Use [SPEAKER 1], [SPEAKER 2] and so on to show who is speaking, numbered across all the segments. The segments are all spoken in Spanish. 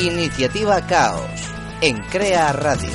[SPEAKER 1] Iniciativa Caos en Crea Radio.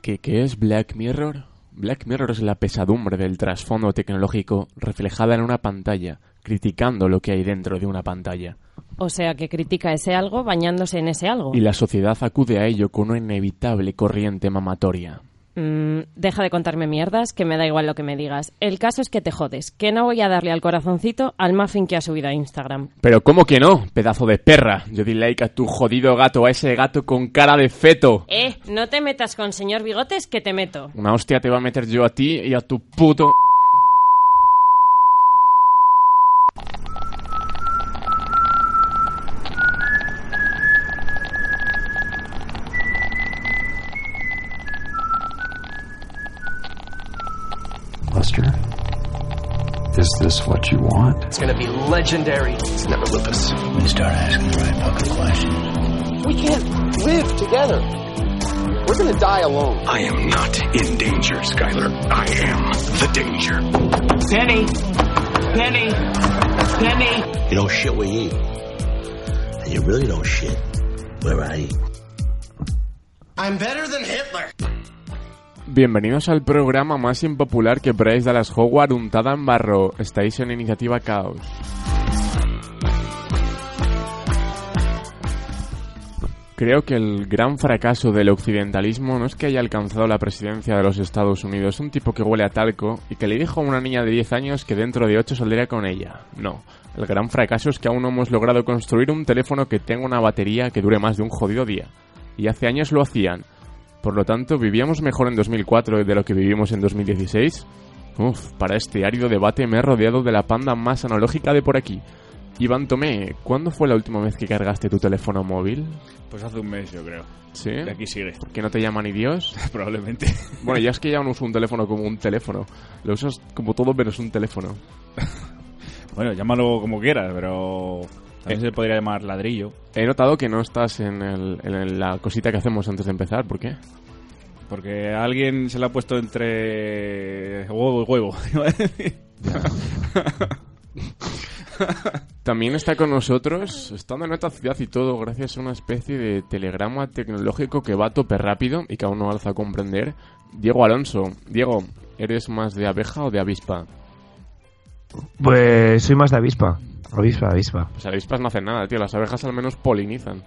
[SPEAKER 2] ¿Qué, ¿Qué es Black Mirror? Black Mirror es la pesadumbre del trasfondo tecnológico reflejada en una pantalla, criticando lo que hay dentro de una pantalla.
[SPEAKER 3] O sea, que critica ese algo bañándose en ese algo.
[SPEAKER 2] Y la sociedad acude a ello con una inevitable corriente mamatoria.
[SPEAKER 3] Mm, deja de contarme mierdas, que me da igual lo que me digas. El caso es que te jodes, que no voy a darle al corazoncito al muffin que ha subido a Instagram.
[SPEAKER 2] Pero ¿cómo que no? Pedazo de perra. Yo di like a tu jodido gato, a ese gato con cara de feto.
[SPEAKER 3] Eh, no te metas con señor Bigotes, que te meto.
[SPEAKER 2] Una hostia te va a meter yo a ti y a tu puto...
[SPEAKER 4] Lester, is this what you want?
[SPEAKER 5] It's gonna be legendary. It's never lupus. When you start asking the right fucking questions, we can't live together. We're gonna die alone.
[SPEAKER 6] I am not in danger, Skyler. I am the danger.
[SPEAKER 7] Penny, Penny, Penny.
[SPEAKER 8] You don't shit where you eat, and you really don't shit where I eat.
[SPEAKER 5] I'm better than Hitler.
[SPEAKER 2] Bienvenidos al programa más impopular que Bryce Dallas Howard untada en barro. Estáis en Iniciativa Caos. Creo que el gran fracaso del occidentalismo no es que haya alcanzado la presidencia de los Estados Unidos un tipo que huele a talco y que le dijo a una niña de 10 años que dentro de 8 saldría con ella. No, el gran fracaso es que aún no hemos logrado construir un teléfono que tenga una batería que dure más de un jodido día. Y hace años lo hacían, por lo tanto, ¿vivíamos mejor en 2004 de lo que vivimos en 2016? Uf, para este árido debate me he rodeado de la panda más analógica de por aquí. Iván Tomé, ¿cuándo fue la última vez que cargaste tu teléfono móvil?
[SPEAKER 9] Pues hace un mes, yo creo.
[SPEAKER 2] ¿Sí?
[SPEAKER 9] Y aquí sigue.
[SPEAKER 2] ¿Que no te llama ni Dios?
[SPEAKER 9] Probablemente.
[SPEAKER 2] Bueno, ya es que ya no uso un teléfono como un teléfono. Lo usas como todo menos un teléfono.
[SPEAKER 9] bueno, llámalo como quieras, pero... También se podría llamar ladrillo.
[SPEAKER 2] He notado que no estás en, el, en, la cosita que hacemos antes de empezar. ¿Por qué?
[SPEAKER 9] Porque a alguien se la ha puesto entre huevo y huevo.
[SPEAKER 2] También está con nosotros, estando en otra ciudad y todo, gracias a una especie de telegrama tecnológico que va a tope rápido y que aún no alza a comprender, Diego Alonso. Diego, ¿eres más de abeja o de avispa?
[SPEAKER 10] Pues soy más de avispa. Avispa, avispa.
[SPEAKER 2] Pues avispas no hacen nada, tío. Las abejas al menos polinizan.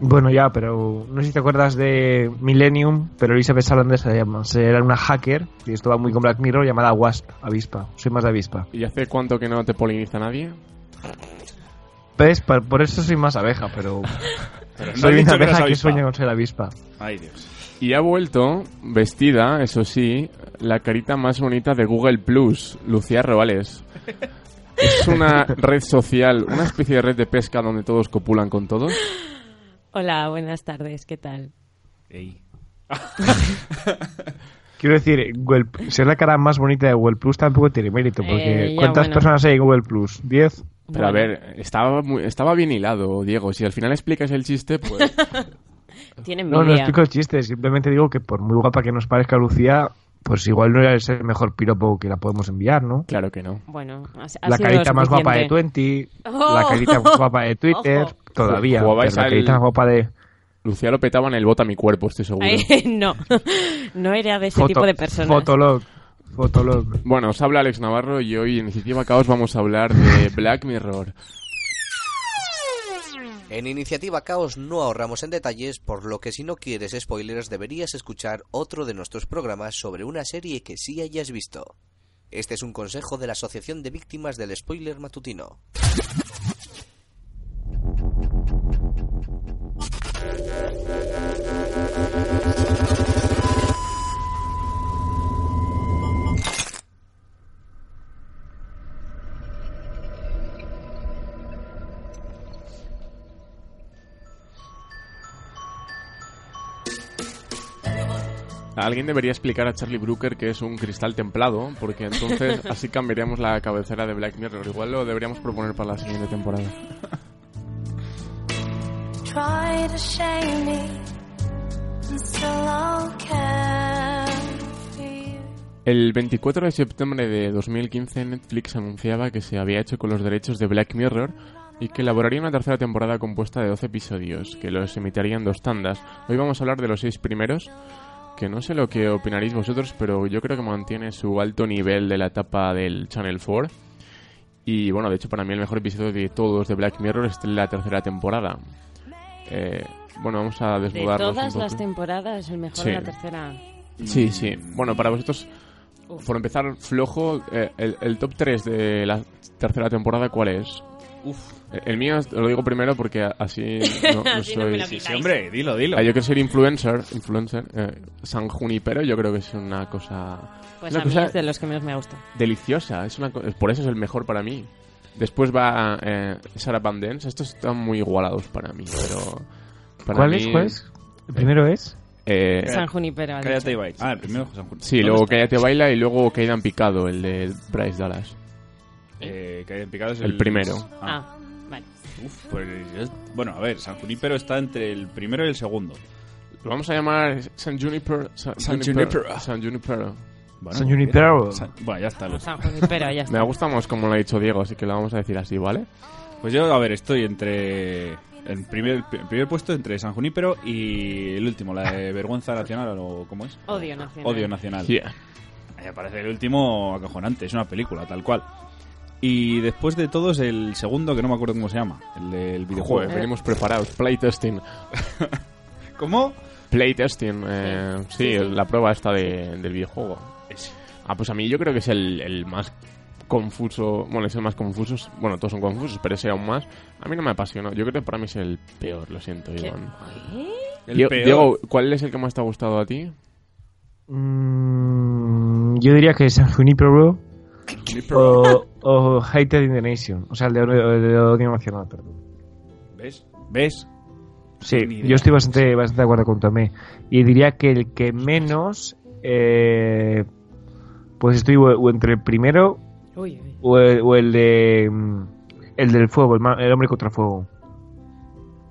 [SPEAKER 10] Bueno, ya, pero no sé si te acuerdas de Millennium, pero Elizabeth Salander se llama. Era una hacker, y esto va muy con Black Mirror, llamada Wasp, avispa. Soy más de avispa.
[SPEAKER 2] ¿Y hace cuánto que no te poliniza nadie?
[SPEAKER 10] Pues, por eso soy más abeja, pero. pero no soy una abeja que, que sueña con ser avispa.
[SPEAKER 9] Ay, Dios.
[SPEAKER 2] Y ha vuelto, vestida, eso sí, la carita más bonita de Google Plus, Lucía Roales. Es una red social, una especie de red de pesca donde todos copulan con todos.
[SPEAKER 3] Hola, buenas tardes, ¿qué tal?
[SPEAKER 9] Ey.
[SPEAKER 10] Quiero decir, Google, ser la cara más bonita de Google Plus tampoco tiene mérito, porque eh, ya, ¿cuántas bueno. personas hay en Google Plus? ¿Diez?
[SPEAKER 2] Pero bueno. a ver, estaba, muy, estaba bien hilado, Diego. Si al final explicas el chiste, pues...
[SPEAKER 3] Tiene
[SPEAKER 10] no, no explico el chiste, simplemente digo que por muy guapa que nos parezca Lucía, pues igual no era el mejor piropo que la podemos enviar, ¿no?
[SPEAKER 2] Claro que no.
[SPEAKER 3] Bueno, ha
[SPEAKER 10] la carita más guapa de Twenty, oh, la carita más guapa de Twitter, ojo. todavía. Pero la carita más guapa de.
[SPEAKER 2] Lucía lo petaba en el bota mi cuerpo, estoy seguro.
[SPEAKER 3] Ay, no, no era de ese Foto, tipo de personas.
[SPEAKER 10] Fotolog. Fotolog.
[SPEAKER 2] Bueno, os habla Alex Navarro y hoy en Iniciativa Caos vamos a hablar de Black Mirror.
[SPEAKER 1] En Iniciativa Caos no ahorramos en detalles, por lo que si no quieres spoilers deberías escuchar otro de nuestros programas sobre una serie que sí hayas visto. Este es un consejo de la Asociación de Víctimas del Spoiler Matutino.
[SPEAKER 2] Alguien debería explicar a Charlie Brooker que es un cristal templado, porque entonces así cambiaríamos la cabecera de Black Mirror. Igual lo deberíamos proponer para la siguiente temporada. El 24 de septiembre de 2015 Netflix anunciaba que se había hecho con los derechos de Black Mirror y que elaboraría una tercera temporada compuesta de 12 episodios, que los emitiría en dos tandas. Hoy vamos a hablar de los seis primeros, que no sé lo que opinaréis vosotros, pero yo creo que mantiene su alto nivel de la etapa del Channel 4. Y bueno, de hecho para mí el mejor episodio de todos de Black Mirror es la tercera temporada. Eh, bueno, vamos a
[SPEAKER 3] De
[SPEAKER 2] desnudarnos un
[SPEAKER 3] todas
[SPEAKER 2] poco.
[SPEAKER 3] las temporadas, el mejor
[SPEAKER 2] Sí.
[SPEAKER 3] la tercera.
[SPEAKER 10] Mm.
[SPEAKER 2] Sí, sí. Bueno, para vosotros, por empezar flojo, eh, el, el top 3 de la tercera temporada, ¿cuál es? El- El mío, os lo digo primero porque a- así no, no
[SPEAKER 3] Así no me
[SPEAKER 2] soy...
[SPEAKER 3] lo Sí, sí, quitáis.
[SPEAKER 9] hombre, dilo, dilo.
[SPEAKER 2] Ah, yo quiero ser influencer, influencer. eh, San Junipero yo creo que es una cosa...
[SPEAKER 3] Pues
[SPEAKER 2] una
[SPEAKER 3] a mí
[SPEAKER 2] cosa
[SPEAKER 3] es de los que menos me gusta.
[SPEAKER 2] deliciosa, es una co- por eso es el mejor para mí. Después va eh, Sarah Van Dance, estos están muy igualados para mí, pero... para
[SPEAKER 10] ¿Cuál
[SPEAKER 2] mí-
[SPEAKER 10] es? ¿Cuál es? ¿El primero es?
[SPEAKER 2] Eh,
[SPEAKER 3] San Junipero. ha dicho.
[SPEAKER 9] Cállate y vais. Ah, el primero San Junipero.
[SPEAKER 2] Sí, luego Cállate Baila y luego Caída en Picado, el de Bryce Dallas.
[SPEAKER 9] Eh, Caída en Picado es
[SPEAKER 2] El primero.
[SPEAKER 9] Ah,
[SPEAKER 3] Ah, vale.
[SPEAKER 9] Uf, pues es- bueno, a ver, San Junípero está entre el primero y el segundo.
[SPEAKER 2] Lo vamos a llamar San Juniper. San,
[SPEAKER 9] San Junipero.
[SPEAKER 2] San Junipero.
[SPEAKER 9] Bueno,
[SPEAKER 10] San Junipero.
[SPEAKER 9] San- Bueno, ya está. lo-
[SPEAKER 3] San Junipero,
[SPEAKER 2] Me
[SPEAKER 3] ya está.
[SPEAKER 2] gusta más como lo ha dicho Diego, así que lo vamos a decir así, ¿vale?
[SPEAKER 9] Pues yo, a ver, estoy entre el primer, el primer puesto entre San Junípero y el último, la de Vergüenza Nacional o cómo es?
[SPEAKER 3] Odio nacional.
[SPEAKER 9] Odio Nacional.
[SPEAKER 2] Yeah.
[SPEAKER 9] Me parece el último acojonante, es una película, tal cual. Y después de todos, el segundo, que no me acuerdo cómo se llama, el del videojuego.
[SPEAKER 2] Joder, venimos preparados. Playtesting.
[SPEAKER 9] ¿Cómo?
[SPEAKER 2] Playtesting, eh, sí,
[SPEAKER 3] Sí, sí.
[SPEAKER 2] la prueba esta de- del videojuego. Ah, pues a mí yo creo que es el, el más confuso. Bueno, es el más confuso. Bueno, todos son confusos, pero ese aún más. A mí no me apasionó. Yo creo que para mí es el peor, lo siento,
[SPEAKER 3] ¿Qué?
[SPEAKER 2] Iván.
[SPEAKER 3] ¿Eh?
[SPEAKER 9] El
[SPEAKER 2] Diego-
[SPEAKER 9] peor.
[SPEAKER 2] Diego, ¿cuál es el que más te ha gustado a ti?
[SPEAKER 10] Mm, yo diría que San Junipero o, o Hated in the Nation. O sea, el de, el de Odio Nacional, perdón.
[SPEAKER 9] ¿Ves? ¿Ves? Ni
[SPEAKER 10] Sí,
[SPEAKER 9] idea.
[SPEAKER 10] yo estoy bastante, bastante de acuerdo con Tomé. Y diría que el que menos. eh, pues estoy o- o entre el primero
[SPEAKER 3] Uy, uy.
[SPEAKER 10] O el, o el de. mm, El del fuego, el, ma- el hombre contra fuego.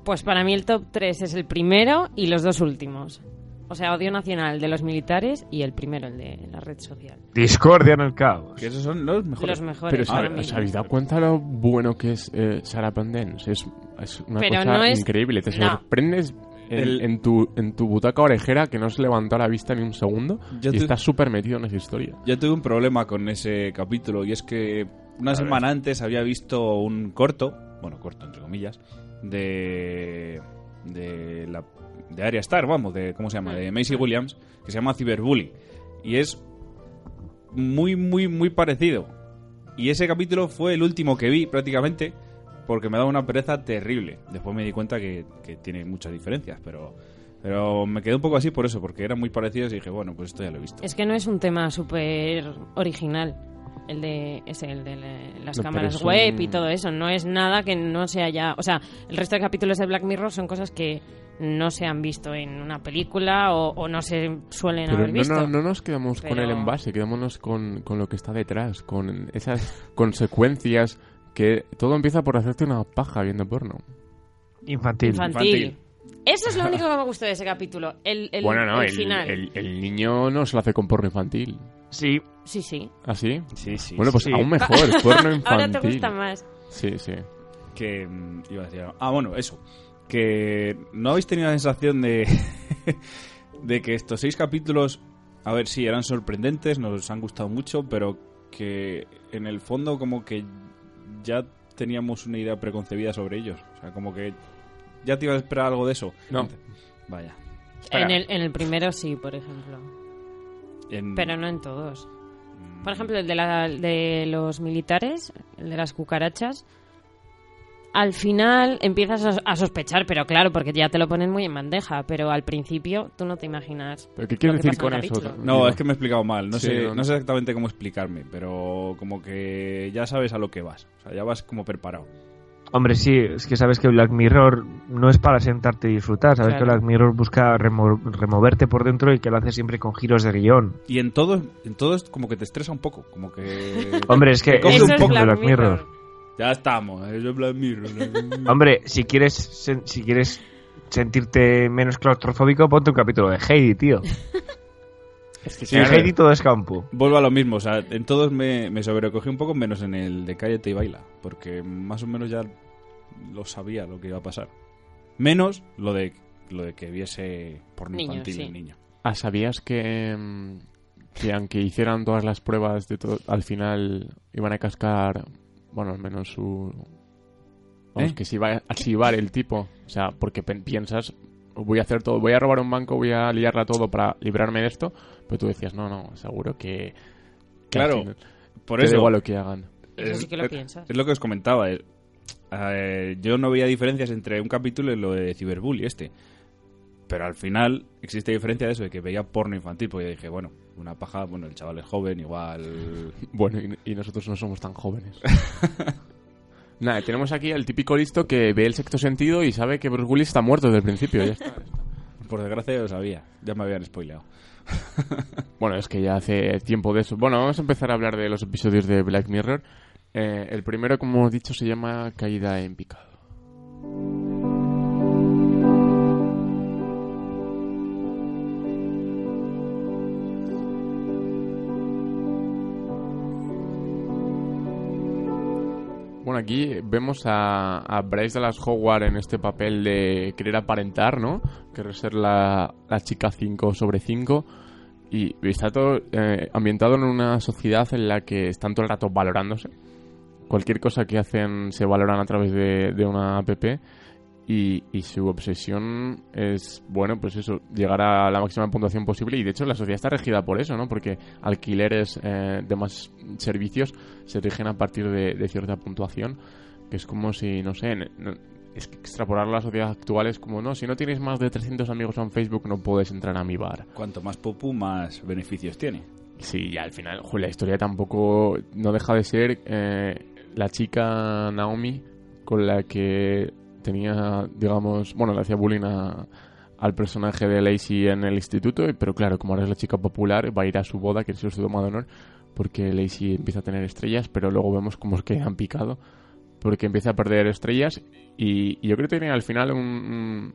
[SPEAKER 3] Pues para mí el top 3 es el primero y los dos últimos. O sea, odio nacional de los militares y el primero, el de la red social.
[SPEAKER 10] Discordia en el caos.
[SPEAKER 9] Que esos son los mejores.
[SPEAKER 3] Los mejores
[SPEAKER 2] Pero
[SPEAKER 3] para
[SPEAKER 2] ¿sabe-
[SPEAKER 3] mí.
[SPEAKER 2] ¿os habéis dado cuenta lo bueno que es eh, Sarah Pandens? Es, es una
[SPEAKER 3] Pero
[SPEAKER 2] cosa
[SPEAKER 3] no es-
[SPEAKER 2] increíble. Te
[SPEAKER 3] no.
[SPEAKER 2] sorprendes en,
[SPEAKER 9] El-
[SPEAKER 2] en tu, en tu butaca orejera que no se levantó a la vista ni un segundo
[SPEAKER 9] Yo
[SPEAKER 2] y
[SPEAKER 9] te-
[SPEAKER 2] estás súper metido en esa historia.
[SPEAKER 9] Yo tuve un problema con ese capítulo y es que una semana antes había visto un corto, bueno, corto entre comillas, de de la de Arya Star, vamos, de cómo se llama, de Macy Williams, que se llama Cyberbully y es muy muy muy parecido. Y ese capítulo fue el último que vi prácticamente porque me daba una pereza terrible. Después me di cuenta que, que tiene muchas diferencias, pero pero me quedé un poco así por eso, porque eran muy parecidos y dije, bueno, pues esto ya lo he visto.
[SPEAKER 3] Es que no es un tema súper original. El de, ese, el de le- las
[SPEAKER 2] No,
[SPEAKER 3] cámaras
[SPEAKER 2] pero es
[SPEAKER 3] web
[SPEAKER 2] un-
[SPEAKER 3] y todo eso. No es nada que no sea ya. O sea, el resto de capítulos de Black Mirror son cosas que no se han visto en una película o, o no se suelen
[SPEAKER 2] Pero
[SPEAKER 3] haber
[SPEAKER 2] no,
[SPEAKER 3] visto.
[SPEAKER 2] no, no nos quedamos con
[SPEAKER 3] Pero-
[SPEAKER 2] el envase, quedémonos con, con lo que está detrás, con esas consecuencias que todo empieza por hacerte una paja viendo porno.
[SPEAKER 10] Infantil.
[SPEAKER 3] Infantil. Eso es lo único que me gustó de ese capítulo. El, el-
[SPEAKER 2] bueno, no,
[SPEAKER 3] el
[SPEAKER 2] el,
[SPEAKER 3] final.
[SPEAKER 2] el- el niño no se lo hace con porno infantil.
[SPEAKER 10] Sí.
[SPEAKER 3] Sí, sí.
[SPEAKER 2] ¿Así?
[SPEAKER 9] Sí, sí.
[SPEAKER 2] bueno, pues
[SPEAKER 10] sí.
[SPEAKER 2] aún mejor, porno infantil.
[SPEAKER 3] Ahora te gusta más.
[SPEAKER 2] Sí, sí.
[SPEAKER 9] que mm, iba a decir algo. ah bueno eso que no habéis tenido la sensación de de que estos seis capítulos a ver sí eran sorprendentes nos han gustado mucho pero que en el fondo como que ya teníamos una idea preconcebida sobre ellos o sea como que ya te ibas a esperar algo de eso
[SPEAKER 2] No.
[SPEAKER 9] vaya
[SPEAKER 3] En el, en el primero sí, por ejemplo.
[SPEAKER 9] En-
[SPEAKER 3] Pero no en todos. Por ejemplo, el de, la- de los militares, el de las cucarachas. Al final empiezas a, a sospechar, pero claro, porque ya te lo ponen muy en bandeja. Pero al principio tú no te imaginas.
[SPEAKER 2] ¿Pero qué quieres
[SPEAKER 3] Lo que
[SPEAKER 2] decir con
[SPEAKER 3] pasa en el
[SPEAKER 2] eso?
[SPEAKER 3] capítulo.
[SPEAKER 9] no, es que me he explicado mal, no,
[SPEAKER 2] Sí,
[SPEAKER 9] sé,
[SPEAKER 2] no, no.
[SPEAKER 9] no sé exactamente cómo explicarme, pero como que ya sabes a lo que vas, o sea, ya vas como preparado.
[SPEAKER 10] Hombre, sí, es que sabes que Black Mirror no es para sentarte y disfrutar. Sabes
[SPEAKER 3] Claro.
[SPEAKER 10] que Black Mirror busca remo- removerte por dentro y que lo hace siempre con giros de guión.
[SPEAKER 9] Y en todos, en todos como que te estresa un poco, como que...
[SPEAKER 10] Hombre, es que
[SPEAKER 9] Te coge
[SPEAKER 10] es
[SPEAKER 9] un
[SPEAKER 10] el
[SPEAKER 9] poco
[SPEAKER 10] punto de Black Mirror.
[SPEAKER 9] Ya estamos, eso es Black Mirror.
[SPEAKER 10] Hombre, si quieres, sen- si quieres sentirte menos claustrofóbico, ponte un capítulo de Heidi, tío.
[SPEAKER 2] Es que
[SPEAKER 10] Si en Heidi todo es campo.
[SPEAKER 9] Vuelvo a lo mismo, o sea, en todos me, me sobrecogí un poco, menos en el de Cállate y Baila, porque más o menos ya lo sabía lo que iba a pasar. Menos lo de lo de que viese porno
[SPEAKER 3] Niños,
[SPEAKER 9] infantil
[SPEAKER 3] sí.
[SPEAKER 9] el niño.
[SPEAKER 2] Ah, ¿sabías que, mm, que aunque hicieran todas las pruebas de todo, al final iban a cascar, bueno, al menos su... Vamos,
[SPEAKER 9] ¿Eh?
[SPEAKER 2] que se iba a chivar el tipo. O sea, porque pen- piensas, voy a hacer todo, voy a robar un banco, voy a liarla todo para librarme de esto. Pero tú decías, no, no, seguro que... que
[SPEAKER 9] Claro,
[SPEAKER 2] al final
[SPEAKER 9] por
[SPEAKER 2] te da
[SPEAKER 9] eso.
[SPEAKER 2] igual lo que hagan.
[SPEAKER 3] Eso sí que lo
[SPEAKER 9] es-
[SPEAKER 3] piensas.
[SPEAKER 9] Eh, Es lo que os comentaba. eh, eh, yo no veía diferencias entre un capítulo y lo de Cyberbully este. Pero al final existe diferencia de eso, de que veía porno infantil, porque yo dije, bueno, una paja, bueno, el chaval es joven, igual...
[SPEAKER 2] Bueno, y, y nosotros no somos tan jóvenes. Nada, tenemos aquí al típico listo que ve el sexto sentido y sabe que Bruce Willis está muerto desde el principio. ya está.
[SPEAKER 9] Por desgracia yo lo sabía, ya me habían spoileado.
[SPEAKER 2] Bueno, es que ya hace tiempo de eso. Bueno, vamos a empezar a hablar de los episodios de Black Mirror. Eh, el primero, como he dicho, se llama Caída en picado. Bueno, aquí vemos a, a Bryce Dallas Howard en este papel de querer aparentar, ¿no? Querer ser la, la chica 5 sobre 5. Y está todo eh, ambientado en una sociedad en la que están todo el rato valorándose. Cualquier cosa que hacen se valoran a través de, de una app. Y, y su obsesión es, bueno, pues eso, llegar a la máxima puntuación posible. Y de hecho la sociedad está regida por eso, ¿no? Porque alquileres, eh, demás servicios se rigen a partir de, de cierta puntuación. Que es como si, no sé, en- en- es que extrapolar la sociedad actual es como, no, si no tienes más de 300 amigos en Facebook no puedes entrar a mi bar.
[SPEAKER 9] Cuanto más popu, más beneficios tiene.
[SPEAKER 2] Sí, y al final, jo, la historia tampoco no deja de ser eh, la chica Naomi con la que tenía, digamos, bueno, le hacía bullying a- al personaje de Lacey en el instituto, y- pero claro, como ahora es la chica popular, va a ir a su boda, que es su doma de honor, porque Lacey empieza a tener estrellas, pero luego vemos cómo es que han picado, porque empieza a perder estrellas, y, y yo creo que tiene al final un- un,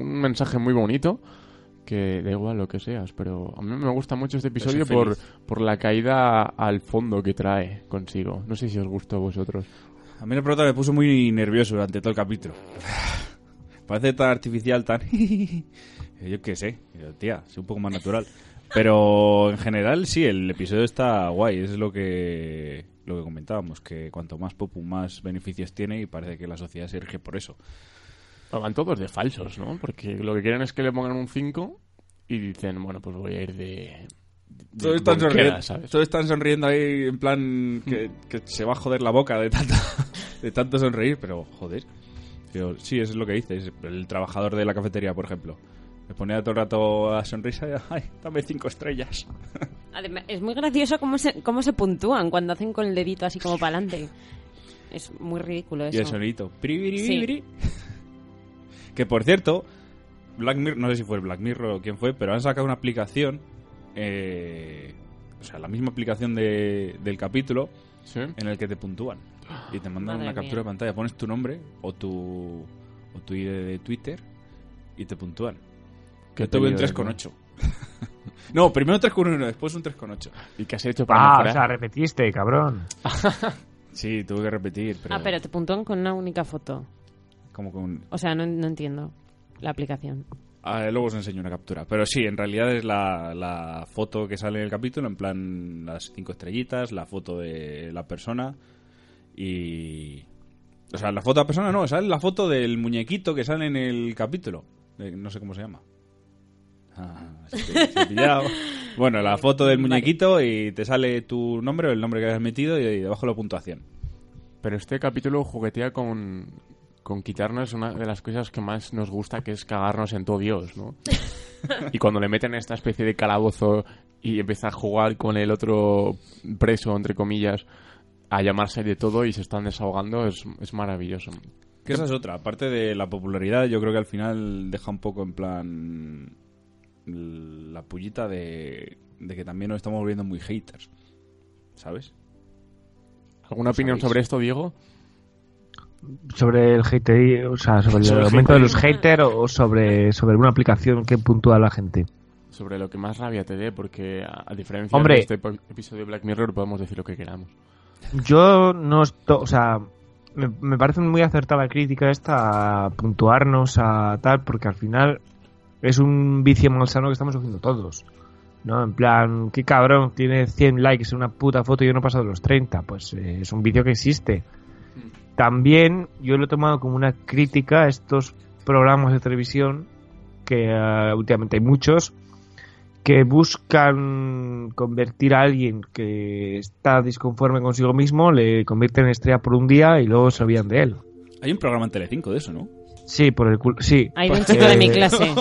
[SPEAKER 2] un mensaje muy bonito que da igual lo que seas, pero a mí me gusta mucho este
[SPEAKER 9] Pero soy
[SPEAKER 2] episodio por,
[SPEAKER 9] feliz.
[SPEAKER 2] por la caída al fondo que trae consigo. No sé si os gustó a vosotros.
[SPEAKER 9] A mí la pelota me puso muy nervioso durante todo el capítulo. Parece tan artificial, tan... Yo qué sé, yo, tía, es un poco más natural. Pero en general sí, el episodio está guay, es lo que lo que comentábamos, que cuanto más popu más beneficios tiene y parece que la sociedad se rige por eso.
[SPEAKER 2] Bueno, Van todos de falsos, ¿no? Porque lo que quieren es que le pongan un 5 y dicen, bueno, pues voy a ir de... de
[SPEAKER 9] Todos están,
[SPEAKER 2] bonquera,
[SPEAKER 9] sonriendo,
[SPEAKER 2] ¿sabes?
[SPEAKER 9] todos están sonriendo ahí en plan que, que se va a joder la boca de tanto, de tanto sonreír, pero joder. Pero sí, eso es lo que dices. El trabajador de la cafetería, por ejemplo. Le ponía todo el rato la sonrisa y ¡ay, dame cinco estrellas!
[SPEAKER 3] Además, es muy gracioso cómo se, cómo se puntúan cuando hacen con el dedito así como para adelante. Es muy ridículo
[SPEAKER 9] Y
[SPEAKER 3] eso.
[SPEAKER 9] el sonidito. "Piri, piri,
[SPEAKER 3] Sí.
[SPEAKER 9] piri". Que por cierto, Black Mirror, no sé si fue el Black Mirror o quién fue, pero han sacado una aplicación. eh, o sea, la misma aplicación de- del capítulo,
[SPEAKER 2] Sí.
[SPEAKER 9] en el que te puntúan y te mandan
[SPEAKER 3] Madre
[SPEAKER 9] una
[SPEAKER 3] mía.
[SPEAKER 9] captura de pantalla. Pones tu nombre o tu, o tu ID de Twitter y te puntúan.
[SPEAKER 2] Qué
[SPEAKER 9] Yo tuve un
[SPEAKER 2] periodo,
[SPEAKER 9] 3,8. no, primero 3,1, después un 3,8.
[SPEAKER 2] ¿Y qué has hecho para
[SPEAKER 10] Ah, o
[SPEAKER 2] mejorar?
[SPEAKER 10] sea, repetiste, cabrón.
[SPEAKER 9] Sí, tuve que repetir, pero,
[SPEAKER 3] Ah, pero te puntúan con una única foto.
[SPEAKER 9] como con...
[SPEAKER 3] O sea, no, no entiendo la aplicación.
[SPEAKER 9] Ah, luego os enseño una captura. Pero sí, en realidad es la, la foto que sale en el capítulo, en plan las cinco estrellitas, la foto de la persona y... O sea, la foto de la persona no, sale la foto del muñequito que sale en el capítulo. Eh, no sé cómo se llama. Ah, sí, sí, he pillado. Bueno, la foto del
[SPEAKER 3] Vale.
[SPEAKER 9] muñequito y te sale tu nombre o el nombre que has metido y, ahí debajo la puntuación.
[SPEAKER 2] Pero este capítulo juguetea con, con quitarnos una de las cosas que más nos gusta, que es cagarnos en todo Dios, ¿no? y cuando le meten esta especie de calabozo y empieza a jugar con el otro preso, entre comillas, a llamarse de todo y se están desahogando, es, es maravilloso.
[SPEAKER 9] Que esa es otra. Aparte de la popularidad, yo creo que al final deja un poco en plan l- la pullita de, de que también nos estamos volviendo muy haters. ¿Sabes?
[SPEAKER 2] ¿Alguna opinión sobre esto, Diego?
[SPEAKER 10] Sobre el hate, o sea, sobre el
[SPEAKER 9] Sobre el
[SPEAKER 10] aumento
[SPEAKER 9] hate.
[SPEAKER 10] de los haters o sobre, sobre una aplicación que puntúa a la gente.
[SPEAKER 2] Sobre lo que más rabia te dé, porque a, a diferencia
[SPEAKER 10] Hombre.
[SPEAKER 2] de este po- episodio de Black Mirror podemos decir lo que queramos.
[SPEAKER 10] Yo no estoy, o sea, me, me parece muy acertada la crítica esta a puntuarnos a tal, porque al final es un vicio malsano que estamos cogiendo todos. ¿no? En plan, qué cabrón, tiene 100 likes en una puta foto y yo no he pasado de los 30. Pues eh, es un vicio que existe. También yo lo he tomado como una crítica a estos programas de televisión, que eh, últimamente hay muchos, que buscan convertir a alguien que está disconforme consigo mismo, le convierten en estrella por un día y luego se olvidan de él.
[SPEAKER 9] Hay un programa en Telecinco de eso, ¿no?
[SPEAKER 10] Sí, por el culo. Sí. Pues, eh,
[SPEAKER 3] Hay
[SPEAKER 2] Pues,
[SPEAKER 3] de un chico
[SPEAKER 2] eh,
[SPEAKER 3] de mi clase.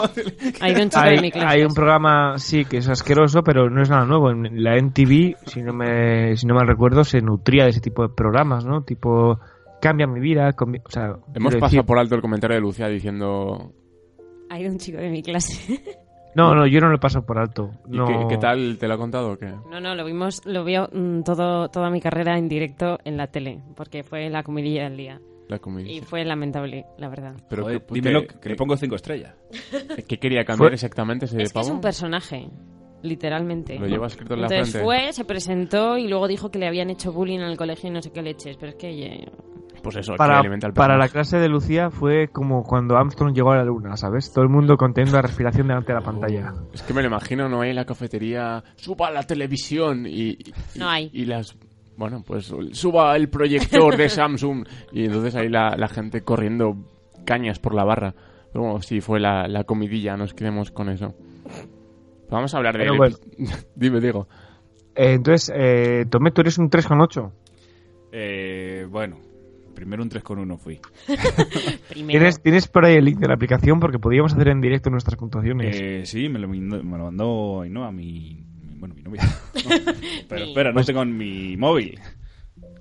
[SPEAKER 3] Hay de un chico
[SPEAKER 10] hay,
[SPEAKER 3] de mi clase.
[SPEAKER 10] hay un programa, sí, que es asqueroso, pero no es nada nuevo. En la NTV, si no me, si no mal recuerdo, se nutría de ese tipo de programas, ¿no? Tipo, cambia mi vida. convi- O sea,
[SPEAKER 2] Hemos
[SPEAKER 10] quiero
[SPEAKER 2] pasado
[SPEAKER 10] decir-
[SPEAKER 2] por alto el comentario de Lucía diciendo
[SPEAKER 3] Hay de un chico de mi clase.
[SPEAKER 10] No, no, yo no lo paso por alto.
[SPEAKER 2] ¿Y
[SPEAKER 10] No.
[SPEAKER 2] qué, qué tal? ¿Te lo ha contado o qué?
[SPEAKER 3] No, no, lo vimos, lo vio mm, todo, toda mi carrera en directo en la tele, porque fue la comidilla del día.
[SPEAKER 2] La comida.
[SPEAKER 3] Y fue lamentable, la verdad.
[SPEAKER 2] Pero
[SPEAKER 9] Joder,
[SPEAKER 2] que-
[SPEAKER 9] dímelo,
[SPEAKER 2] que-
[SPEAKER 9] que, le pongo cinco estrellas.
[SPEAKER 2] ¿Qué quería cambiar
[SPEAKER 9] Fue-
[SPEAKER 2] exactamente ese
[SPEAKER 3] Es que es
[SPEAKER 2] pavo?
[SPEAKER 3] un personaje, literalmente.
[SPEAKER 2] Lo lleva escrito en la
[SPEAKER 3] Entonces
[SPEAKER 2] frente.
[SPEAKER 3] fue, se presentó y luego dijo que le habían hecho bullying en el colegio y no sé qué leches, pero es que... eh,
[SPEAKER 2] Pues eso,
[SPEAKER 10] Para,
[SPEAKER 2] que alimenta al
[SPEAKER 10] para la
[SPEAKER 2] personaje.
[SPEAKER 10] clase de Lucía fue como cuando Armstrong llegó a la luna, ¿sabes? Todo el mundo conteniendo la respiración delante de la pantalla.
[SPEAKER 2] Es que me lo imagino, ¿no? Hay la cafetería, suba la televisión y... y-
[SPEAKER 3] No hay.
[SPEAKER 2] Y las... Bueno, pues suba el proyector de Samsung. Y entonces ahí la, la gente corriendo cañas por la barra. Pero bueno, sí, fue la, la comidilla, nos quedemos con eso. Vamos a hablar de...
[SPEAKER 10] Pero bueno.
[SPEAKER 2] Dime, Diego.
[SPEAKER 10] Eh, entonces, eh, Tomé, tú eres un 3,8.
[SPEAKER 9] Eh, bueno, primero un 3 con 1 fui.
[SPEAKER 3] primero.
[SPEAKER 10] ¿Tienes, ¿Tienes por ahí el link de la aplicación? Porque podríamos hacer en directo nuestras puntuaciones.
[SPEAKER 9] Eh, sí, me lo, mandó- me lo mandó Ainhoa, mi, mi- bueno, mi novia. Pero
[SPEAKER 3] Mi-
[SPEAKER 9] espera, no tengo en mi móvil.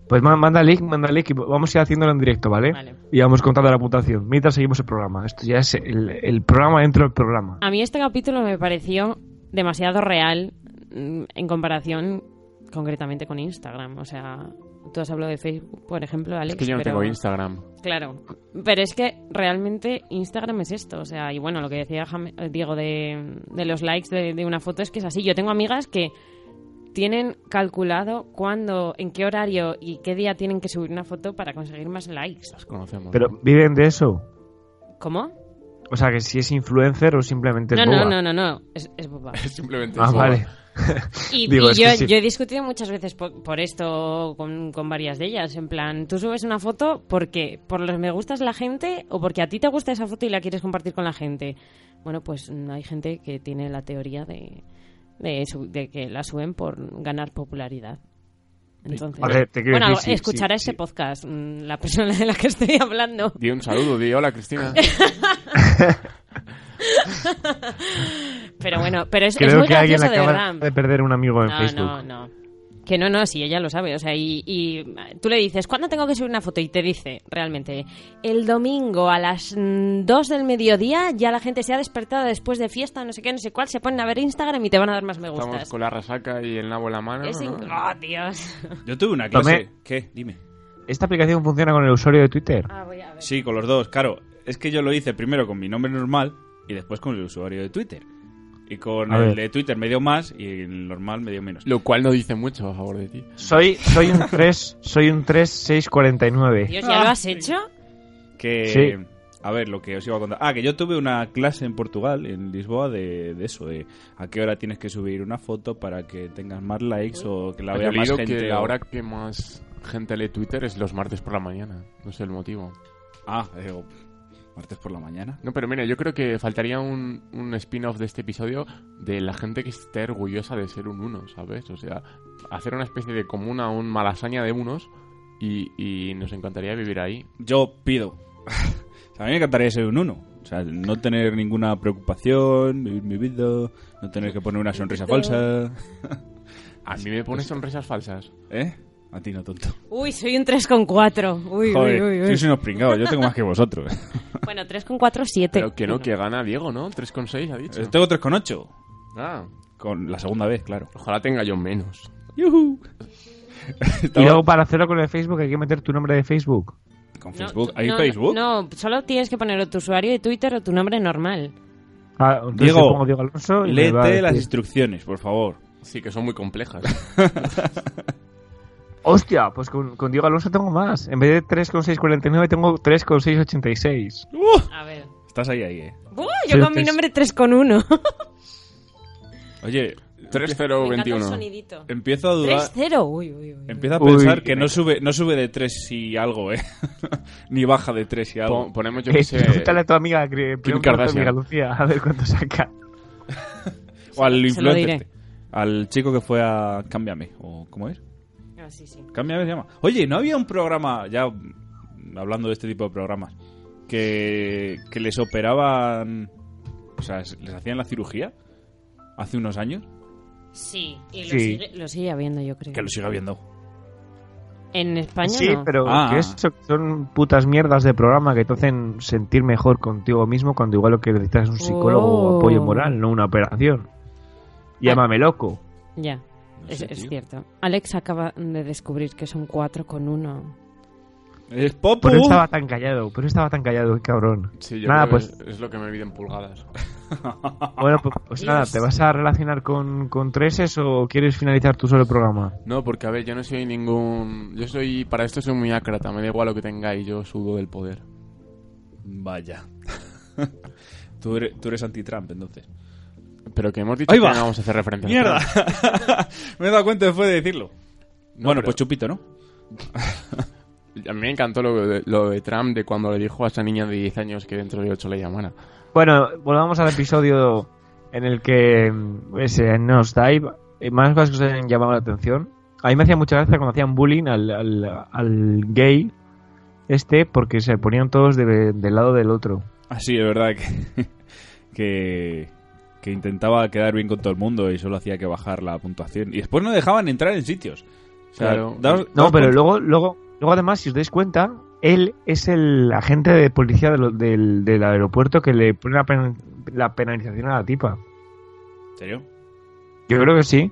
[SPEAKER 10] Pues ma- manda link, manda link y vamos a ir haciéndolo en directo, ¿vale?
[SPEAKER 3] Vale.
[SPEAKER 10] Y vamos contando la puntuación. Mientras seguimos el programa. Esto ya es el, el programa dentro del programa.
[SPEAKER 3] A mí este capítulo me pareció demasiado real mm, en comparación concretamente con Instagram. O sea, tú has hablado de Facebook, por ejemplo, Alex.
[SPEAKER 2] Es que yo no
[SPEAKER 3] pero-
[SPEAKER 2] tengo Instagram.
[SPEAKER 3] Claro, pero es que realmente Instagram es esto, o sea, y bueno, lo que decía Jame- eh, Diego de, de los likes de, de una foto es que es así. Yo tengo amigas que tienen calculado cuándo, en qué horario y qué día tienen que subir una foto para conseguir más likes.
[SPEAKER 2] Las conocemos.
[SPEAKER 10] Pero viven de eso.
[SPEAKER 3] ¿Cómo?
[SPEAKER 10] O sea, que si es influencer o simplemente es
[SPEAKER 3] No, no,
[SPEAKER 10] boba.
[SPEAKER 3] no, no, no, es, es boba.
[SPEAKER 2] Simplemente
[SPEAKER 10] Ah,
[SPEAKER 2] eso.
[SPEAKER 10] vale.
[SPEAKER 3] Y,
[SPEAKER 10] Digo,
[SPEAKER 3] y
[SPEAKER 10] es
[SPEAKER 3] yo,
[SPEAKER 10] que sí.
[SPEAKER 3] yo he discutido muchas veces por, por esto con, con varias de ellas. En plan, tú subes una foto porque por los me gustas de la gente o porque a ti te gusta esa foto y la quieres compartir con la gente. Bueno, pues mm, hay gente que tiene la teoría de, de, su- de que la suben por ganar popularidad. Entonces,
[SPEAKER 10] A ver, te quiero
[SPEAKER 3] bueno,
[SPEAKER 10] decir, sí,
[SPEAKER 3] escuchará
[SPEAKER 10] sí,
[SPEAKER 3] este
[SPEAKER 10] sí.
[SPEAKER 3] podcast mm, la persona de la que estoy hablando.
[SPEAKER 2] Di un saludo, di hola, Cristina.
[SPEAKER 3] Pero bueno, pero es, es
[SPEAKER 10] Creo
[SPEAKER 3] muy
[SPEAKER 10] que alguien
[SPEAKER 3] gracioso de
[SPEAKER 10] acaba
[SPEAKER 3] verdad.
[SPEAKER 10] de perder un amigo en
[SPEAKER 3] no,
[SPEAKER 10] Facebook.
[SPEAKER 3] No, no, Que no, no, sí, ella lo sabe. O sea, y, y tú le dices, ¿cuándo tengo que subir una foto? Y te dice, realmente, el domingo a las mm, 2 del mediodía ya la gente se ha despertado después de fiesta, no sé qué, no sé cuál, se ponen a ver Instagram y te van a dar más me
[SPEAKER 2] Estamos
[SPEAKER 3] gustas.
[SPEAKER 2] con la resaca y el nabo en la mano.
[SPEAKER 3] Es
[SPEAKER 2] ¿no?
[SPEAKER 3] inc- ¡Oh, Dios!
[SPEAKER 9] Yo tuve una clase.
[SPEAKER 10] Tomé.
[SPEAKER 9] ¿Qué? Dime.
[SPEAKER 10] Esta aplicación funciona con el usuario de Twitter.
[SPEAKER 3] Ah, voy a ver.
[SPEAKER 9] Sí, con los dos, claro. Es que yo lo hice primero con mi nombre normal y después con el usuario de Twitter. Y con
[SPEAKER 10] A
[SPEAKER 9] el
[SPEAKER 10] ver.
[SPEAKER 9] de Twitter me dio más y el normal me dio menos.
[SPEAKER 2] Lo cual no dice mucho a favor de ti.
[SPEAKER 10] Soy, soy un 3, soy un 3649.
[SPEAKER 3] Dios, ¿ya lo has hecho?
[SPEAKER 9] Que,
[SPEAKER 10] Sí.
[SPEAKER 9] a ver, lo que os iba a contar. Ah, que yo tuve una clase en Portugal, en Lisboa, de, de eso, de a qué hora tienes que subir una foto para que tengas más likes o que la
[SPEAKER 2] Yo
[SPEAKER 9] vea
[SPEAKER 2] he
[SPEAKER 9] más
[SPEAKER 2] leído
[SPEAKER 9] gente.
[SPEAKER 2] que
[SPEAKER 9] o-
[SPEAKER 2] la hora que más gente lee Twitter es los martes por la mañana. No sé el motivo.
[SPEAKER 9] Ah, digo, martes por la mañana.
[SPEAKER 2] No, pero mira, yo creo que faltaría un, un spin-off de este episodio de la gente que esté orgullosa de ser un uno, ¿sabes? O sea, hacer una especie de comuna, un malasaña de unos y, y nos encantaría vivir ahí.
[SPEAKER 9] Yo pido. O sea, a mí me encantaría ser un uno. O sea, no tener ninguna preocupación, vivir mi vida, no tener que poner una sonrisa falsa.
[SPEAKER 2] A mí me pone sonrisas falsas.
[SPEAKER 9] ¿Eh? A ti no, tonto.
[SPEAKER 3] Uy, soy un 3,4. Uy,
[SPEAKER 9] Joder,
[SPEAKER 3] uy, uy, uy.
[SPEAKER 9] sois unos pringados, yo tengo más que vosotros.
[SPEAKER 3] Bueno, 3,4, 7.
[SPEAKER 2] Pero que no, que gana Diego, ¿no? 3,6 ha dicho.
[SPEAKER 9] Yo Eh, tengo 3,8.
[SPEAKER 2] Ah,
[SPEAKER 9] Con la segunda vez, claro.
[SPEAKER 2] ojalá tenga yo menos.
[SPEAKER 9] ¡Yuhu!
[SPEAKER 10] Y luego para hacerlo con el Facebook hay que meter tu nombre de Facebook.
[SPEAKER 9] Con
[SPEAKER 3] No,
[SPEAKER 9] Facebook.
[SPEAKER 3] tú-
[SPEAKER 9] ¿Hay
[SPEAKER 3] no,
[SPEAKER 9] Facebook?
[SPEAKER 3] No, solo tienes que poner o tu usuario de Twitter o tu nombre normal.
[SPEAKER 10] Ah, entonces
[SPEAKER 9] Diego,
[SPEAKER 10] yo pongo Diego Alonso y me va a
[SPEAKER 9] Léete las
[SPEAKER 10] decir-
[SPEAKER 9] instrucciones, por favor.
[SPEAKER 2] Sí, que son muy complejas.
[SPEAKER 10] Hostia, pues con, con Diego Alonso tengo más. En vez de 3,649 tengo 3,686.
[SPEAKER 3] A ver.
[SPEAKER 9] Estás ahí, ahí, eh.
[SPEAKER 3] ¡Buah!
[SPEAKER 10] Sí,
[SPEAKER 3] Yo con mi
[SPEAKER 10] es-
[SPEAKER 3] nombre 3 con 1.
[SPEAKER 9] Oye,
[SPEAKER 3] Me encanta el sonidito.
[SPEAKER 9] Empiezo a dudar.
[SPEAKER 3] 3-0. Uy, uy, uy.
[SPEAKER 9] Empieza a
[SPEAKER 10] Uy,
[SPEAKER 9] pensar
[SPEAKER 10] qué
[SPEAKER 9] que no sube, no sube de 3 y algo, ¿eh? Ni baja de 3 y algo.
[SPEAKER 2] Pon- ponemos, yo
[SPEAKER 10] Eh,
[SPEAKER 2] que sé,
[SPEAKER 10] Pregúntale a tu amiga, que- pregúntale a tu
[SPEAKER 2] Kardashian.
[SPEAKER 10] amiga Lucía a ver cuánto saca.
[SPEAKER 9] o al
[SPEAKER 3] lo
[SPEAKER 9] influencer.
[SPEAKER 3] diré.
[SPEAKER 9] este. Al chico que fue a Cámbiame. ¿O cómo es?
[SPEAKER 3] Ah, sí, sí.
[SPEAKER 9] Cámbiame se llama. Oye, ¿no había un programa, ya mm, hablando de este tipo de programas, que, que les operaban. O sea, les hacían la cirugía hace unos años?
[SPEAKER 3] Sí, y lo,
[SPEAKER 10] Sí.
[SPEAKER 3] Sigue, lo sigue habiendo, yo creo.
[SPEAKER 9] Que lo siga viendo.
[SPEAKER 3] En España
[SPEAKER 10] Sí,
[SPEAKER 3] no.
[SPEAKER 10] pero
[SPEAKER 9] Ah.
[SPEAKER 10] que eso son putas mierdas de programa que te hacen sentir mejor contigo mismo cuando igual lo que necesitas es un psicólogo
[SPEAKER 3] Oh.
[SPEAKER 10] o apoyo moral, no una operación. Llámame loco.
[SPEAKER 3] Ya,
[SPEAKER 9] No
[SPEAKER 3] es,
[SPEAKER 9] sé,
[SPEAKER 3] es
[SPEAKER 9] tío.
[SPEAKER 3] cierto. Alex acaba de descubrir que son 4 con 1.
[SPEAKER 9] Es Popu.
[SPEAKER 10] Por eso estaba tan callado, por eso estaba tan callado, qué cabrón.
[SPEAKER 2] Sí, yo
[SPEAKER 10] nada,
[SPEAKER 2] creo que
[SPEAKER 10] pues,
[SPEAKER 2] es, es lo que me olviden pulgadas.
[SPEAKER 10] bueno, pues, pues nada, ¿te vas a relacionar con, con treses o quieres finalizar tú solo el programa?
[SPEAKER 2] No, porque a ver, yo no soy ningún. Yo soy. Para esto soy muy ácrata, me da igual lo que tengáis, yo sudo del poder.
[SPEAKER 9] Vaya. tú, eres, tú eres anti-Trump, entonces.
[SPEAKER 2] Pero que hemos dicho
[SPEAKER 9] Ahí
[SPEAKER 2] que
[SPEAKER 9] va.
[SPEAKER 2] no vamos a hacer referencia. al
[SPEAKER 9] ¡Mierda!
[SPEAKER 2] Trump.
[SPEAKER 9] Me he dado cuenta después de decirlo.
[SPEAKER 2] No,
[SPEAKER 9] bueno,
[SPEAKER 2] pero-
[SPEAKER 9] pues chupito, ¿no?
[SPEAKER 2] A mí me encantó lo de, lo de Trump, de cuando le dijo a esa niña de 10 años que dentro de 8 le llamara.
[SPEAKER 10] Bueno, volvamos al episodio en el que mm, ese Nose Dive, eh, más cosas que os han llamado la atención. A mí me hacía mucha gracia cuando hacían bullying al, al, al gay este porque se ponían todos de- del lado del otro.
[SPEAKER 9] Ah, sí, es verdad que, que, que intentaba quedar bien con todo el mundo y solo hacía que bajar la puntuación. Y después no dejaban entrar en sitios. O sea,
[SPEAKER 2] Claro.
[SPEAKER 9] daos-
[SPEAKER 10] No,
[SPEAKER 9] daos
[SPEAKER 10] pero
[SPEAKER 9] cuenta.
[SPEAKER 10] luego, luego, luego además, si os dais cuenta, él es el agente de policía de lo- del, del aeropuerto que le pone la, pen- la penalización a la tipa.
[SPEAKER 9] ¿En serio?
[SPEAKER 10] Yo creo que sí.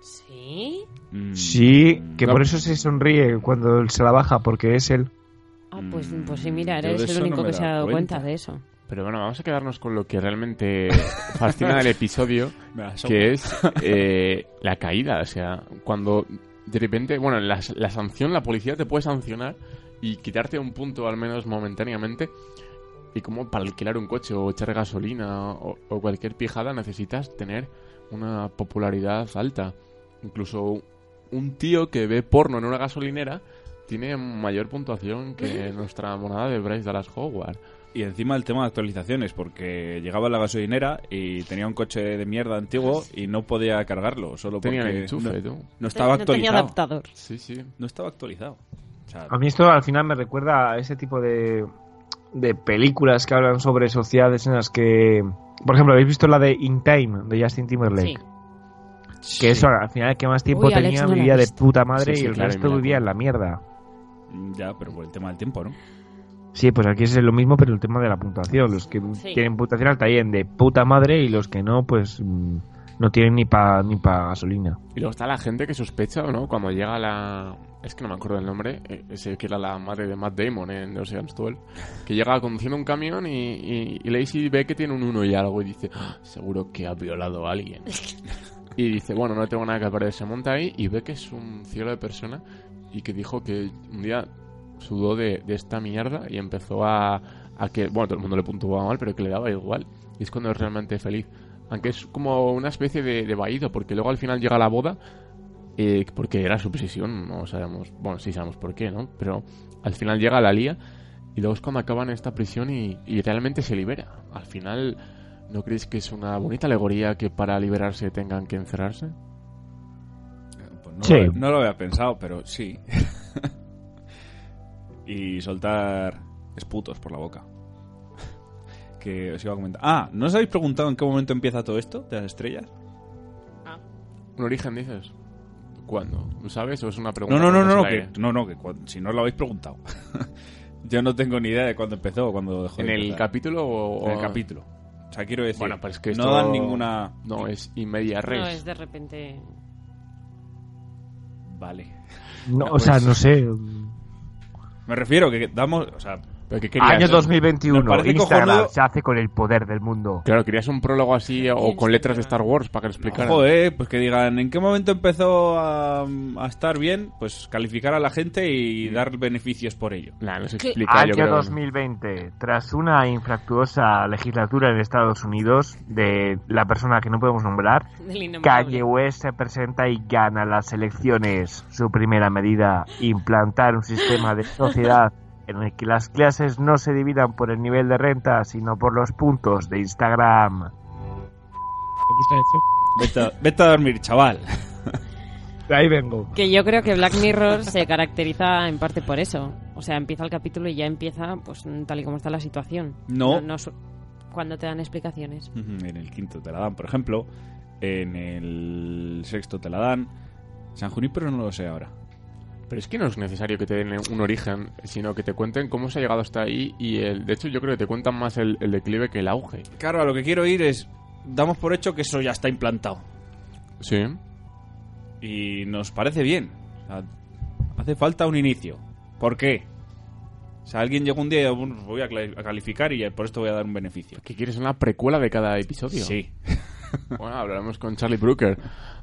[SPEAKER 3] ¿Sí?
[SPEAKER 9] Mm,
[SPEAKER 10] Sí, que
[SPEAKER 9] no,
[SPEAKER 10] por eso se sonríe cuando se la baja, porque es él.
[SPEAKER 3] Ah, pues,
[SPEAKER 9] Mm,
[SPEAKER 3] pues sí, mira,
[SPEAKER 9] yo de
[SPEAKER 3] eres
[SPEAKER 9] eso
[SPEAKER 3] el único
[SPEAKER 9] no me
[SPEAKER 3] que se ha
[SPEAKER 9] daba
[SPEAKER 3] dado cuenta.
[SPEAKER 9] cuenta.
[SPEAKER 3] de eso.
[SPEAKER 2] Pero bueno, vamos a quedarnos con lo que realmente fascina del episodio,
[SPEAKER 9] me asomo.
[SPEAKER 2] que es eh, la caída. O sea, cuando de repente, bueno, la, la sanción, la policía te puede sancionar y quitarte un punto, al menos momentáneamente. Y como para alquilar un coche o echar gasolina o, o cualquier pijada necesitas tener una popularidad alta. Incluso un tío que ve porno en una gasolinera tiene mayor puntuación que nuestra monada de Bryce Dallas Howard.
[SPEAKER 9] Y encima el tema de actualizaciones, porque llegaba a la gasolinera y tenía un coche de mierda antiguo y no podía cargarlo, solo
[SPEAKER 2] Tenía el
[SPEAKER 9] porque
[SPEAKER 2] enchufe,
[SPEAKER 9] no,
[SPEAKER 2] tú.
[SPEAKER 9] no estaba
[SPEAKER 3] no tenía
[SPEAKER 9] actualizado.
[SPEAKER 3] adaptador.
[SPEAKER 2] Sí, sí.
[SPEAKER 9] No estaba actualizado. O sea,
[SPEAKER 10] A mí esto al final me recuerda a ese tipo de, de películas que hablan sobre sociedades en las que... Por ejemplo, ¿habéis visto la de In Time, de Justin Timberlake?
[SPEAKER 3] Sí.
[SPEAKER 10] Que eso, al final, el que más tiempo
[SPEAKER 3] Uy, Alex,
[SPEAKER 10] tenía
[SPEAKER 3] no la he
[SPEAKER 10] vivía de
[SPEAKER 3] visto.
[SPEAKER 10] puta madre
[SPEAKER 2] Sí, sí,
[SPEAKER 10] y
[SPEAKER 2] claro,
[SPEAKER 10] el
[SPEAKER 2] y me
[SPEAKER 10] resto
[SPEAKER 2] la
[SPEAKER 10] vivía en
[SPEAKER 2] acuerdo.
[SPEAKER 10] la mierda.
[SPEAKER 9] ya, pero por el tema del tiempo, ¿no?
[SPEAKER 10] Sí, pues aquí es lo mismo, pero el tema de la puntuación. Los que
[SPEAKER 3] Sí.
[SPEAKER 10] tienen puntuación alta iban de puta madre y los que no, pues mm, no tienen ni pa, ni pa gasolina.
[SPEAKER 2] Y luego está la gente que sospecha, ¿no? Cuando llega la... Es que no me acuerdo el nombre. eh, ese que era la madre de Matt Damon en Ocean's 12. Que llega conduciendo un camión y, y, y Lacey ve que tiene un uno y algo y dice... "Ah, seguro que ha violado a alguien. Y dice, bueno, no tengo nada que perder. Se monta ahí y ve que es un cielo de persona y que dijo que un día sudó de, de esta mierda y empezó a, a que, bueno, todo el mundo le puntuaba mal, pero que le daba igual. Y es cuando es realmente feliz. Aunque es como una especie de, de vaído, porque luego al final llega la boda, eh, porque era su obsesión, no sabemos, bueno, sí sabemos por qué, ¿no? Pero al final llega la lía y luego es cuando acaban en esta prisión y, y realmente se libera. Al final, ¿no creéis que es una bonita alegoría que para liberarse tengan que encerrarse?
[SPEAKER 9] Pues no,
[SPEAKER 10] Sí.
[SPEAKER 9] lo, no lo había pensado, pero sí. y soltar esputos por la boca. que os iba a comentar. Ah, ¿no os habéis preguntado en qué momento empieza todo esto de las estrellas?
[SPEAKER 2] ¿Un origen dices? ¿Cuándo? ¿Lo ¿Sabes? ¿O es una pregunta?
[SPEAKER 9] No, no, no,
[SPEAKER 2] que
[SPEAKER 9] no,
[SPEAKER 2] lanzas
[SPEAKER 9] no,
[SPEAKER 2] al
[SPEAKER 9] que,
[SPEAKER 2] aire?
[SPEAKER 9] no, no, que cuan- si no os lo habéis preguntado. Yo no tengo ni idea de cuándo empezó o cuándo dejó.
[SPEAKER 2] ¿En
[SPEAKER 9] de
[SPEAKER 2] el
[SPEAKER 9] empezar.
[SPEAKER 2] capítulo o...?
[SPEAKER 9] En el capítulo. O sea, quiero decir,
[SPEAKER 2] Bueno, pero es que
[SPEAKER 9] no
[SPEAKER 2] esto-
[SPEAKER 9] dan ninguna...
[SPEAKER 2] No, es y media res.
[SPEAKER 3] No, es de repente...
[SPEAKER 9] Vale.
[SPEAKER 10] No,
[SPEAKER 9] Ah,
[SPEAKER 10] o sea,
[SPEAKER 9] pues.
[SPEAKER 2] Ah,
[SPEAKER 10] no sé.
[SPEAKER 9] Me refiero que damos, o sea,
[SPEAKER 2] ¿Pero qué querías?
[SPEAKER 10] Año 2021.
[SPEAKER 2] parece
[SPEAKER 10] Instagram
[SPEAKER 2] cojonudo.
[SPEAKER 10] se hace con el poder del mundo.
[SPEAKER 2] Claro, querías un prólogo así o con letras de Star Wars para que lo explicaran.
[SPEAKER 9] Joder, pues que digan en qué momento empezó a, a estar bien, pues calificar a la gente y dar beneficios por ello.
[SPEAKER 2] Nah, no se
[SPEAKER 10] Año 2020, tras una infractuosa legislatura en Estados Unidos de la persona que no podemos nombrar,
[SPEAKER 3] Del innombrable.
[SPEAKER 10] Kanye West se presenta y gana las elecciones. Su primera medida, implantar un sistema de sociedad en el que las clases no se dividan por el nivel de renta, sino por los puntos de Instagram.
[SPEAKER 9] Vete a, vete a dormir, chaval.
[SPEAKER 10] Ahí vengo.
[SPEAKER 3] Que yo creo que Black Mirror se caracteriza en parte por eso. O sea, empieza el capítulo y ya empieza pues tal y como está la situación.
[SPEAKER 9] No.
[SPEAKER 3] su- cuando te dan explicaciones.
[SPEAKER 9] Ujú, En el quinto te la dan, por ejemplo. En el sexto te la dan. San Junípero no lo sé ahora.
[SPEAKER 2] Pero es que no es necesario que te den un origen, sino que te cuenten cómo se ha llegado hasta ahí y el, de hecho yo creo que te cuentan más el, el declive que el auge.
[SPEAKER 9] Claro, a lo que quiero ir es. Damos por hecho que eso ya está implantado.
[SPEAKER 2] Sí.
[SPEAKER 9] Y nos parece bien. O sea, hace falta un inicio. ¿Por qué? O sea, alguien llegó un día y dijo, "Bueno, pues voy a cla- a calificar y por esto voy a dar un beneficio.
[SPEAKER 2] Que quieres una precuela de cada episodio.
[SPEAKER 9] Sí.
[SPEAKER 2] Bueno, hablaremos con Charlie Brooker.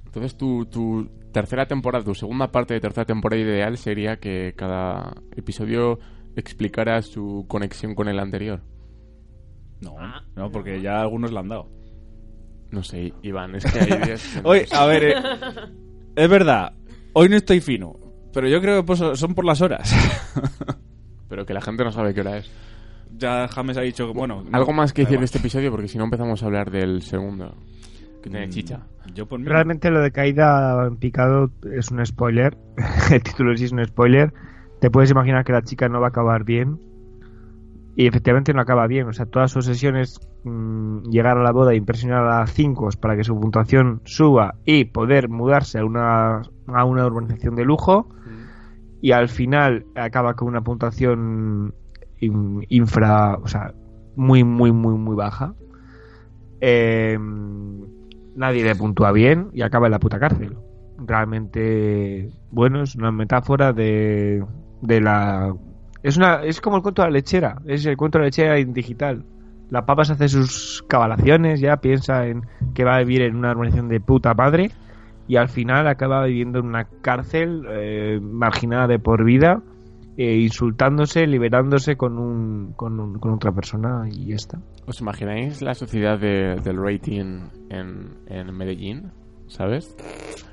[SPEAKER 2] Entonces tu, tu tercera temporada, tu segunda parte de tercera temporada ideal sería que cada episodio explicara su conexión con el anterior.
[SPEAKER 9] No, no, porque ya algunos la han dado.
[SPEAKER 2] No sé, Iván, es que hay ideas...
[SPEAKER 9] Hoy, a ver, eh, es verdad, hoy no estoy fino, pero yo creo que pues, son por las horas.
[SPEAKER 2] Pero que la gente no sabe qué hora es.
[SPEAKER 9] ya James ha dicho, bueno... no,
[SPEAKER 2] Algo más que
[SPEAKER 9] da
[SPEAKER 2] decir de
[SPEAKER 9] igual.
[SPEAKER 2] este episodio, porque si no empezamos a hablar del segundo. Que tiene
[SPEAKER 9] Mm,
[SPEAKER 2] chicha.
[SPEAKER 9] Yo por mí...
[SPEAKER 10] Realmente lo de caída en picado es un spoiler. El título en sí es un spoiler. Te puedes imaginar que la chica no va a acabar bien. Y efectivamente no acaba bien. O sea, todas sus sesiones mm, llegar a la boda, impresionar a las 5 para que su puntuación suba y poder mudarse a una, a una urbanización de lujo. Y al final acaba con una puntuación in- infra, o sea, muy, muy, muy, muy baja. Eh, nadie le puntúa bien y acaba en la puta cárcel. Realmente, bueno, es una metáfora de, de la... Es, una, es como el cuento de la lechera, es el cuento de la lechera en digital. La papa se hace sus cabalaciones, ya piensa en que va a vivir en una organización de puta madre y al final acaba viviendo en una cárcel eh, marginada de por vida, eh, insultándose, liberándose con, un, con, un- con otra persona y ya está.
[SPEAKER 2] ¿Os imagináis la sociedad de- del rating en, en Medellín? ¿Sabes?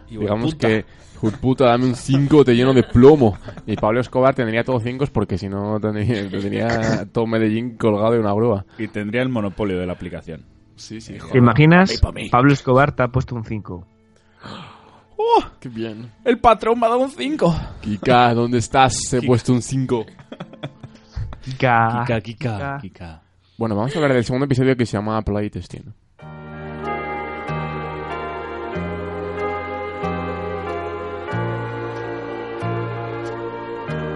[SPEAKER 9] Hijo de
[SPEAKER 2] Digamos
[SPEAKER 9] puta.
[SPEAKER 2] que, "Hijo de puta, dame un 5, te lleno de plomo. Y Pablo Escobar tendría todos 5 porque si no tendría, tendría todo Medellín colgado de una grúa.
[SPEAKER 9] Y tendría el monopolio de la aplicación.
[SPEAKER 2] Sí, sí,
[SPEAKER 10] ¿Te imaginas? Pablo Escobar te ha puesto un 5.
[SPEAKER 2] Qué bien.
[SPEAKER 9] ¡El patrón me ha dado un 5!
[SPEAKER 2] Kika, ¿dónde estás? He puesto un 5.
[SPEAKER 10] Ah,
[SPEAKER 9] Kika, Kika, Kika.
[SPEAKER 2] Bueno, vamos a hablar del segundo episodio que se llama Playtesting.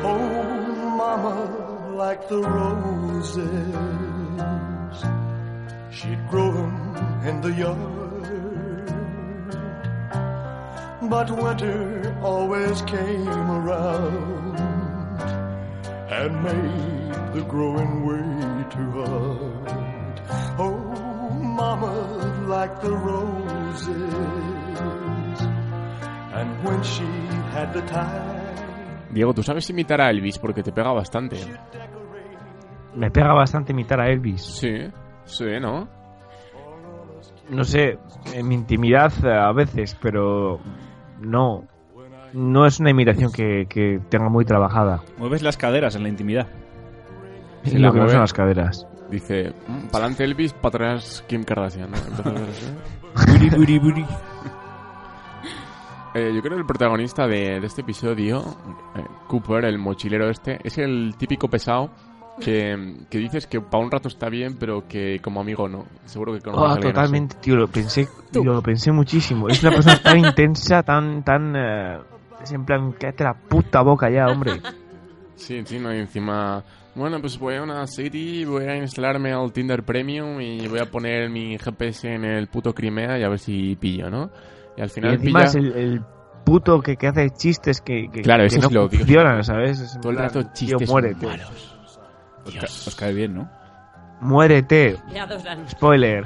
[SPEAKER 5] Oh, Mama, like the roses, she'd grow 'em in the yard. But winter always came around and made the growing way too hard. Oh, Mama, like the roses, and when she had the time.
[SPEAKER 2] Diego, tú sabes imitar a Elvis porque te pega bastante.
[SPEAKER 10] Me pega bastante imitar a Elvis.
[SPEAKER 2] Sí, sí, ¿no?
[SPEAKER 10] No sé, en mi intimidad eh, a veces, pero no. No es una imitación que, que tenga muy trabajada.
[SPEAKER 9] Mueves las caderas en la intimidad.
[SPEAKER 10] Es
[SPEAKER 2] la
[SPEAKER 10] lo que no
[SPEAKER 2] mueve.
[SPEAKER 10] son las caderas.
[SPEAKER 2] Dice, para adelante Elvis, para atrás Kim Kardashian. ¿no? Entonces,
[SPEAKER 9] Buri, buri, buri.
[SPEAKER 2] eh, yo creo que el protagonista de, de este episodio, eh, Cooper, el mochilero este, es el típico pesado que, que dices que para un rato está bien, pero que como amigo no. Seguro que conoces a
[SPEAKER 10] Ah,
[SPEAKER 2] alguien
[SPEAKER 10] totalmente, tío, lo pensé, tío, lo pensé muchísimo. Es una persona tan intensa, tan, tan... eh, es en plan, cállate la puta boca ya, hombre.
[SPEAKER 2] así. Sí, sí, no, y encima... Bueno, pues voy a una city, voy a instalarme al Tinder Premium y voy a poner mi GPS en el puto Crimea y a ver si pillo, ¿no? Y al
[SPEAKER 10] Y
[SPEAKER 2] final
[SPEAKER 10] encima
[SPEAKER 2] pilla...
[SPEAKER 10] es el, el puto que, que hace chistes que, que,
[SPEAKER 2] Claro,
[SPEAKER 10] que
[SPEAKER 2] eso
[SPEAKER 10] no
[SPEAKER 2] es lo-
[SPEAKER 10] funcionan, ¿sabes? Es en
[SPEAKER 2] Todo el
[SPEAKER 10] plan,
[SPEAKER 2] rato
[SPEAKER 10] tío,
[SPEAKER 2] chistes
[SPEAKER 10] muérete.
[SPEAKER 2] malos.
[SPEAKER 9] Os, ca- os cae bien, ¿no?
[SPEAKER 10] Muérete.
[SPEAKER 3] Ya dos años.
[SPEAKER 10] Spoiler.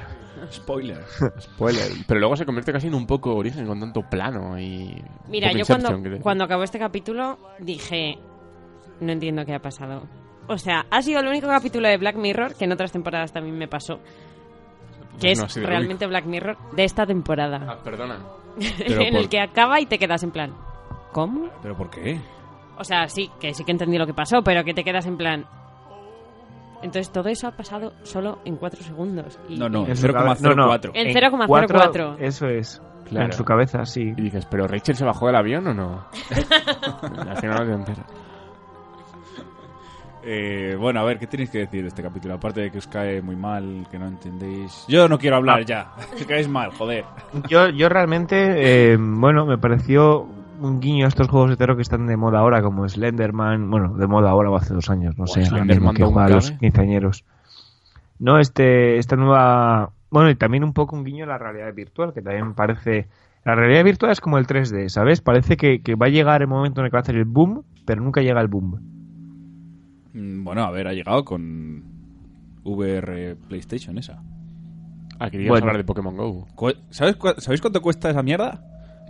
[SPEAKER 9] Spoiler.
[SPEAKER 2] Spoiler. Pero luego se convierte casi en un poco origen, con tanto plano y.
[SPEAKER 3] Mira,
[SPEAKER 2] poco
[SPEAKER 3] yo
[SPEAKER 2] Inception,
[SPEAKER 3] cuando,
[SPEAKER 2] que te-
[SPEAKER 3] cuando acabó este capítulo dije, no entiendo qué ha pasado. O sea, ha sido el único capítulo de Black Mirror que en otras temporadas también me pasó. Que
[SPEAKER 2] Pues no ha
[SPEAKER 3] es
[SPEAKER 2] sido el
[SPEAKER 3] realmente Black Mirror de esta temporada.
[SPEAKER 2] Ah, perdona.
[SPEAKER 9] Pero
[SPEAKER 3] en
[SPEAKER 9] por-
[SPEAKER 3] el que acaba y te quedas en plan, ¿cómo?
[SPEAKER 9] ¿Pero por qué?
[SPEAKER 3] O sea, sí, que sí que entendí lo que pasó, pero que te quedas en plan. Entonces todo eso ha pasado solo en 4 segundos. Y-
[SPEAKER 9] No, no,
[SPEAKER 10] En su
[SPEAKER 9] 0,04.
[SPEAKER 10] cabeza- no, no.
[SPEAKER 3] En
[SPEAKER 10] En
[SPEAKER 3] 0,04.
[SPEAKER 10] cuatro, Eso es.
[SPEAKER 2] Claro.
[SPEAKER 10] En su cabeza, sí.
[SPEAKER 2] Y dices, ¿pero Rachel se bajó del avión o no? Al final no te enteras.
[SPEAKER 9] Eh, bueno, a ver, ¿qué tenéis que decir de este capítulo? Aparte de que os cae muy mal, que no entendéis. Yo no quiero hablar ya. Que caéis mal, joder.
[SPEAKER 10] Yo, yo realmente, eh, bueno, me pareció un guiño a estos juegos de terror que están de moda ahora, como Slenderman. Bueno, de moda ahora o hace dos años, no
[SPEAKER 2] Buah,
[SPEAKER 10] sé. ahora mismo
[SPEAKER 2] Slenderman
[SPEAKER 10] que
[SPEAKER 2] aún
[SPEAKER 10] juegan los
[SPEAKER 2] cabe.
[SPEAKER 10] quinceañeros. No, este, esta nueva. Bueno, y también un poco un guiño a la realidad virtual, que también parece. La realidad virtual es como el 3D, ¿sabes? Parece que, que va a llegar el momento en el que va a hacer el boom, pero nunca llega el boom.
[SPEAKER 9] Mm, Bueno, a ver, ha llegado con VR PlayStation esa.
[SPEAKER 2] Ah, querías
[SPEAKER 10] Bueno.
[SPEAKER 2] hablar de Pokémon Go.
[SPEAKER 9] Cu- ¿Sabes cua- ¿Sabéis cuánto cuesta esa mierda?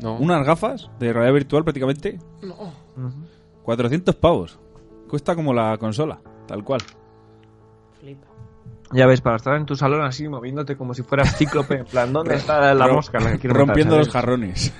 [SPEAKER 2] No.
[SPEAKER 9] Unas gafas de realidad virtual prácticamente. 400 pavos. Cuesta como la consola, tal cual.
[SPEAKER 3] Flipa.
[SPEAKER 10] Ya ves, para estar en tu salón así, moviéndote como si fueras cíclope, en plan, ¿dónde está la
[SPEAKER 9] Rom-
[SPEAKER 10] mosca? la que quiero matar,
[SPEAKER 9] Rompiendo los
[SPEAKER 10] ¿sabes?
[SPEAKER 9] jarrones.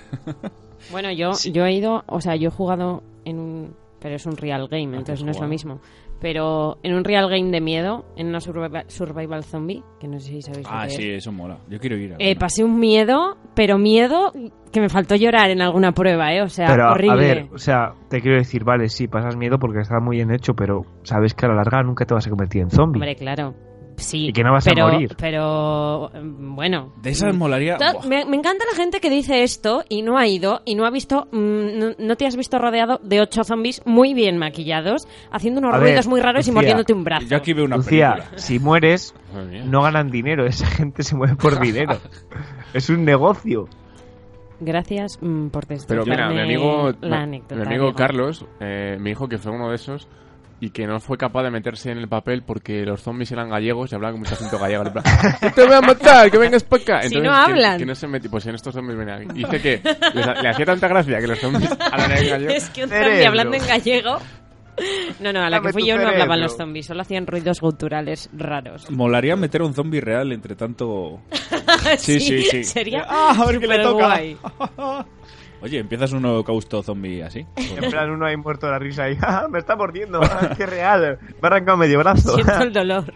[SPEAKER 3] Bueno, yo, yo he ido, o sea, yo he jugado en un. Pero es un real game, entonces no es lo
[SPEAKER 2] jugado.
[SPEAKER 3] mismo. Pero en un real game de miedo, en una survival, survival zombie, que no sé si sabéis lo
[SPEAKER 9] Ah,
[SPEAKER 3] que
[SPEAKER 9] sí,
[SPEAKER 3] es.
[SPEAKER 9] eso mola. Yo quiero ir. a
[SPEAKER 3] Eh,
[SPEAKER 9] alguna.
[SPEAKER 3] pasé un miedo, pero miedo que me faltó llorar en alguna prueba, ¿eh? O sea,
[SPEAKER 10] Pero,
[SPEAKER 3] horrible.
[SPEAKER 10] a ver, o sea, te quiero decir, vale, sí, pasas miedo porque está muy bien hecho, pero sabes que a la larga nunca te vas a convertir en zombie.
[SPEAKER 3] Hombre, claro. Sí.
[SPEAKER 10] Y que no vas a
[SPEAKER 3] pero,
[SPEAKER 10] morir.
[SPEAKER 3] Pero, mm, bueno.
[SPEAKER 9] De esas molaría.
[SPEAKER 3] Ta-
[SPEAKER 9] Buah.
[SPEAKER 3] Me, me encanta la gente que dice esto y no ha ido y no ha visto, mm, no, no te has visto rodeado de ocho zombies muy bien maquillados, haciendo unos
[SPEAKER 10] A ver,
[SPEAKER 3] ruidos muy raros y
[SPEAKER 10] Lucía,
[SPEAKER 3] mordiéndote un brazo.
[SPEAKER 9] Yo aquí veo una
[SPEAKER 10] Lucía,
[SPEAKER 9] película.
[SPEAKER 10] si mueres,
[SPEAKER 2] Madre mía.
[SPEAKER 10] no ganan dinero, esa gente se mueve por dinero. es un negocio.
[SPEAKER 3] Gracias mm, por
[SPEAKER 2] Pero
[SPEAKER 3] testificarme
[SPEAKER 2] mira, mi amigo,
[SPEAKER 3] la
[SPEAKER 2] mi-
[SPEAKER 3] anécdota.
[SPEAKER 2] mi amigo
[SPEAKER 3] Diego.
[SPEAKER 2] Carlos eh, me dijo que fue uno de esos y que no fue capaz de meterse en el papel porque los zombies eran gallegos y hablaban con mucho acento gallego. en plan, "Yo te voy a matar, que vengas para acá.
[SPEAKER 3] Si
[SPEAKER 2] Entonces,
[SPEAKER 3] no
[SPEAKER 2] que-
[SPEAKER 3] hablan.
[SPEAKER 2] Que, no se metió. Pues en estos zombies venían aquí. Dice que les- le hacía tanta gracia que los zombies hablaran en gallego.
[SPEAKER 3] Es que un
[SPEAKER 10] Cerebro.
[SPEAKER 3] zombie hablando en gallego. No, no, a la
[SPEAKER 10] Dame
[SPEAKER 3] que fui
[SPEAKER 10] tu
[SPEAKER 3] yo no hablaban
[SPEAKER 10] cerebro.
[SPEAKER 3] los zombies, solo hacían ruidos guturales raros.
[SPEAKER 9] Molaría meter un zombie real entre tanto. Sí, sí, sí.
[SPEAKER 3] Sería
[SPEAKER 9] Ah, a ver qué le toca.
[SPEAKER 3] superguay.
[SPEAKER 9] Oye, empiezas un holocausto zombie así.
[SPEAKER 10] En plan, uno ahí muerto de la risa y ¡ah, me está mordiendo! ah, ¡Qué real! Me ha arrancado medio brazo.
[SPEAKER 3] Siento el dolor.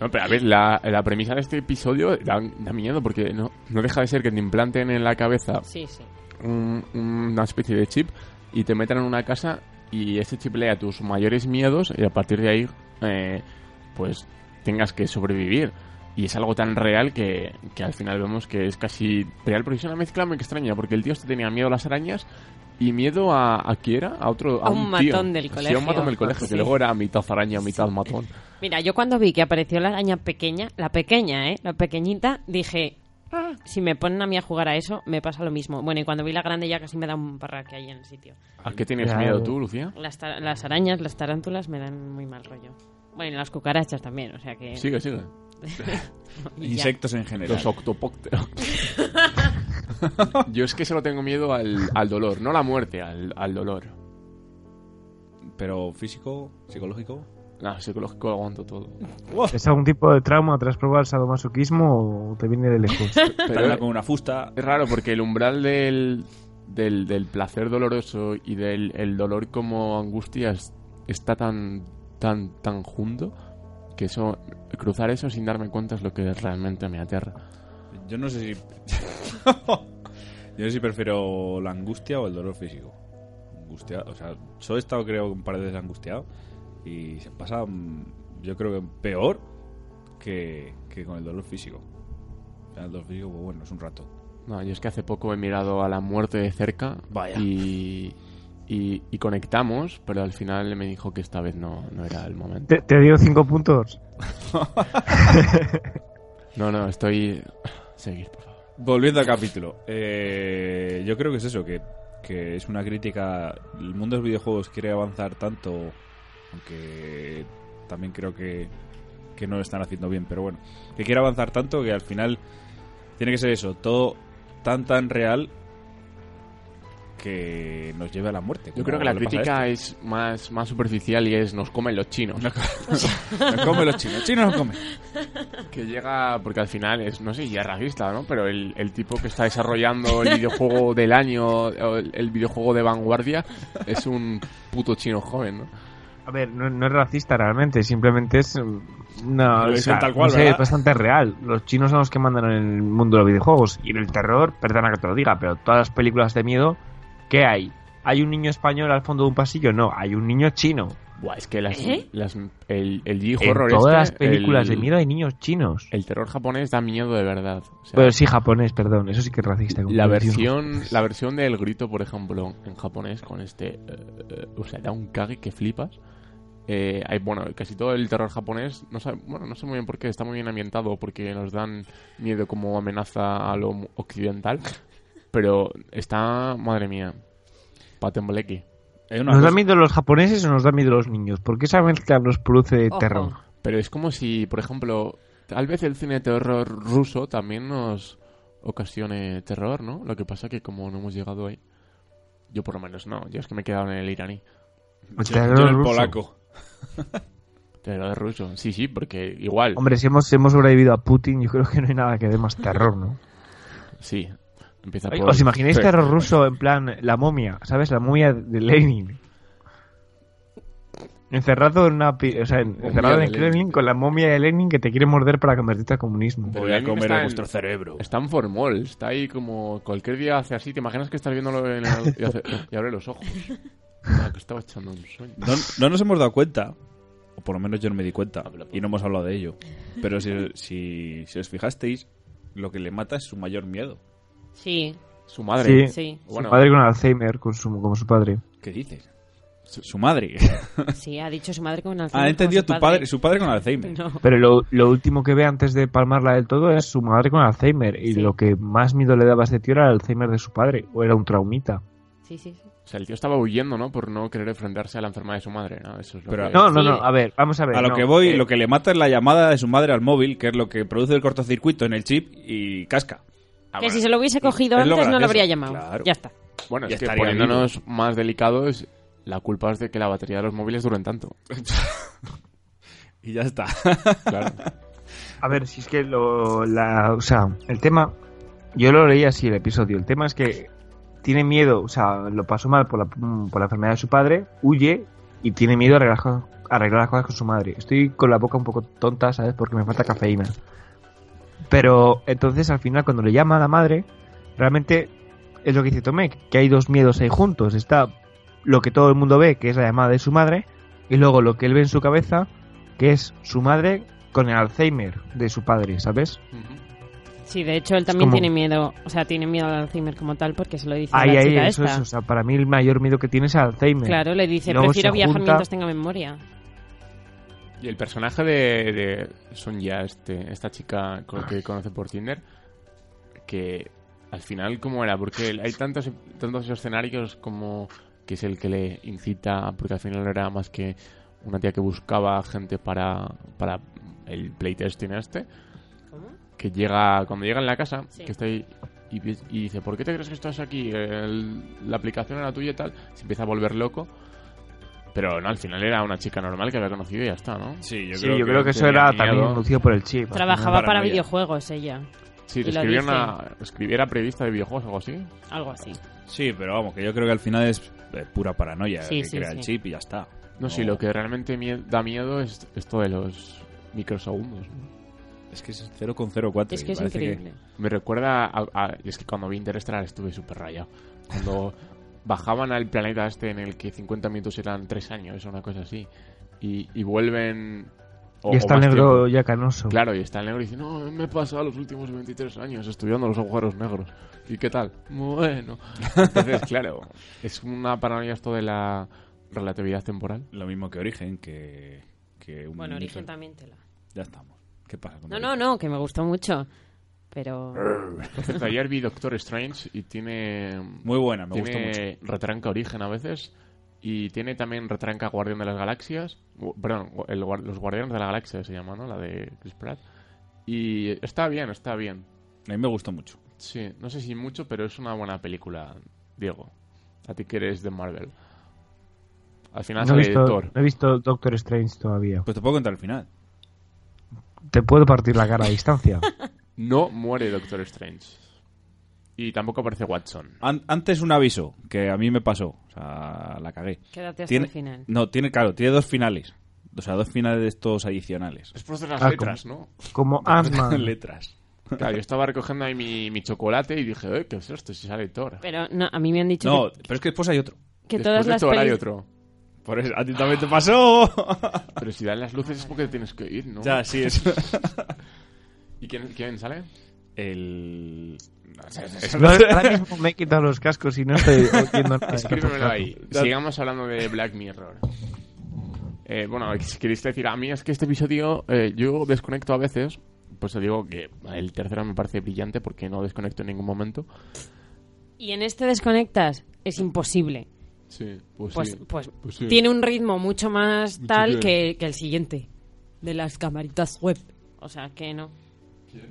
[SPEAKER 2] No, pero a ver, la, la premisa de este episodio da, da miedo porque no, no deja de ser que te implanten en la cabeza
[SPEAKER 3] Sí, sí.
[SPEAKER 2] un- una especie de chip y te metan en una casa y ese chip lea tus mayores miedos y a partir de ahí eh, pues tengas que sobrevivir. Y es algo tan real que, que al final vemos que es casi real, pero es una mezcla muy extraña porque el tío este tenía miedo a las arañas y miedo a, ¿a qué era? A otro...
[SPEAKER 3] A un
[SPEAKER 2] tío.
[SPEAKER 3] matón del
[SPEAKER 2] Sí, a
[SPEAKER 3] colegio.
[SPEAKER 2] un matón del colegio,
[SPEAKER 3] Sí.
[SPEAKER 2] que luego era mitad araña, mitad matón.
[SPEAKER 3] Mira, yo cuando vi que apareció la araña pequeña, la pequeña, ¿eh? La pequeñita, dije, "Ah, si me ponen a mí a jugar a eso, me pasa lo mismo. Bueno, y cuando vi la grande ya casi me da un parraque ahí en el sitio.
[SPEAKER 2] ¿A qué tienes
[SPEAKER 10] Claro.
[SPEAKER 2] miedo tú, Lucía?
[SPEAKER 3] Las, ta- las arañas, las tarántulas me dan muy mal rollo. Bueno, y las cucarachas también, o sea que...
[SPEAKER 2] Sigue, sigue.
[SPEAKER 3] y ya.
[SPEAKER 9] Insectos en general.
[SPEAKER 2] Los octopócteros. Yo es que solo tengo miedo al, al dolor, no a la muerte, al, al dolor.
[SPEAKER 9] Pero físico, psicológico.
[SPEAKER 2] No, psicológico lo aguanto todo.
[SPEAKER 10] ¿Es algún tipo de trauma tras probar sadomasoquismo o te viene de lejos?
[SPEAKER 9] Pero
[SPEAKER 2] Pero
[SPEAKER 9] con una fusta.
[SPEAKER 2] es raro porque el umbral del, del, del placer doloroso y del el dolor como angustia es- está tan, tan, tan junto que eso cruzar eso sin darme cuenta es lo que realmente me aterra.
[SPEAKER 9] Yo no sé si. Yo no sé si prefiero la angustia o el dolor físico. Angustia, o sea, yo he estado creo un par de veces angustiado y se pasa, mm, yo creo que peor que, que con el dolor físico. O sea, el dolor físico, pues bueno, es un rato.
[SPEAKER 2] No, yo es que hace poco he mirado a la muerte de cerca
[SPEAKER 9] Vaya.
[SPEAKER 2] Y, y, y conectamos, pero al final me dijo que esta vez no, no era el momento.
[SPEAKER 10] ¿Te, te dio cinco puntos?
[SPEAKER 2] No, no, estoy. Seguir, por favor.
[SPEAKER 9] Volviendo al capítulo, eh, yo creo que es eso, que, que es una crítica. El mundo de los videojuegos quiere avanzar tanto, aunque también creo que, que no lo están haciendo bien. Pero bueno, que quiera avanzar tanto que al final tiene que ser eso, todo tan tan real que nos lleve a la muerte.
[SPEAKER 2] Yo creo que la crítica es más, más superficial y es nos comen los chinos.
[SPEAKER 9] nos comen los chinos. Chinos nos comen.
[SPEAKER 2] Que llega, porque al final es, no sé, ya es racista, ¿no? Pero el, el tipo que está desarrollando el videojuego del año, o el, el videojuego de vanguardia, es un puto chino joven, ¿no?
[SPEAKER 10] A ver, no, no es racista realmente, simplemente es una.
[SPEAKER 9] Lo
[SPEAKER 10] o sea,
[SPEAKER 9] dicen tal cual,
[SPEAKER 10] no sé,
[SPEAKER 9] ¿verdad?
[SPEAKER 10] es bastante real. Los chinos son los que mandan en el mundo de los videojuegos. Y en el terror, perdona que te lo diga, pero todas las películas de miedo, ¿qué hay? ¿Hay un niño español al fondo de un pasillo? No, hay un niño chino.
[SPEAKER 2] Buah, es que las,
[SPEAKER 3] ¿Eh?
[SPEAKER 2] las- el, el
[SPEAKER 10] En
[SPEAKER 2] G-Horror
[SPEAKER 10] todas
[SPEAKER 2] este,
[SPEAKER 10] las películas
[SPEAKER 2] el-
[SPEAKER 10] de miedo hay niños chinos.
[SPEAKER 9] Eh,
[SPEAKER 2] El terror japonés da miedo de verdad. O sea,
[SPEAKER 10] Pero sí, japonés, perdón, eso sí que es racista. como
[SPEAKER 2] La
[SPEAKER 10] tú dices.
[SPEAKER 2] versión, la versión del grito, por ejemplo, en japonés, con este. eh, eh, o sea, da un cague que flipas. Eh, hay, bueno, casi todo el terror japonés, no sabe- bueno, no sé muy bien por qué, está muy bien ambientado, porque nos dan miedo como amenaza a lo mu- occidental. Pero está, madre mía, patemboleki.
[SPEAKER 9] Hay una
[SPEAKER 10] ¿Nos
[SPEAKER 9] cosa-
[SPEAKER 10] dan miedo los japoneses o nos dan miedo los niños? Porque esa mezcla nos produce
[SPEAKER 3] Ojo.
[SPEAKER 10] terror.
[SPEAKER 2] Pero es como si, por ejemplo, tal vez el cine de terror ruso también nos ocasione terror, ¿no? Lo que pasa que como no hemos llegado ahí, yo por lo menos no, yo es que me he quedado en el iraní.
[SPEAKER 10] El
[SPEAKER 9] Yo-
[SPEAKER 10] terror
[SPEAKER 9] yo el
[SPEAKER 10] ruso.
[SPEAKER 9] polaco.
[SPEAKER 2] Terror ruso, sí, sí, porque igual,
[SPEAKER 10] Hombre, si hemos, hemos sobrevivido a Putin, yo creo que no hay nada que dé más terror, ¿no?
[SPEAKER 2] sí. Empieza
[SPEAKER 10] Oye,
[SPEAKER 2] por...
[SPEAKER 10] ¿Os imagináis
[SPEAKER 2] Sí.
[SPEAKER 10] terror ruso en plan la momia? ¿Sabes? La momia de Lenin. Encerrado en una... pi- O sea, en-
[SPEAKER 2] Momia
[SPEAKER 10] encerrado en
[SPEAKER 2] de
[SPEAKER 10] el
[SPEAKER 2] Lenin.
[SPEAKER 10] Kremlin con la momia de Lenin que te quiere morder para convertirte al comunismo.
[SPEAKER 2] Pero
[SPEAKER 9] Voy a
[SPEAKER 2] Lenin
[SPEAKER 9] comer
[SPEAKER 2] Pues está en-
[SPEAKER 9] vuestro cerebro.
[SPEAKER 2] Está en formol, está ahí como cualquier día hace así, te imaginas que estás viéndolo en el- y, hace- y abre los ojos. Ah, que estaba echando un sueño.
[SPEAKER 9] No, no nos hemos dado cuenta, o por lo menos yo no me di cuenta, y no hemos hablado de ello. Pero si, si, si os fijasteis, lo que le mata es su mayor miedo.
[SPEAKER 3] Sí,
[SPEAKER 2] Su madre.
[SPEAKER 10] Sí.
[SPEAKER 3] sí,
[SPEAKER 10] Su
[SPEAKER 2] Bueno,
[SPEAKER 10] padre con Alzheimer, con su- como su padre.
[SPEAKER 9] ¿Qué dices? Su, su madre.
[SPEAKER 3] sí, ha dicho su madre con un alzheimer.
[SPEAKER 9] ah, he entendido tu
[SPEAKER 3] como su
[SPEAKER 9] padre, su padre con Alzheimer. Ah,
[SPEAKER 3] No.
[SPEAKER 10] Pero lo, lo último que ve antes de palmarla del todo es su madre con Alzheimer. Y
[SPEAKER 3] Sí.
[SPEAKER 10] lo que más miedo le daba a este tío era el Alzheimer de su padre. O era un traumita.
[SPEAKER 3] Sí, sí, sí.
[SPEAKER 2] o sea, el tío estaba huyendo, ¿no? Por no querer enfrentarse a la enfermedad de su madre, ¿no? Eso es lo
[SPEAKER 9] Pero-
[SPEAKER 2] que-
[SPEAKER 10] No, no,
[SPEAKER 3] Sí.
[SPEAKER 10] no. A ver, vamos a ver.
[SPEAKER 9] A lo
[SPEAKER 10] no.
[SPEAKER 9] que voy,
[SPEAKER 10] Eh,
[SPEAKER 9] lo que le mata es la llamada de su madre al móvil, que es lo que produce el cortocircuito en el chip y casca.
[SPEAKER 2] Ah,
[SPEAKER 3] que
[SPEAKER 2] bueno.
[SPEAKER 3] si se lo hubiese cogido
[SPEAKER 9] Es
[SPEAKER 3] antes
[SPEAKER 9] lo
[SPEAKER 3] no
[SPEAKER 9] gracioso,
[SPEAKER 3] lo habría llamado.
[SPEAKER 9] claro.
[SPEAKER 3] Ya está.
[SPEAKER 2] Bueno,
[SPEAKER 9] Ya
[SPEAKER 2] es que
[SPEAKER 9] estaría
[SPEAKER 2] poniéndonos más delicados, la culpa es de que la batería de los móviles duren tanto.
[SPEAKER 9] Y ya está.
[SPEAKER 2] Claro.
[SPEAKER 10] A ver, si es que lo, la, o sea, el tema, yo lo leí así el episodio, el tema es que tiene miedo, o sea, lo pasó mal por la, por la enfermedad de su padre, huye y tiene miedo a arreglar, co- arreglar las cosas con su madre. Estoy con la boca un poco tonta, ¿sabes? Porque me falta cafeína. Pero entonces al final cuando le llama a la madre, realmente es lo que dice Tomek, que hay dos miedos ahí juntos. Está lo que todo el mundo ve, que es la llamada de su madre, y luego lo que él ve en su cabeza, que es su madre con el Alzheimer de su padre, ¿sabes?
[SPEAKER 3] Sí, de hecho él también
[SPEAKER 10] como-
[SPEAKER 3] tiene miedo, o sea, tiene miedo al Alzheimer como tal porque se lo dice a
[SPEAKER 10] Ahí,
[SPEAKER 3] la
[SPEAKER 10] ahí,
[SPEAKER 3] chica
[SPEAKER 10] eso
[SPEAKER 3] esta.
[SPEAKER 10] es. O sea, para mí el mayor miedo que tiene es Alzheimer.
[SPEAKER 3] Claro, le dice,
[SPEAKER 10] Luego
[SPEAKER 3] prefiero
[SPEAKER 10] se
[SPEAKER 3] viajar
[SPEAKER 10] junta-
[SPEAKER 3] mientras tenga memoria.
[SPEAKER 2] Y el personaje de, de Sonia, este, esta chica con- que conoce por Tinder, que al final, ¿cómo era? Porque hay tantos, tantos escenarios como que es el que le incita, porque al final no era más que una tía que buscaba gente para, para el playtesting este, que llega, cuando llega en la casa,
[SPEAKER 3] Sí.
[SPEAKER 2] que está ahí y, pi- y dice, ¿por qué te crees que estás aquí? El- la aplicación era tuya y tal, se empieza a volver loco. Pero no, al final era una chica normal que había conocido y ya está, ¿no?
[SPEAKER 9] Sí,
[SPEAKER 10] Sí, yo creo que eso
[SPEAKER 2] tenía
[SPEAKER 10] era
[SPEAKER 2] miedo.
[SPEAKER 10] también inducido por el chip. al
[SPEAKER 3] Trabajaba para
[SPEAKER 9] paranoia.
[SPEAKER 3] videojuegos ella,
[SPEAKER 2] Sí,
[SPEAKER 3] Y lo
[SPEAKER 2] escribiera,
[SPEAKER 3] dice.
[SPEAKER 2] una, escribiera prevista de videojuegos o algo así.
[SPEAKER 3] algo así.
[SPEAKER 9] Sí, pero vamos, que yo creo que al final es eh, pura paranoia
[SPEAKER 3] Sí,
[SPEAKER 9] que
[SPEAKER 3] sí,
[SPEAKER 9] crea
[SPEAKER 3] sí.
[SPEAKER 9] el chip y ya está.
[SPEAKER 2] No, sí, lo que realmente mie- da miedo es esto de los microsegundos. ¿no?
[SPEAKER 9] Es que es 0,04.
[SPEAKER 3] Es
[SPEAKER 9] y
[SPEAKER 3] que es
[SPEAKER 9] parece
[SPEAKER 3] increíble.
[SPEAKER 2] Me recuerda a, a- Es que cuando vi Interestelar estuve súper rayado. Cuando bajaban al planeta este en el que 50 minutos eran 3 años o una cosa así. Y, y vuelven... o-
[SPEAKER 10] Y está
[SPEAKER 2] o más
[SPEAKER 10] negro
[SPEAKER 2] tiempo.
[SPEAKER 10] ya canoso.
[SPEAKER 2] Claro, y está el negro y dice, no, me he pasado los últimos 23 años estudiando los agujeros negros. ¿Y qué tal? Bueno. Entonces, claro, es una paranoia esto de la relatividad temporal.
[SPEAKER 9] Lo mismo que Origen, que, que un
[SPEAKER 3] Bueno,
[SPEAKER 9] minuto.
[SPEAKER 3] Origen también te la...
[SPEAKER 9] Ya estamos. ¿Qué pasa con
[SPEAKER 3] No,
[SPEAKER 9] Origen?
[SPEAKER 3] no, no, que me gustó mucho, pero...
[SPEAKER 2] Por cierto, ayer vi Doctor Strange y tiene...
[SPEAKER 9] Muy buena, me gustó mucho.
[SPEAKER 2] tiene retranca origen a veces Y tiene también Retranca Guardián de las Galaxias. Gu- Perdón, gu- el guar- los Guardianes de la Galaxia se llama, ¿no? La de Chris Pratt. Y está bien, está bien.
[SPEAKER 9] A mí me gustó mucho.
[SPEAKER 2] Sí, no sé si mucho, pero es una buena película, Diego. A ti que eres de Marvel. Al final
[SPEAKER 10] No he,
[SPEAKER 2] sale
[SPEAKER 10] visto,
[SPEAKER 2] Thor.
[SPEAKER 10] no he visto Doctor Strange todavía.
[SPEAKER 9] Pues te puedo contar el final.
[SPEAKER 10] Te puedo partir la cara a distancia.
[SPEAKER 2] No muere Doctor Strange. Y tampoco aparece Watson.
[SPEAKER 9] An- antes un aviso, que a mí me pasó. O sea, la cagué.
[SPEAKER 3] Quédate hasta el final.
[SPEAKER 9] No, tiene, claro, tiene dos finales. O sea, dos finales de estos adicionales.
[SPEAKER 2] Es por hacer las
[SPEAKER 10] Ah,
[SPEAKER 2] letras,
[SPEAKER 10] como-
[SPEAKER 2] ¿no?
[SPEAKER 10] Como Ant-Man.
[SPEAKER 9] letras.
[SPEAKER 2] Claro, yo estaba recogiendo ahí mi, mi chocolate y dije, "Eh, ¿qué es esto? Si sale Thor.
[SPEAKER 3] Pero no, a mí me han dicho
[SPEAKER 9] No,
[SPEAKER 3] que,
[SPEAKER 9] pero es que después hay otro.
[SPEAKER 3] que
[SPEAKER 2] Después
[SPEAKER 3] todas
[SPEAKER 2] de
[SPEAKER 3] las
[SPEAKER 2] Thor hay
[SPEAKER 3] pelis...
[SPEAKER 2] otro.
[SPEAKER 9] Por eso, a ti también
[SPEAKER 3] Ah.
[SPEAKER 9] te pasó.
[SPEAKER 2] Pero si dan las luces es porque tienes que ir, ¿no?
[SPEAKER 9] ya, sí, es.
[SPEAKER 2] ¿Y quién, quién sale?
[SPEAKER 9] El.
[SPEAKER 10] No, ahora mismo me he quitado los cascos y no estoy oyendo nada.
[SPEAKER 2] Escríbemelo ahí. Sigamos hablando de Black Mirror. Eh, bueno, si queréis decir, a mí es que este episodio eh, yo desconecto a veces. Pues os digo que el tercero me parece brillante porque no desconecto en ningún momento.
[SPEAKER 3] Y en este desconectas. Es imposible.
[SPEAKER 2] Sí, pues,
[SPEAKER 3] Pues,
[SPEAKER 2] sí.
[SPEAKER 3] pues,
[SPEAKER 2] Pues sí.
[SPEAKER 3] tiene un ritmo mucho más
[SPEAKER 2] Mucho
[SPEAKER 3] tal
[SPEAKER 2] bien.
[SPEAKER 3] que, que el siguiente. De las camaritas web. O sea, que no.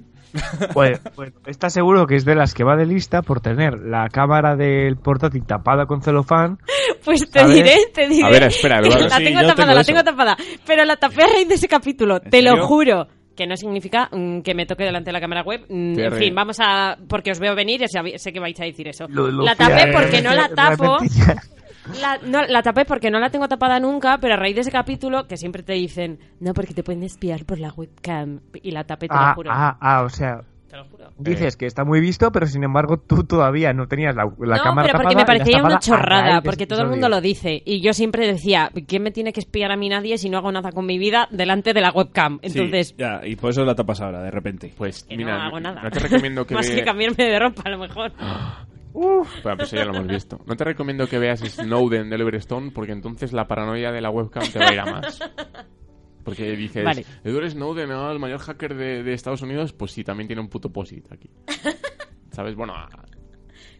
[SPEAKER 10] Bueno, bueno, está seguro que es de las que va de lista por tener la cámara del portátil tapada con celofán.
[SPEAKER 3] Pues te
[SPEAKER 10] A ver.
[SPEAKER 3] diré, te diré.
[SPEAKER 2] A ver, espera, lo-
[SPEAKER 3] la
[SPEAKER 9] sí,
[SPEAKER 3] tengo
[SPEAKER 9] yo
[SPEAKER 3] tapada,
[SPEAKER 9] tengo
[SPEAKER 3] la
[SPEAKER 9] eso.
[SPEAKER 3] tengo tapada. Pero la tapé a raíz de ese capítulo,
[SPEAKER 9] ¿En
[SPEAKER 3] te lo
[SPEAKER 9] serio?
[SPEAKER 3] juro. Que no significa mm, que me toque delante de la cámara web. Mm, en
[SPEAKER 2] Qué re-
[SPEAKER 3] fin, vamos a. Porque os veo venir y sabi- sé que vais a decir eso.
[SPEAKER 10] Lo- lo
[SPEAKER 3] la
[SPEAKER 10] fui a-
[SPEAKER 3] tapé porque no la tapo.
[SPEAKER 10] repetía.
[SPEAKER 3] La, no, la tapé porque no la tengo tapada nunca, pero a raíz de ese capítulo, que siempre te dicen, no, porque te pueden espiar por la webcam. Y la tapé, te lo
[SPEAKER 10] Ah,
[SPEAKER 3] juro.
[SPEAKER 10] ah, ah, o sea,
[SPEAKER 3] Te lo juro.
[SPEAKER 2] Eh.
[SPEAKER 10] dices que está muy visto, pero sin embargo tú todavía no tenías la, la
[SPEAKER 3] no,
[SPEAKER 10] cámara
[SPEAKER 3] pero porque
[SPEAKER 10] tapada Ah, pues
[SPEAKER 3] me
[SPEAKER 10] y la has
[SPEAKER 3] parecía
[SPEAKER 10] tapado
[SPEAKER 3] una
[SPEAKER 10] a
[SPEAKER 3] chorrada,
[SPEAKER 10] raíz de
[SPEAKER 3] porque
[SPEAKER 10] ese
[SPEAKER 3] todo el
[SPEAKER 10] episodio.
[SPEAKER 3] mundo lo dice. Y yo siempre decía, ¿quién me tiene que espiar a mí nadie si no hago nada con mi vida delante de la webcam? Entonces,
[SPEAKER 9] Sí, ya, y por eso la tapas ahora, de repente.
[SPEAKER 2] Pues
[SPEAKER 3] que
[SPEAKER 2] mira,
[SPEAKER 3] no hago nada.
[SPEAKER 2] no te recomiendo que
[SPEAKER 3] Más
[SPEAKER 2] ve-
[SPEAKER 3] que cambiarme de ropa, a lo mejor.
[SPEAKER 2] Bueno, pues ya lo hemos visto. No te recomiendo que veas Snowden de Everstone porque entonces la paranoia de la webcam te va a ir a más. Porque dices,
[SPEAKER 3] Vale.
[SPEAKER 2] Edward Snowden, ah, el mayor hacker de, de Estados Unidos, pues sí, también tiene un puto posit aquí. ¿Sabes? Bueno, ah,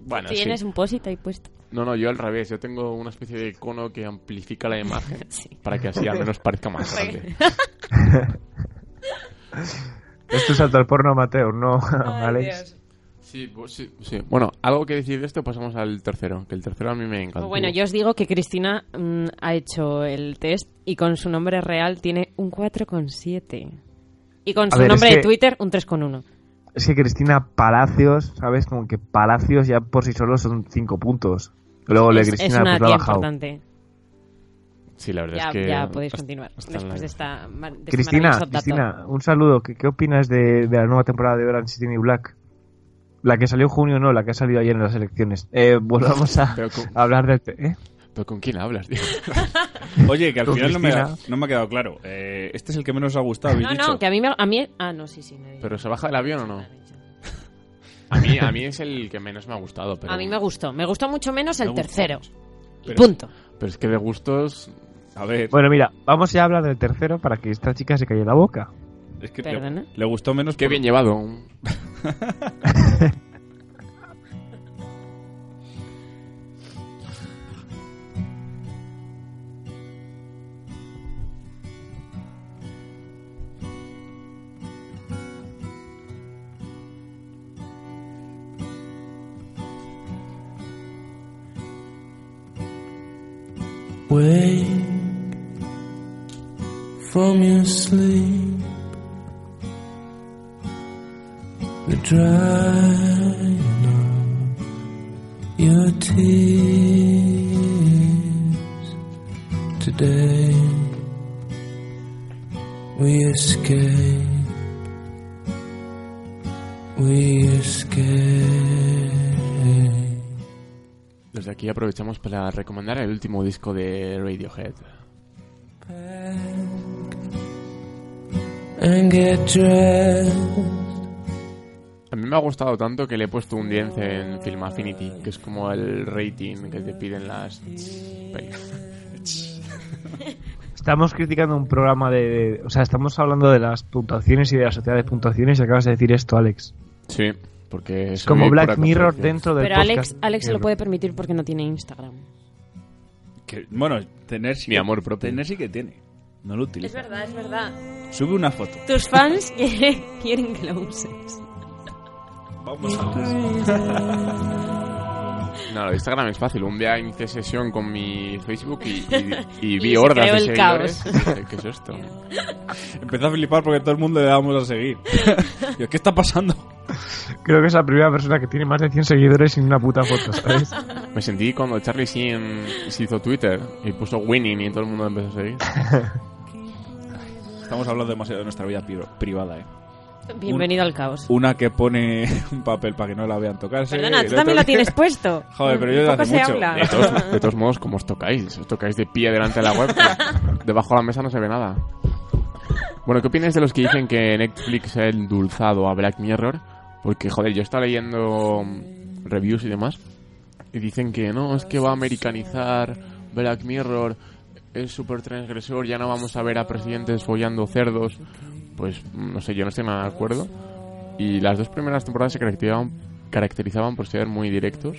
[SPEAKER 2] bueno sí.
[SPEAKER 3] Tienes un posit ahí puesto.
[SPEAKER 2] No, no, yo al revés. Yo tengo una especie de cono que amplifica la imagen para que así al menos parezca más grande.
[SPEAKER 10] Esto es alto al porno amateur, ¿no, Alex?
[SPEAKER 3] Dios.
[SPEAKER 2] Sí, pues sí, sí. Bueno, algo que decir de esto, pasamos al tercero. Que el tercero a mí me encanta.
[SPEAKER 3] Pues Bueno, yo os digo que Cristina mm, ha hecho el test y con su nombre real tiene un 4,7. Y con
[SPEAKER 10] A
[SPEAKER 3] su
[SPEAKER 10] ver, es
[SPEAKER 3] nombre de
[SPEAKER 10] que-
[SPEAKER 3] Twitter, un 3,1.
[SPEAKER 10] Es que Cristina Palacios, ¿sabes? Como que Palacios ya por sí solo son cinco puntos. Luego le
[SPEAKER 3] Es- es,
[SPEAKER 10] Cristina
[SPEAKER 3] una
[SPEAKER 10] pues lo
[SPEAKER 3] tía
[SPEAKER 10] ha bajado.
[SPEAKER 3] importante.
[SPEAKER 2] Sí, la verdad
[SPEAKER 3] Ya,
[SPEAKER 2] es que...
[SPEAKER 3] ya podéis
[SPEAKER 2] hasta-
[SPEAKER 3] continuar
[SPEAKER 2] hasta la-
[SPEAKER 3] después de esta... mar- de este
[SPEAKER 10] Cristina,
[SPEAKER 3] maravilloso dato.
[SPEAKER 10] Cristina, un saludo. ¿Qué, qué opinas de, de la nueva temporada de Orange is the New Black? La que salió en junio, no, la que ha salido ayer en las elecciones. Eh, volvamos a,
[SPEAKER 2] Pero con-
[SPEAKER 10] a hablar del... te- ¿eh?
[SPEAKER 2] ¿Pero con quién hablas, tío?
[SPEAKER 9] Oye, que al
[SPEAKER 10] Con
[SPEAKER 9] final no me, ha,
[SPEAKER 10] Cristina.
[SPEAKER 9] no me ha quedado claro. Eh, este es el que menos os ha gustado, habéis
[SPEAKER 3] No,
[SPEAKER 9] dicho.
[SPEAKER 3] no, que a mí me... A mí, ah, no, sí, sí. no he dicho.
[SPEAKER 2] ¿Pero se baja del avión o no? A mí, a mí es el que menos me ha gustado. Pero,
[SPEAKER 3] A mí me gustó. Me gustó mucho menos el
[SPEAKER 9] Me gusta
[SPEAKER 3] tercero.
[SPEAKER 9] mucho.
[SPEAKER 3] Y
[SPEAKER 9] Pero-
[SPEAKER 3] punto.
[SPEAKER 2] pero es que de gustos...
[SPEAKER 9] A ver,
[SPEAKER 10] Bueno, mira, vamos ya a hablar del tercero para que esta chica se calle la boca.
[SPEAKER 9] es que
[SPEAKER 3] ¿Perdona?
[SPEAKER 9] le, le gustó menos
[SPEAKER 2] Qué
[SPEAKER 9] por-
[SPEAKER 2] bien llevado.
[SPEAKER 5] Wake from your sleep. The drying of your tears. Today we escape. We escape.
[SPEAKER 2] Desde aquí aprovechamos para recomendar el último disco de Radiohead.
[SPEAKER 5] and get dressed.
[SPEAKER 2] A mí me ha gustado tanto que le he puesto un 10 en Film Affinity, que es como el rating que te piden las pelis.
[SPEAKER 10] Estamos criticando un programa de... O sea, estamos hablando de las puntuaciones y de la sociedad de puntuaciones y acabas de decir esto, Alex.
[SPEAKER 2] Sí, porque...
[SPEAKER 10] Es como
[SPEAKER 2] soy
[SPEAKER 10] Black
[SPEAKER 2] pura
[SPEAKER 10] Mirror
[SPEAKER 2] contradicción.
[SPEAKER 10] dentro del
[SPEAKER 3] Pero
[SPEAKER 10] podcast.
[SPEAKER 3] Alex, Alex se lo puede permitir porque no tiene Instagram.
[SPEAKER 9] Que, bueno, tener sí,
[SPEAKER 2] Mi
[SPEAKER 9] que-
[SPEAKER 2] amor propio.
[SPEAKER 9] tener sí que tiene. No lo
[SPEAKER 3] Es
[SPEAKER 9] utiliza.
[SPEAKER 3] verdad, es verdad.
[SPEAKER 9] Sube una foto.
[SPEAKER 3] Tus fans quiere- quieren que lo uses.
[SPEAKER 9] Vamos
[SPEAKER 2] No, lo de Instagram es fácil. Un día inicié sesión con mi Facebook y, y- y
[SPEAKER 3] Y
[SPEAKER 2] vi
[SPEAKER 3] se
[SPEAKER 2] hordas
[SPEAKER 3] creó
[SPEAKER 2] de
[SPEAKER 3] el
[SPEAKER 2] seguidores.
[SPEAKER 3] caos.
[SPEAKER 2] Dije, ¿Qué es esto?
[SPEAKER 9] Empezó a flipar porque todo el mundo le dábamos a seguir. Yo, ¿Qué está pasando?
[SPEAKER 10] Creo que es la primera persona que tiene más de 100 seguidores sin una puta foto, ¿sabes?
[SPEAKER 2] Me sentí cuando Charlie Sheen se hizo Twitter y puso winning y todo el mundo empezó a seguir.
[SPEAKER 9] Estamos hablando demasiado de nuestra vida pri- privada, ¿eh?
[SPEAKER 3] Bienvenido al caos.
[SPEAKER 9] Una que pone un papel para que no la vean tocarse.
[SPEAKER 3] Perdona, tú
[SPEAKER 9] eh, el
[SPEAKER 3] también lo
[SPEAKER 9] otro que-
[SPEAKER 3] tienes puesto.
[SPEAKER 9] Joder, pero yo
[SPEAKER 3] Poco
[SPEAKER 9] desde hace
[SPEAKER 3] se
[SPEAKER 9] mucho.
[SPEAKER 3] habla.
[SPEAKER 2] De todos, de todos modos, como os tocáis? Os tocáis de pie delante de la web. pues, Debajo de la mesa no se ve nada. Bueno, ¿qué opináis de los que dicen que Netflix ha endulzado a Black Mirror? Porque, joder, yo estaba leyendo mm, reviews y demás. Y dicen que no, es que va a americanizar Black Mirror. Es súper transgresor, ya no vamos a ver a presidentes follando cerdos. Pues, mm, no sé, yo no estoy nada de acuerdo. Y las dos primeras temporadas se caracterizaban, caracterizaban por ser muy directos.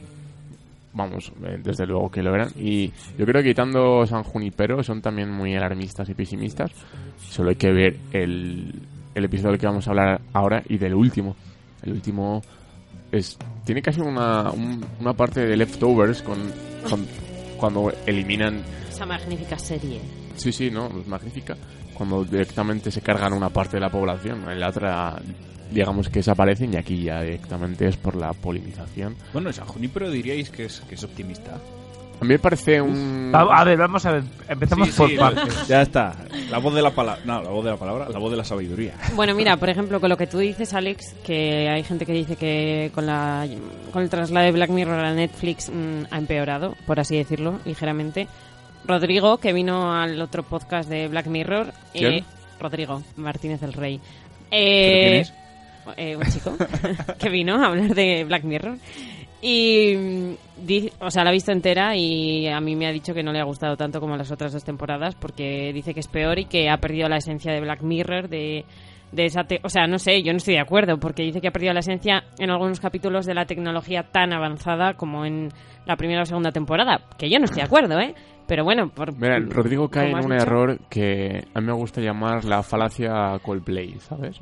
[SPEAKER 2] Vamos, eh, desde luego que lo eran. Y yo creo que quitando San Junipero, son también muy alarmistas y pesimistas. Solo hay que ver el, el episodio del que vamos a hablar ahora y del último. El último es tiene casi una, un- una parte de leftovers con, con- cuando eliminan...
[SPEAKER 3] Esa magnífica serie.
[SPEAKER 2] Sí, sí, no, es magnífica. Cuando directamente se cargan una parte de la población. En la otra, digamos que desaparecen y aquí ya directamente es por la polinización.
[SPEAKER 9] Bueno, San Junipero diríais que es, que es optimista.
[SPEAKER 2] A mí me parece un...
[SPEAKER 10] Va- A ver, vamos a ver. Empezamos
[SPEAKER 9] Sí, sí,
[SPEAKER 10] por
[SPEAKER 9] no,
[SPEAKER 10] partes.
[SPEAKER 9] Ya está. La voz de la palabra. No, la voz de la palabra, la voz de la sabiduría.
[SPEAKER 3] Bueno, mira, por ejemplo, con lo que tú dices, Alex, que hay gente que dice que con, la, con el traslado de Black Mirror a Netflix mm, ha empeorado, por así decirlo, ligeramente. Rodrigo, que vino al otro podcast de Black Mirror. eh,
[SPEAKER 2] ¿Quién?
[SPEAKER 3] Rodrigo Martínez del Rey.
[SPEAKER 9] ¿Pero quién
[SPEAKER 3] Eh,
[SPEAKER 9] es?
[SPEAKER 3] eh, un chico que vino a hablar de Black Mirror. Y, mm, di- o sea, la ha visto entera y a mí me ha dicho que no le ha gustado tanto como las otras dos temporadas porque dice que es peor y que ha perdido la esencia de Black Mirror, de, de esa... te- o sea, no sé, yo no estoy de acuerdo porque dice que ha perdido la esencia en algunos capítulos de la tecnología tan avanzada como en la primera o segunda temporada, que yo no estoy de acuerdo, ¿eh? Pero bueno, por...
[SPEAKER 2] Mira, Rodrigo cae
[SPEAKER 3] como
[SPEAKER 2] en
[SPEAKER 3] has
[SPEAKER 2] un
[SPEAKER 3] dicho.
[SPEAKER 2] error que a mí me gusta llamar la falacia Coldplay, ¿sabes?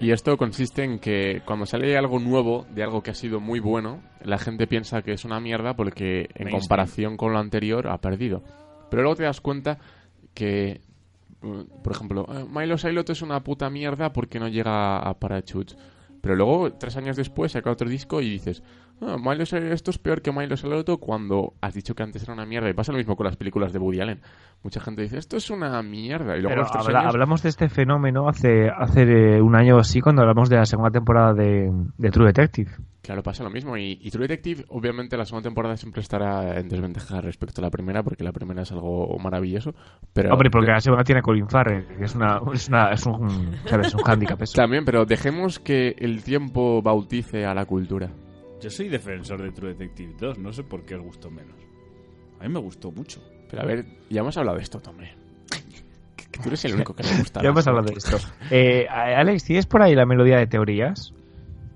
[SPEAKER 2] Y esto consiste en que cuando sale algo nuevo de algo que ha sido muy bueno, la gente piensa que es una mierda porque en
[SPEAKER 9] Mainstream.
[SPEAKER 2] comparación con lo anterior ha perdido. Pero luego te das cuenta que, mm, por ejemplo, eh, Milo Silot es una puta mierda porque no llega a Parachutes. Pero luego, tres años después, saca otro disco y dices, "Ah, Milo Cyrus- esto es peor que Milo Saloto cuando has dicho que antes era una mierda. Y pasa lo mismo con las películas de Woody Allen. Mucha gente dice, esto es una mierda. Y luego
[SPEAKER 10] Pero
[SPEAKER 2] los tres
[SPEAKER 10] habla-
[SPEAKER 2] años-
[SPEAKER 10] hablamos de este fenómeno hace, hace eh, un año o así cuando hablamos de la segunda temporada de, de True Detective.
[SPEAKER 2] Claro, pasa lo mismo. Y, y True Detective, obviamente, la segunda temporada siempre estará en desventaja respecto a la primera, porque la primera es algo maravilloso. Pero
[SPEAKER 10] Hombre, porque la segunda tiene a Colin Farrell, que es, una, es, una- es un, claro, es un hándicap eso.
[SPEAKER 2] también, pero dejemos que el tiempo bautice a la cultura.
[SPEAKER 9] Yo soy defensor de True Detective 2, no sé por qué os gustó menos. A mí me gustó mucho.
[SPEAKER 2] Pero a ver, ya hemos hablado de esto, Tomé. Que- que Tú eres el único que le gusta.
[SPEAKER 10] Ya hemos hablado de esto. Eh, Alex, ¿tienes por ahí la melodía de teorías?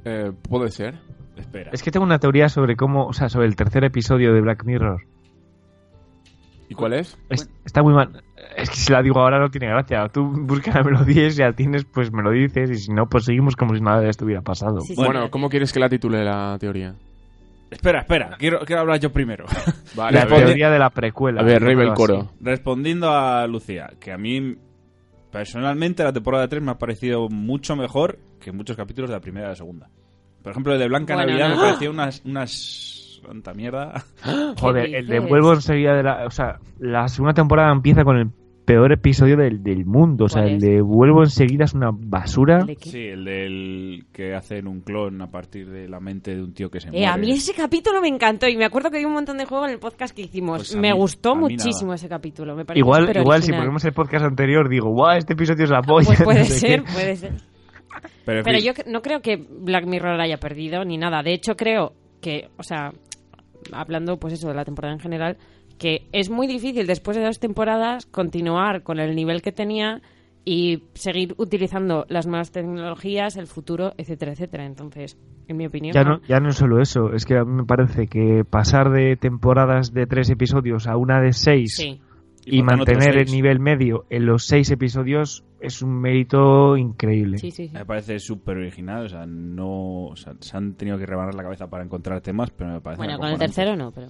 [SPEAKER 2] Eh, Puede ser.
[SPEAKER 9] Espera.
[SPEAKER 10] Es que tengo una teoría sobre cómo, o sea, sobre el tercer episodio de Black Mirror.
[SPEAKER 2] ¿Y cuál es?
[SPEAKER 10] Es- está muy mal. Es que si la digo ahora no tiene gracia. Tú buscas la melodía y si la tienes, pues me lo dices. Y si no, pues seguimos como si nada estuviera pasado.
[SPEAKER 3] Sí, sí,
[SPEAKER 2] Bueno, ¿cómo quieres que la titule la teoría?
[SPEAKER 9] Espera, espera. Quiero, quiero hablar yo primero.
[SPEAKER 2] Vale,
[SPEAKER 10] La
[SPEAKER 2] a
[SPEAKER 9] Responde-
[SPEAKER 2] ver,
[SPEAKER 10] teoría de la precuela.
[SPEAKER 2] a ver,
[SPEAKER 10] Yo creo
[SPEAKER 2] Rey del
[SPEAKER 10] así.
[SPEAKER 2] Coro.
[SPEAKER 9] Respondiendo a Lucía, que a mí personalmente la temporada 3 me ha parecido mucho mejor que muchos capítulos de la primera y la segunda. Por ejemplo, el de Blanca
[SPEAKER 3] Bueno,
[SPEAKER 9] Navidad
[SPEAKER 3] no.
[SPEAKER 9] me pareció una, una santa mierda.
[SPEAKER 10] Joder,
[SPEAKER 3] ¿Qué
[SPEAKER 10] el
[SPEAKER 3] dices?
[SPEAKER 10] devuelvo enseguida de la. O sea, la segunda temporada empieza con el peor episodio del, del mundo. O sea,
[SPEAKER 3] ¿Cuál
[SPEAKER 10] el
[SPEAKER 3] es?
[SPEAKER 10] devuelvo enseguida es una basura.
[SPEAKER 3] ¿De qué?
[SPEAKER 9] Sí, el del que hacen un clon a partir de la mente de un tío que se
[SPEAKER 3] Eh,
[SPEAKER 9] muere.
[SPEAKER 3] a mí ese capítulo me encantó y me acuerdo que di un montón de juego en el podcast que hicimos.
[SPEAKER 9] Pues a
[SPEAKER 3] me
[SPEAKER 9] mí- a
[SPEAKER 3] gustó
[SPEAKER 9] mí
[SPEAKER 3] muchísimo
[SPEAKER 9] nada.
[SPEAKER 3] ese capítulo. Me pareció
[SPEAKER 10] Igual,
[SPEAKER 3] súper
[SPEAKER 10] igual si
[SPEAKER 3] original.
[SPEAKER 10] ponemos el podcast anterior, digo, guau, este episodio es la polla.
[SPEAKER 3] Pues puede
[SPEAKER 10] no sé qué.
[SPEAKER 3] ser, puede ser.
[SPEAKER 9] Pero, en
[SPEAKER 3] Pero
[SPEAKER 9] fin,
[SPEAKER 3] yo cre- no creo que Black Mirror haya perdido ni nada. De hecho, creo que, o sea, hablando pues eso de la temporada en general, que es muy difícil después de dos temporadas continuar con el nivel que tenía y seguir utilizando las nuevas tecnologías, el futuro, etcétera, etcétera. Entonces, en mi opinión.
[SPEAKER 10] Ya no, ya no solo eso, es que a mí me parece que pasar de temporadas de tres episodios a una de seis
[SPEAKER 3] Sí.
[SPEAKER 10] y,
[SPEAKER 9] Y mantener
[SPEAKER 10] mantener
[SPEAKER 9] otros
[SPEAKER 10] el
[SPEAKER 9] seis.
[SPEAKER 10] nivel medio en los seis episodios es un mérito increíble.
[SPEAKER 3] Sí, sí, sí.
[SPEAKER 9] Me parece súper original, o sea, no... o sea, se han tenido que rebanar la cabeza para encontrar temas, pero me parece...
[SPEAKER 3] Bueno, con el
[SPEAKER 9] acojonante.
[SPEAKER 3] tercero no, pero.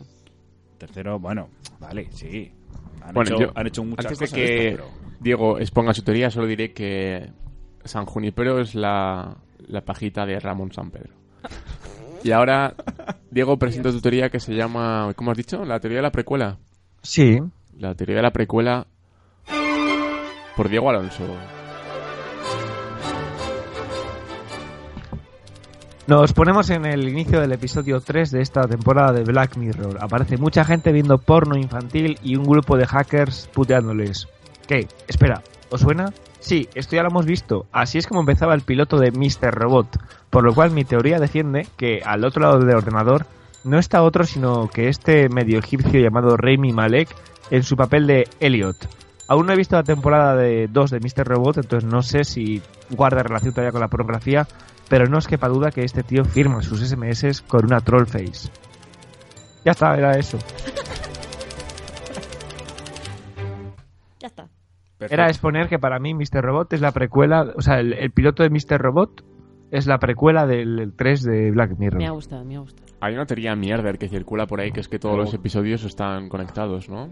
[SPEAKER 9] Tercero, bueno, vale, sí. Han,
[SPEAKER 2] Bueno,
[SPEAKER 9] hecho,
[SPEAKER 2] yo-
[SPEAKER 9] han hecho muchas
[SPEAKER 2] antes
[SPEAKER 9] cosas.
[SPEAKER 2] de que
[SPEAKER 9] estas, pero-
[SPEAKER 2] Diego exponga su teoría, solo diré que San Junipero es la, la pajita de Ramón San Pedro. Y ahora, Diego, presenta tu teoría que se llama, ¿cómo has dicho? La teoría de la precuela.
[SPEAKER 10] Sí.
[SPEAKER 2] La teoría de la precuela por Diego Alonso.
[SPEAKER 10] Nos ponemos en el inicio del episodio 3 de esta temporada de Black Mirror. Aparece mucha gente viendo porno infantil y un grupo de hackers puteándoles. ¿Qué? Espera, ¿os suena? Sí, esto ya lo hemos visto. Así es como empezaba el piloto de Mr. Robot. Por lo cual mi teoría defiende que al otro lado del ordenador no está otro sino que este medio egipcio llamado Rami Malek en su papel de Elliot. Aún no he visto la temporada de 2 de Mr. Robot, entonces no sé si guarda relación todavía con la pornografía, pero no os quepa duda que este tío firma sus SMS con una troll face. Ya está, era eso.
[SPEAKER 3] Ya está.
[SPEAKER 10] Era exponer que para mí Mr. Robot es la precuela, o sea, el, el piloto de Mr. Robot es la precuela del del 3 de Black
[SPEAKER 3] Me ha
[SPEAKER 10] Mirror.
[SPEAKER 3] gustado, me ha gustado.
[SPEAKER 2] Hay una teoría mierder que circula por ahí, que es que todos los episodios están conectados, ¿no?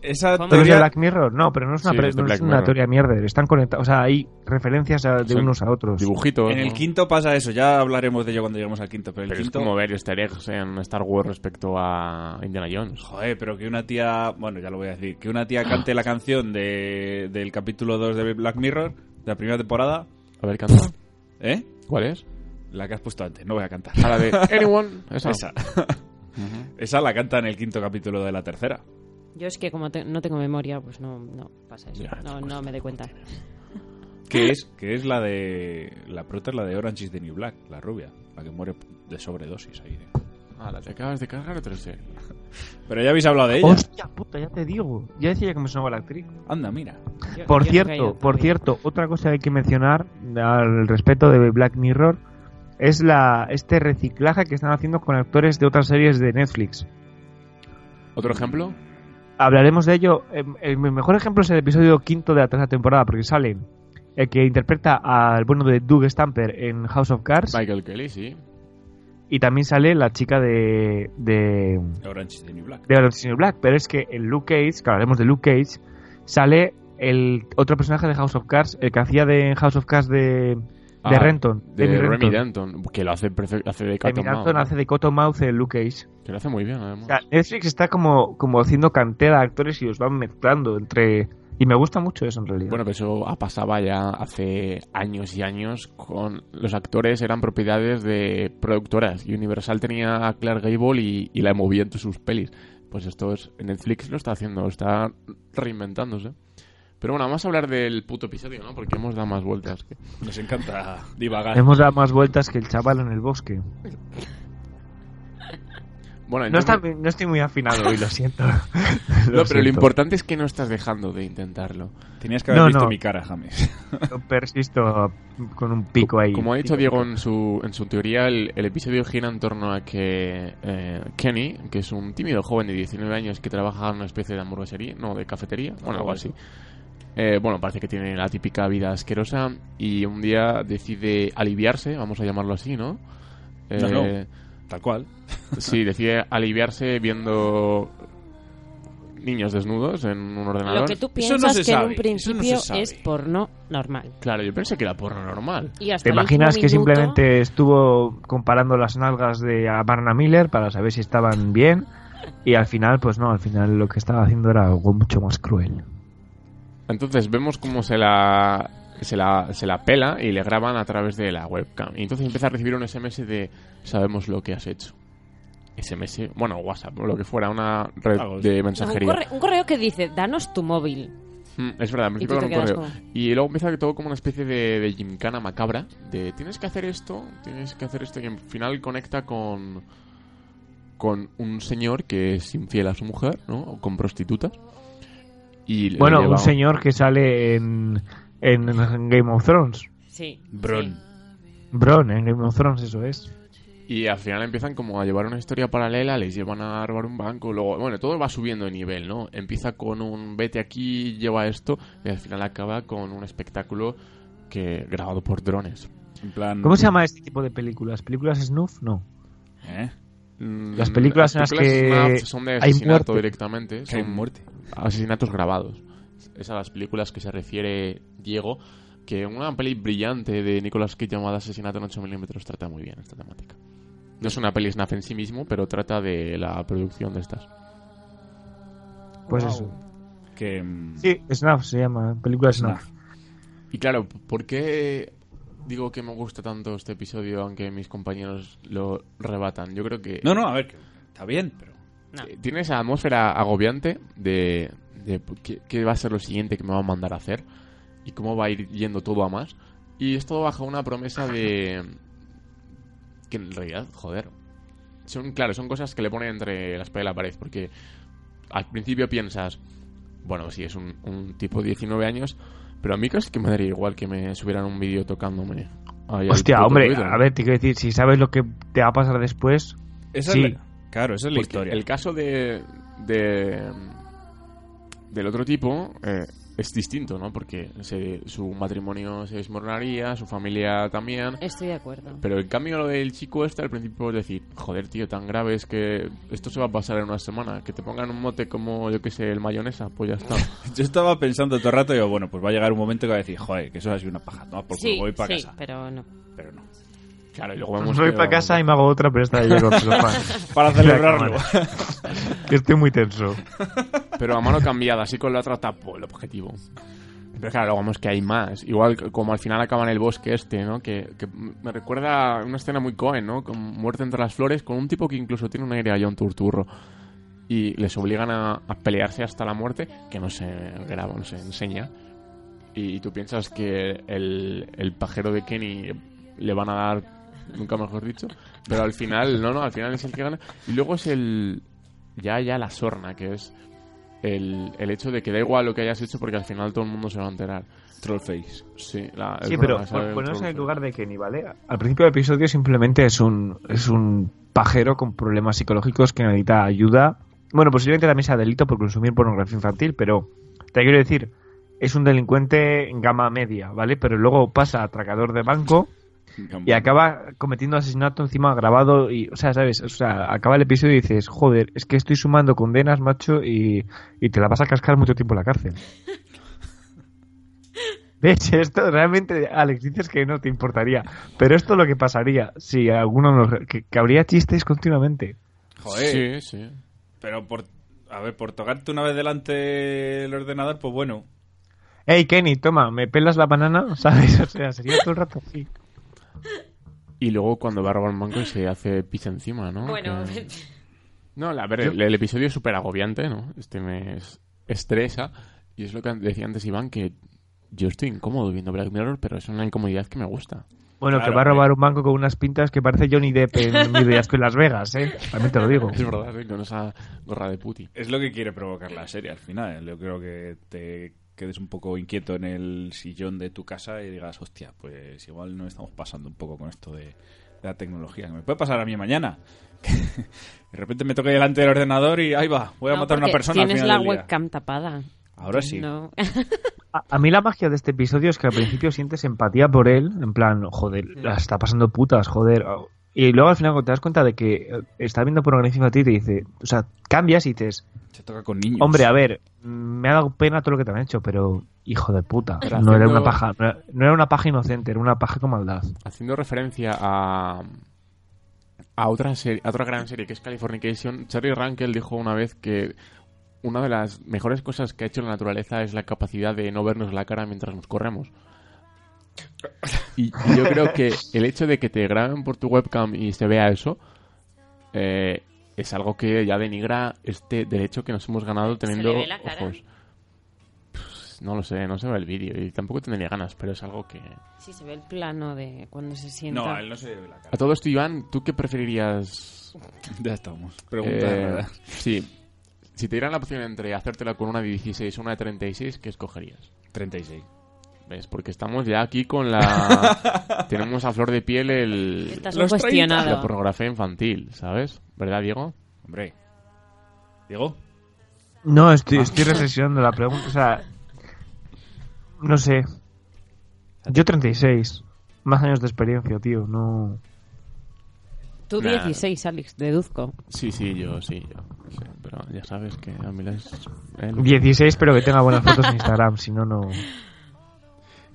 [SPEAKER 9] Esa
[SPEAKER 3] ¿Cómo?
[SPEAKER 10] ¿Pero es de
[SPEAKER 9] teoría...
[SPEAKER 10] Black Mirror? No, pero no es una,
[SPEAKER 2] Sí,
[SPEAKER 10] pre-
[SPEAKER 2] es de
[SPEAKER 10] no es
[SPEAKER 2] Black
[SPEAKER 10] una
[SPEAKER 2] Mirror.
[SPEAKER 10] teoría mierda. Están conectados, o sea, hay referencias a- de
[SPEAKER 2] Son
[SPEAKER 10] unos a otros.
[SPEAKER 2] Dibujitos.
[SPEAKER 9] En el
[SPEAKER 2] ¿no?
[SPEAKER 9] quinto pasa eso, ya hablaremos de ello cuando lleguemos al quinto, pero el
[SPEAKER 2] Pero es
[SPEAKER 9] quinto...
[SPEAKER 2] como ver easter eggs en Star Wars respecto a Indiana Jones.
[SPEAKER 9] Joder, pero que una tía... Bueno, ya lo voy a decir. Que una tía cante la canción de, del capítulo 2 de Black Mirror, de la primera temporada,
[SPEAKER 2] A ver, canta.
[SPEAKER 9] ¿eh?
[SPEAKER 2] ¿Cuál es?
[SPEAKER 9] La que has puesto antes, no voy a cantar.
[SPEAKER 2] A la de Anyone. Esa.
[SPEAKER 9] Esa. Esa la canta en el quinto capítulo de la tercera.
[SPEAKER 3] Yo es que como te- no tengo memoria, pues no, no pasa eso.
[SPEAKER 2] Ya, te
[SPEAKER 9] pues
[SPEAKER 3] no, no
[SPEAKER 2] cuesta.
[SPEAKER 3] me doy cuenta.
[SPEAKER 9] Que es, que es la de. La prota es la de Orange is the New Black, la rubia. La que muere de sobredosis ahí.
[SPEAKER 2] Ah, la te acabas de cargar otro sí.
[SPEAKER 9] Pero ya habéis hablado de ella.
[SPEAKER 10] Hostia puta, ya te digo. Ya decía que me sonaba la actriz.
[SPEAKER 9] Anda, mira.
[SPEAKER 3] Yo-
[SPEAKER 10] Por
[SPEAKER 3] yo no
[SPEAKER 10] cierto,
[SPEAKER 3] caigo
[SPEAKER 10] por
[SPEAKER 3] todavía.
[SPEAKER 10] cierto, otra cosa que hay que mencionar al respecto de Black Mirror es la este reciclaje que están haciendo con actores de otras series de Netflix.
[SPEAKER 2] ¿Otro ejemplo?
[SPEAKER 10] Hablaremos de ello. em, El mejor ejemplo es el episodio quinto de la tercera temporada, porque sale el que interpreta al bueno de Doug Stamper en House of Cards
[SPEAKER 2] Michael Kelly, sí.
[SPEAKER 10] y también sale la chica de, de,
[SPEAKER 9] Orange is the New Black.
[SPEAKER 10] de Orange is the New Black, pero es que en Luke Cage, que hablaremos de Luke Cage, sale el otro personaje de House of Cards, el que hacía de House of Cards de, de
[SPEAKER 2] Ah,
[SPEAKER 10] Renton.
[SPEAKER 2] De
[SPEAKER 10] David
[SPEAKER 2] Remy
[SPEAKER 10] Renton.
[SPEAKER 2] Denton, que lo hace, perfe- hace de Cotton
[SPEAKER 10] David Renton
[SPEAKER 2] Mouth,
[SPEAKER 10] hace de Cottonmouth en Luke Cage.
[SPEAKER 2] Que lo hace muy bien,
[SPEAKER 10] O
[SPEAKER 2] además.
[SPEAKER 10] sea, Netflix está como, como haciendo cantera de actores y los van mezclando entre... Y me gusta mucho eso en realidad.
[SPEAKER 2] Bueno, pero eso ah, pasaba ya hace años y años con... Los actores eran propiedades de productoras. y Universal tenía a Clark Gable y, y la movía entre sus pelis. Pues esto es... Netflix lo está haciendo, está reinventándose. Pero bueno, vamos a hablar del puto episodio, ¿no? Porque hemos dado más vueltas. que-
[SPEAKER 9] Nos encanta divagar.
[SPEAKER 10] Hemos dado más vueltas que el chaval en el bosque.
[SPEAKER 2] Bueno,
[SPEAKER 10] No,
[SPEAKER 2] entonces-
[SPEAKER 10] está- no estoy muy afinado hoy, lo siento. Lo
[SPEAKER 2] No, pero lo
[SPEAKER 10] siento.
[SPEAKER 2] importante es que no estás dejando de intentarlo.
[SPEAKER 9] Tenías que haber
[SPEAKER 10] No,
[SPEAKER 9] visto
[SPEAKER 10] no.
[SPEAKER 9] mi cara, James.
[SPEAKER 10] Yo Persisto con un pico ahí.
[SPEAKER 2] Como ha dicho
[SPEAKER 10] Pico.
[SPEAKER 2] Diego en su, en su teoría, el, el episodio gira en torno a que eh, Kenny, que es un tímido joven de 19 años que trabaja en una especie de hamburguesería, no, de cafetería, bueno, algo así. Eh, bueno, parece que tiene la típica vida asquerosa y un día decide aliviarse, vamos a llamarlo así, ¿no? Eh,
[SPEAKER 9] No, no. Tal cual.
[SPEAKER 2] Sí, decide aliviarse viendo niños desnudos en un ordenador.
[SPEAKER 3] Lo que tú
[SPEAKER 9] Eso no
[SPEAKER 3] piensas
[SPEAKER 9] se
[SPEAKER 3] que en
[SPEAKER 9] sabe,
[SPEAKER 3] un
[SPEAKER 9] eso no
[SPEAKER 3] principio
[SPEAKER 9] se sabe.
[SPEAKER 3] es porno normal.
[SPEAKER 2] Claro, yo pensé que era porno normal.
[SPEAKER 3] Y hasta
[SPEAKER 10] ¿Te
[SPEAKER 3] el último
[SPEAKER 10] imaginas que
[SPEAKER 3] minuto-
[SPEAKER 10] simplemente estuvo comparando las nalgas de a Barna Miller para saber si estaban bien? Y al final, pues no, al final lo que estaba haciendo era algo mucho más cruel.
[SPEAKER 2] Entonces vemos cómo se la, se la se la pela y le graban a través de la webcam. Y entonces empieza a recibir un SMS de sabemos lo que has hecho. SMS, bueno, WhatsApp, o lo que fuera, una red
[SPEAKER 9] Algo así.
[SPEAKER 2] de
[SPEAKER 3] No, un,
[SPEAKER 2] mensajería.
[SPEAKER 3] corre- un correo que dice, danos tu móvil.
[SPEAKER 2] Mm, es verdad, me
[SPEAKER 3] Y tú
[SPEAKER 2] con
[SPEAKER 3] te
[SPEAKER 2] un
[SPEAKER 3] quedas
[SPEAKER 2] correo.
[SPEAKER 3] como-
[SPEAKER 2] Y luego empieza todo como una especie de, de gincana macabra. De tienes que hacer esto, tienes que hacer esto. Y al final conecta con, con un señor que es infiel a su mujer, ¿no? O con prostitutas. Y le
[SPEAKER 10] Bueno,
[SPEAKER 2] lleva-
[SPEAKER 10] un señor que sale en, en, en Game of Thrones.
[SPEAKER 3] Sí.
[SPEAKER 9] Bron.
[SPEAKER 10] Bron, en Game of Thrones, eso es.
[SPEAKER 2] Y al final empiezan como a llevar una historia paralela, les llevan a robar un banco, luego, bueno, todo va subiendo de nivel, ¿no? Empieza con un vete aquí, lleva esto, y al final acaba con un espectáculo que grabado por drones.
[SPEAKER 9] En plan...
[SPEAKER 10] ¿Cómo se
[SPEAKER 2] Mm.
[SPEAKER 10] llama este tipo de películas? ¿Películas snuff? No.
[SPEAKER 9] ¿eh?
[SPEAKER 2] Las
[SPEAKER 10] Las películas en las que
[SPEAKER 2] snuff Mm, son de
[SPEAKER 10] hay
[SPEAKER 2] asesinato
[SPEAKER 10] muerte.
[SPEAKER 2] directamente,
[SPEAKER 9] Que hay
[SPEAKER 2] son
[SPEAKER 9] muerte.
[SPEAKER 2] asesinatos grabados. Es a las películas que se refiere Diego, que una peli brillante de Nicolas Cage llamada Asesinato en 8 milímetros trata muy bien esta temática. No es una peli snuff en sí mismo, pero trata de la producción de estas.
[SPEAKER 10] Pues eso.
[SPEAKER 9] Que... mm,
[SPEAKER 10] Sí, snuff se llama. Películas snuff.
[SPEAKER 2] Y claro, ¿por qué digo que me gusta tanto este episodio aunque mis compañeros lo rebatan? Yo creo que
[SPEAKER 9] No, no, a ver, que está bien, pero...
[SPEAKER 2] eh, tiene esa atmósfera agobiante de, de qué, qué va a ser lo siguiente que me va a mandar a hacer y cómo va a ir yendo todo a más. Y esto bajo una promesa de... que en realidad, joder. Son, claro, son cosas que le ponen entre la espalda y la pared, porque al principio piensas, bueno, sí, es un, un tipo de 19 años, pero a mí casi que me daría igual que me subieran un vídeo tocándome. ahí al
[SPEAKER 10] Hostia,
[SPEAKER 2] puto
[SPEAKER 10] hombre,
[SPEAKER 2] Twitter.
[SPEAKER 10] a ver, te quiero decir, si sabes lo que te va a pasar después,
[SPEAKER 9] Esa
[SPEAKER 10] Sí.
[SPEAKER 9] es la- Claro, esa es la
[SPEAKER 2] Porque
[SPEAKER 9] historia.
[SPEAKER 2] El caso de, de- del otro tipo eh, es distinto, ¿no? Porque se- su matrimonio se desmoronaría, su familia también.
[SPEAKER 10] Eh.
[SPEAKER 3] Estoy de acuerdo.
[SPEAKER 2] Pero el cambio lo del chico este al principio es decir, joder, tío, tan grave es que esto se va a pasar en una semana. Que te pongan un mote como, yo qué sé, el mayonesa, pues ya está.
[SPEAKER 9] Yo estaba pensando todo el rato y digo, bueno, pues va a llegar un momento que va a decir, joder, que eso ha sido una paja, toma por culo,
[SPEAKER 3] Sí,
[SPEAKER 9] voy para
[SPEAKER 3] sí,
[SPEAKER 9] casa.
[SPEAKER 3] pero no.
[SPEAKER 9] Pero no.
[SPEAKER 2] Claro, y luego vemos
[SPEAKER 10] voy
[SPEAKER 2] que-
[SPEAKER 10] para casa y me hago otra, pero esta de Diego
[SPEAKER 9] Para celebrarlo.
[SPEAKER 10] que estoy muy tenso.
[SPEAKER 2] Pero a mano cambiada, así con la otra tapo el objetivo. Pero claro, luego vemos que hay más. Igual que- como al final acaba en el bosque este, ¿no? Que, que me recuerda a una escena muy Cohen, ¿no? Con muerte entre las flores, con un tipo que incluso tiene un aire a John Turturro. Y les obligan a, a pelearse hasta la muerte, que no se graba, no se enseña. Y, tú piensas que el, el pajero de Kenny le van a dar, nunca mejor dicho, pero al final, no, no, al final es el que gana. Y luego es el. Ya, ya la sorna, que es el, el hecho de que da igual lo que hayas hecho porque al final todo el mundo se va a enterar.
[SPEAKER 9] Trollface.
[SPEAKER 2] Sí, la, el
[SPEAKER 10] Sí, pero
[SPEAKER 2] programa sale
[SPEAKER 10] pon-
[SPEAKER 2] en
[SPEAKER 10] poneros en el
[SPEAKER 2] Trollface.
[SPEAKER 10] lugar de Kenny, ¿vale? Al principio del episodio simplemente es un, es un pajero con problemas psicológicos que necesita ayuda. Bueno, posiblemente también sea delito por consumir pornografía infantil, pero te quiero decir, es un delincuente en gama media, ¿vale? Pero luego pasa a atracador de banco y acaba cometiendo asesinato encima grabado y, o sea, ¿sabes? O sea, acaba el episodio y dices, joder, es que estoy sumando condenas, macho, y, y te la vas a cascar mucho tiempo en la cárcel. De hecho, esto realmente, Alex, dices que no te importaría, pero esto es lo que pasaría si alguno nos... Que, que habría chistes continuamente.
[SPEAKER 9] Joder.
[SPEAKER 2] Sí, sí.
[SPEAKER 9] Pero por... A ver, por tocarte una vez delante el ordenador, pues bueno.
[SPEAKER 10] Hey, Kenny, toma, ¿me pelas la banana? ¿Sabes? O sea, sería todo el rato así.
[SPEAKER 2] Y luego cuando va a robar un banco se hace pizza encima,
[SPEAKER 9] Ah,
[SPEAKER 2] ¿no?
[SPEAKER 3] Bueno,
[SPEAKER 2] Que- No, la- a ver, el, el episodio es súper agobiante, ¿no? Este me es- estresa. Y es lo que decía antes Iván, que yo estoy incómodo viendo Black Mirror, pero es una incomodidad que me gusta.
[SPEAKER 10] Bueno,
[SPEAKER 9] Claro,
[SPEAKER 10] que va a robar un banco con unas pintas que parece Johnny Depp en Mi Días en Las Vegas, ¿eh? También te lo digo.
[SPEAKER 2] Es verdad, ¿eh? sí, con esa gorra de puti.
[SPEAKER 9] Es lo que quiere provocar la serie al final. Yo creo que te quedes un poco inquieto en el sillón de tu casa y digas, hostia, pues igual no estamos pasando un poco con esto de, de la tecnología. Que me puede pasar a mí mañana. de repente me toca delante del ordenador y ahí va, voy a
[SPEAKER 3] no,
[SPEAKER 9] matar a una
[SPEAKER 3] porque
[SPEAKER 9] persona. al
[SPEAKER 3] Tienes
[SPEAKER 9] final
[SPEAKER 3] la
[SPEAKER 9] del día.
[SPEAKER 3] webcam tapada.
[SPEAKER 9] Ahora sí.
[SPEAKER 3] No.
[SPEAKER 10] A, a mí la magia de este episodio es que al principio sientes empatía por él, en plan, joder, la está pasando putas, joder. Oh, Y luego al final cuando te das cuenta de que eh, está viendo pornografía a ti y te dice, o sea, cambias y dices,
[SPEAKER 9] Se toca con niños.
[SPEAKER 10] hombre, a ver, mm, me ha dado pena todo lo que te han hecho, pero hijo de puta,
[SPEAKER 2] Pero
[SPEAKER 10] no era
[SPEAKER 2] haciendo-
[SPEAKER 10] una paja, no era- no era una paja inocente, era una paja con maldad.
[SPEAKER 2] haciendo referencia a a otra serie, a otra gran serie que es Californication, Charlie Rankel dijo una vez que una de las mejores cosas que ha hecho la naturaleza es la capacidad de no vernos la cara mientras nos corremos. Y yo creo que el hecho de que te graben por tu webcam y se vea eso eh, es algo que ya denigra este derecho que nos hemos ganado teniendo
[SPEAKER 3] ve la cara?
[SPEAKER 2] ojos. Pues, no lo sé, no se ve el vídeo y tampoco tendría ganas, pero es algo que
[SPEAKER 3] Sí, se ve el plano de cuando se sienta.
[SPEAKER 9] No, a él no se le ve la cara.
[SPEAKER 2] a todo esto, Iván, ¿tú qué preferirías?
[SPEAKER 9] Ya estamos. Pregunta de
[SPEAKER 2] Eh,
[SPEAKER 9] verdad.
[SPEAKER 2] sí. Si te dieran la opción entre hacértela con una de 16 o una de 36, ¿qué escogerías?
[SPEAKER 9] 36.
[SPEAKER 2] ¿Ves? Porque estamos ya aquí con la... Tenemos a flor de piel el...
[SPEAKER 3] Estás Los cuestionado. 30.
[SPEAKER 2] La pornografía infantil, ¿sabes? ¿Verdad, Diego?
[SPEAKER 9] Hombre. ¿Diego?
[SPEAKER 10] No, estoy, estoy reflexionando la pregunta. O sea, no sé. Yo 36. Más años de experiencia, tío. No.
[SPEAKER 3] Tú
[SPEAKER 2] Nah.
[SPEAKER 3] 16, Alex, deduzco.
[SPEAKER 2] Sí, sí, yo, sí, yo. Sí, pero ya sabes que a mí las... el-
[SPEAKER 10] 16, pero que tenga buenas fotos en Instagram, si no, no.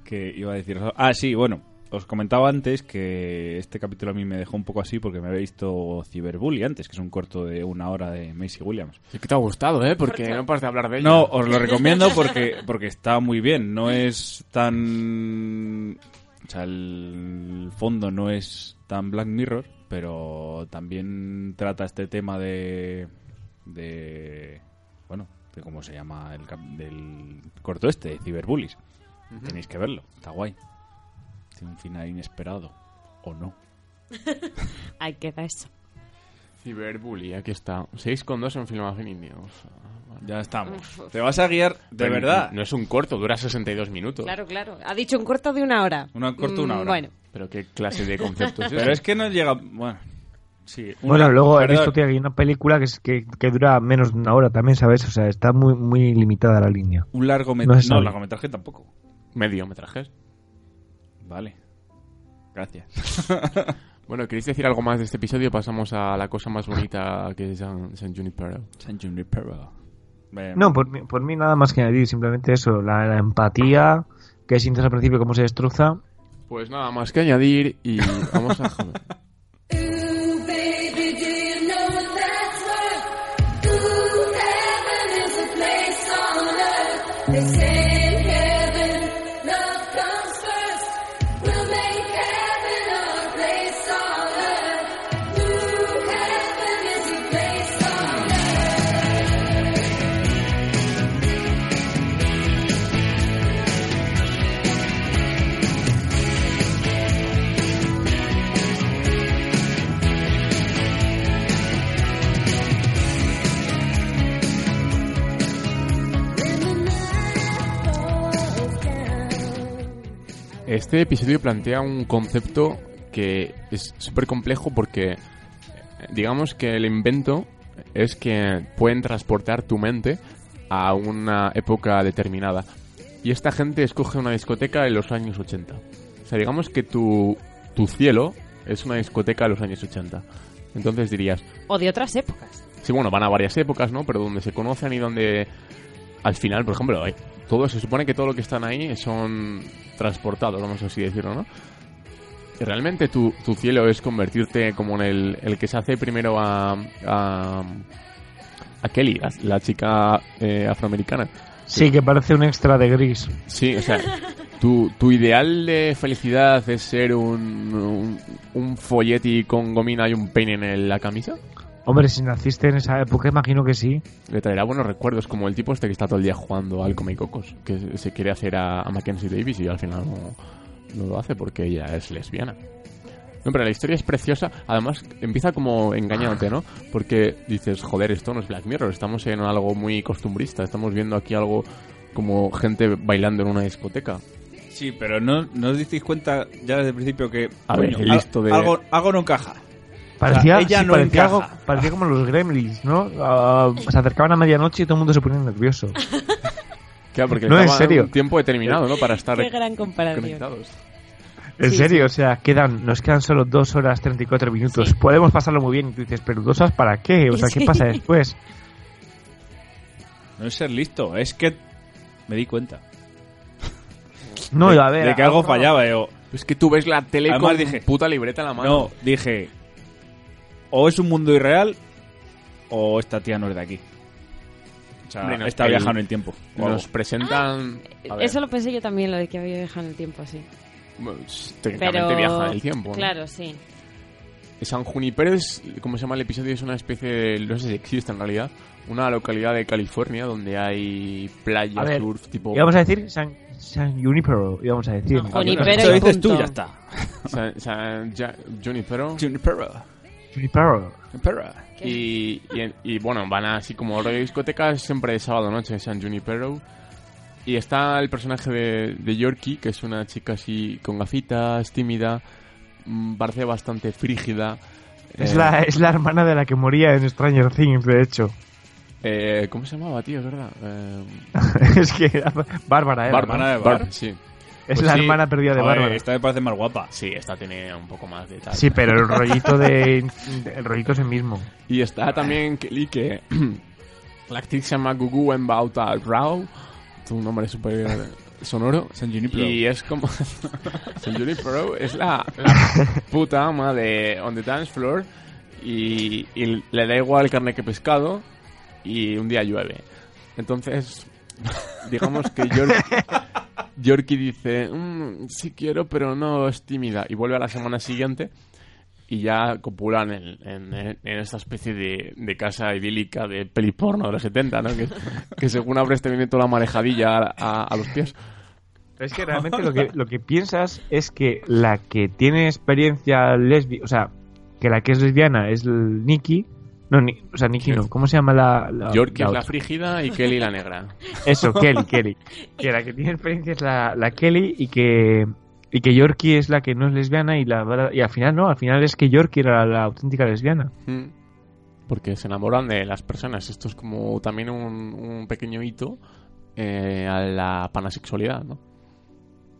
[SPEAKER 9] que iba a decir. Ah, sí, bueno. Os comentaba antes que este capítulo a mí me dejó un poco así porque me había visto Cyberbully antes, que es un corto de una hora de Macy Williams.
[SPEAKER 2] Sí que te ha gustado, ¿eh? Porque no paras de hablar de ella.
[SPEAKER 9] No, os lo recomiendo porque, porque está muy bien. No es tan... O sea, el fondo no es tan Black Mirror, pero también trata este tema de... de bueno, de cómo se llama el cap- del corto este, de Cyberbullies.
[SPEAKER 2] Ujú.
[SPEAKER 9] Tenéis que verlo, está guay. Tiene un final inesperado, o no.
[SPEAKER 3] Hay que dar eso.
[SPEAKER 2] Ciberbully, aquí está. 6,2 en Filmación India. O sea, bueno.
[SPEAKER 9] Ya estamos. Te vas a guiar, de
[SPEAKER 2] Pero
[SPEAKER 9] verdad.
[SPEAKER 2] No es un corto, dura 62 minutos.
[SPEAKER 3] Claro, claro. Ha dicho un corto de una hora.
[SPEAKER 9] Una corto, una
[SPEAKER 3] Mm,
[SPEAKER 9] hora.
[SPEAKER 3] Bueno,
[SPEAKER 2] Pero qué clase de concepto es ese?
[SPEAKER 9] Pero es que no llega... Bueno, sí.
[SPEAKER 10] Bueno,
[SPEAKER 9] una-
[SPEAKER 10] luego he
[SPEAKER 9] perdón.
[SPEAKER 10] visto tío, que hay una película que, es- que, que dura menos de una hora también, ¿sabes? O sea, está muy, muy limitada la línea.
[SPEAKER 9] Un
[SPEAKER 10] No
[SPEAKER 9] largometraje.
[SPEAKER 10] es
[SPEAKER 9] No,
[SPEAKER 10] sabio.
[SPEAKER 9] largometraje tampoco.
[SPEAKER 2] Mediometrajes.
[SPEAKER 9] Vale. Gracias.
[SPEAKER 2] Bueno, ¿queréis decir algo más de este episodio? Pasamos a la cosa más bonita que es San, San Junipero.
[SPEAKER 9] San Junipero. Ve-
[SPEAKER 10] No, por mí, por mí nada más que añadir, simplemente eso, la, la empatía que sientes al principio cómo se destroza.
[SPEAKER 2] Pues nada más que añadir y vamos a... joder. Este episodio plantea un concepto que es súper complejo porque eh, digamos que el invento es que pueden transportar tu mente a una época determinada. Y esta gente escoge una discoteca en los años 80. O sea, digamos que tu, tu cielo es una discoteca de los años 80. Entonces dirías,
[SPEAKER 3] o de otras épocas.
[SPEAKER 2] Sí, bueno, van a varias épocas, ¿no? Pero donde se conocen y donde al final, por ejemplo, hay- todo se supone que todo lo que están ahí son transportados, vamos a así decirlo, ¿no? Y Realmente tu, tu cielo es convertirte como en el, el que se hace primero a, a, a Kelly, la, la chica eh, afroamericana.
[SPEAKER 10] Sí, que parece un extra de gris.
[SPEAKER 2] Sí, o sea, tu, tu ideal de felicidad es ser un, un, un folleti con gomina y un peine en la camisa.
[SPEAKER 10] Hombre, si naciste en esa época, imagino que sí.
[SPEAKER 2] Le traerá buenos recuerdos, como el tipo este que está todo el día jugando al Come Cocos, que se quiere hacer a, a Mackenzie Davis y al final no, no lo hace porque ella es lesbiana. No, pero la historia es preciosa. Además, empieza como engañándote, ¿no? Porque dices, joder, esto no es Black Mirror, estamos en algo muy costumbrista, estamos viendo aquí algo como gente bailando en una discoteca.
[SPEAKER 9] Sí, pero no, no os disteis cuenta ya desde el principio que.
[SPEAKER 2] A ver, qué
[SPEAKER 9] al-
[SPEAKER 2] listo de-
[SPEAKER 9] Algo, algo no encaja. O
[SPEAKER 10] Parecía,
[SPEAKER 9] sea, ella
[SPEAKER 10] sí,
[SPEAKER 9] no
[SPEAKER 10] parecía,
[SPEAKER 9] encaja.
[SPEAKER 10] algo- parecía como los gremlins, ¿no? Ah, se acercaban a medianoche y todo el mundo se ponía nervioso.
[SPEAKER 2] Claro, porque
[SPEAKER 10] No, en
[SPEAKER 2] estaba
[SPEAKER 10] serio.
[SPEAKER 2] un tiempo determinado, ¿no? Para estar
[SPEAKER 3] Qué gran comparación.
[SPEAKER 2] conectados.
[SPEAKER 10] En
[SPEAKER 3] Sí,
[SPEAKER 10] serio, o sea, quedan, nos quedan solo dos horas 34 minutos. Podemos pasarlo muy bien. Y tú dices, pero dos horas para qué? O sea, ¿qué
[SPEAKER 3] Sí.
[SPEAKER 10] pasa después?
[SPEAKER 9] No es ser listo, es que. Me di cuenta.
[SPEAKER 10] No,
[SPEAKER 9] de,
[SPEAKER 10] a ver.
[SPEAKER 9] de que algo
[SPEAKER 10] ahora-
[SPEAKER 9] fallaba. Yo,
[SPEAKER 2] Es que tú ves la tele
[SPEAKER 9] Además
[SPEAKER 2] con
[SPEAKER 9] dije,
[SPEAKER 2] puta libreta en la mano.
[SPEAKER 9] no, dije. O es un mundo irreal, o esta tía no es de aquí. O sea,
[SPEAKER 2] Hombre, no,
[SPEAKER 9] está
[SPEAKER 2] el-
[SPEAKER 9] viajando en el tiempo. o algo.
[SPEAKER 2] Nos presentan... a ver.
[SPEAKER 3] Ah, Eso lo pensé yo también, lo de que había viajado en el tiempo, sí.
[SPEAKER 2] Bueno, s- Técnicamente
[SPEAKER 3] Pero...
[SPEAKER 2] viaja en el tiempo. ¿no?
[SPEAKER 3] Claro, sí.
[SPEAKER 2] San Junipero es, como se llama el episodio, es una especie de. No sé si existe en realidad. Una localidad de California donde hay playa,
[SPEAKER 10] A ver,
[SPEAKER 2] surf, tipo.
[SPEAKER 10] Íbamos a decir San, San Junipero, íbamos a decir.
[SPEAKER 3] San
[SPEAKER 9] Bueno,
[SPEAKER 3] Junipero
[SPEAKER 9] eso
[SPEAKER 3] y
[SPEAKER 9] dices
[SPEAKER 3] punto.
[SPEAKER 9] tú, ya está.
[SPEAKER 2] San, San Ja- Junipero.
[SPEAKER 9] Junipero.
[SPEAKER 2] Y, y- y, bueno, van así como rollo discotecas siempre de sábado noche, San Junipero. Y está el personaje de, de Yorkie, que es una chica así con gafitas, tímida, mm, parece bastante frígida.
[SPEAKER 10] Es,
[SPEAKER 2] Eh,
[SPEAKER 10] la, es la hermana de la que moría en Stranger Things, de hecho.
[SPEAKER 2] eh, ¿Cómo se llamaba, tío? Es verdad. Eh,
[SPEAKER 10] es que era Bárbara era.
[SPEAKER 2] Bárbara
[SPEAKER 10] ¿no?
[SPEAKER 2] de Bar, sí.
[SPEAKER 10] Es la hermana perdida de
[SPEAKER 2] Joder,
[SPEAKER 10] Bárbara.
[SPEAKER 9] Esta me parece más guapa.
[SPEAKER 2] Sí, esta tiene un poco más de tal.
[SPEAKER 10] Sí, pero el rollito de el rollito es el mismo.
[SPEAKER 2] Y está también Kelly, que la actriz se llama Gugu Mbauta Rao. Es un nombre súper sonoro. Y es como... San Junipero es la, la puta ama de On the Dance Floor y, y le da igual carne que pescado y un día llueve. Entonces, digamos que York- Yorkie dice, "Mm, sí quiero, pero no es tímida. Y vuelve a la semana siguiente y ya copulan en, en- en esta especie de, de casa idílica de peliporno de los 70, ¿no? Que, que según abres te viene toda la marejadilla a- a- a los pies.
[SPEAKER 10] Es que realmente lo que, lo que piensas es que la que tiene experiencia lesbiana, o sea, que la que es lesbiana es el Nikki. No, ni- o sea, Nikki no. ¿Cómo se llama la. la
[SPEAKER 2] Yorkie
[SPEAKER 10] la
[SPEAKER 2] es la
[SPEAKER 10] otra?
[SPEAKER 2] frígida y Kelly la negra.
[SPEAKER 10] Eso, Kelly, Kelly. Que la que tiene experiencia es la, la Kelly y que. Y que Yorkie es la que no es lesbiana y la y al final no, al final es que Yorkie era la, la auténtica lesbiana.
[SPEAKER 2] Mm. Porque se enamoran de las personas. Esto es como también un, un pequeño hito eh, a la panasexualidad, ¿no?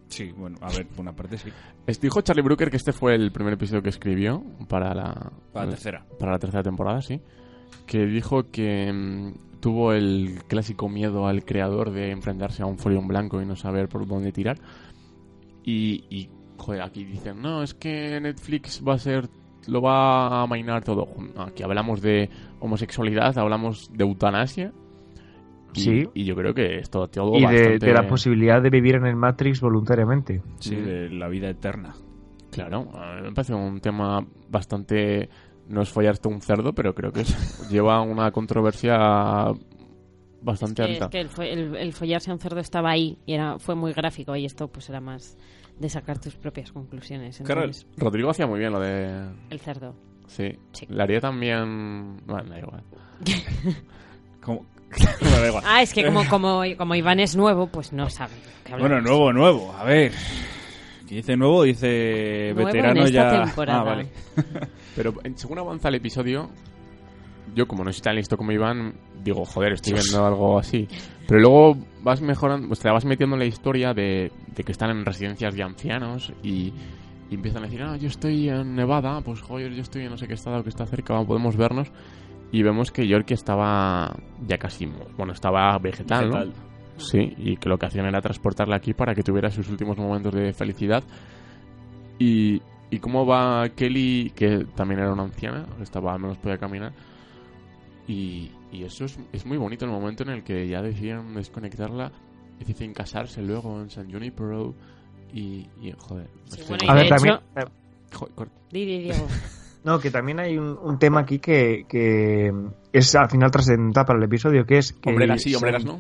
[SPEAKER 9] Sí, bueno, a ver, por una parte sí.
[SPEAKER 2] Es- Dijo Charlie Brooker que este fue el primer episodio que escribió para la,
[SPEAKER 9] Para la tercera.
[SPEAKER 2] Para la tercera temporada, sí. Que dijo que mm, tuvo el clásico miedo al creador de enfrentarse a un folión blanco y no saber por dónde tirar. Y, y, joder, aquí dicen, no, es que Netflix va a ser, lo va a amainar todo. Aquí hablamos de homosexualidad, hablamos de eutanasia. Y,
[SPEAKER 10] Sí.
[SPEAKER 2] Y yo creo que esto todo
[SPEAKER 10] Y de,
[SPEAKER 2] bastante-
[SPEAKER 10] de la posibilidad de vivir en el Matrix voluntariamente.
[SPEAKER 9] Sí, de la vida eterna.
[SPEAKER 2] Claro, a mí me parece un tema bastante... No es follarte un cerdo, pero creo que es- lleva una controversia bastante
[SPEAKER 3] Que, es
[SPEAKER 2] alta.
[SPEAKER 3] que el, fo- el- el follarse a un cerdo estaba ahí y era, fue muy gráfico y esto pues era más de sacar tus propias conclusiones.
[SPEAKER 2] Claro,
[SPEAKER 3] Entonces,
[SPEAKER 2] Rodrigo hacía muy bien lo de...
[SPEAKER 3] el cerdo.
[SPEAKER 2] Sí. La haría también... Bueno, da igual.
[SPEAKER 9] ¿Cómo? Bueno, da igual.
[SPEAKER 3] Ah, es que como, como, como Iván es nuevo, pues no sabe. lo que hablamos.
[SPEAKER 9] Bueno, nuevo, nuevo. A ver. Que dice nuevo, dice
[SPEAKER 3] Nuevo en
[SPEAKER 9] eh, veterano
[SPEAKER 3] esta
[SPEAKER 9] ya.
[SPEAKER 3] temporada.
[SPEAKER 9] Ah, vale.
[SPEAKER 2] Pero en- según avanza el episodio, yo como no soy tan listo como Iván, digo, joder, estoy
[SPEAKER 9] Dios.
[SPEAKER 2] viendo algo así. Pero luego vas mejorando, pues te la vas metiendo en la historia de, de que están en residencias de ancianos y, y empiezan a decir, ah, yo estoy en Nevada, pues joder, yo estoy en no sé qué estado que está cerca, podemos vernos. Y vemos que Yorkie estaba ya casi, mu- bueno, estaba vegetal, ¿no?
[SPEAKER 9] Vegetal.
[SPEAKER 2] Sí, y que lo que hacían era transportarla aquí para que tuviera sus últimos momentos de felicidad. Y, y cómo va Kelly, que también era una anciana, estaba al menos podía caminar. Y, y eso es, es muy bonito el momento en el que ya decidieron desconectarla y deciden casarse luego en San Junipero. Y, y joder, estoy-
[SPEAKER 3] bueno,
[SPEAKER 10] A ver, también,
[SPEAKER 2] Joder, corta.
[SPEAKER 3] Di, di, Diego.
[SPEAKER 10] No, que también hay un, un tema aquí que, que es al final trascendental para el episodio, que es que...
[SPEAKER 2] hombreras sí, hombreras no.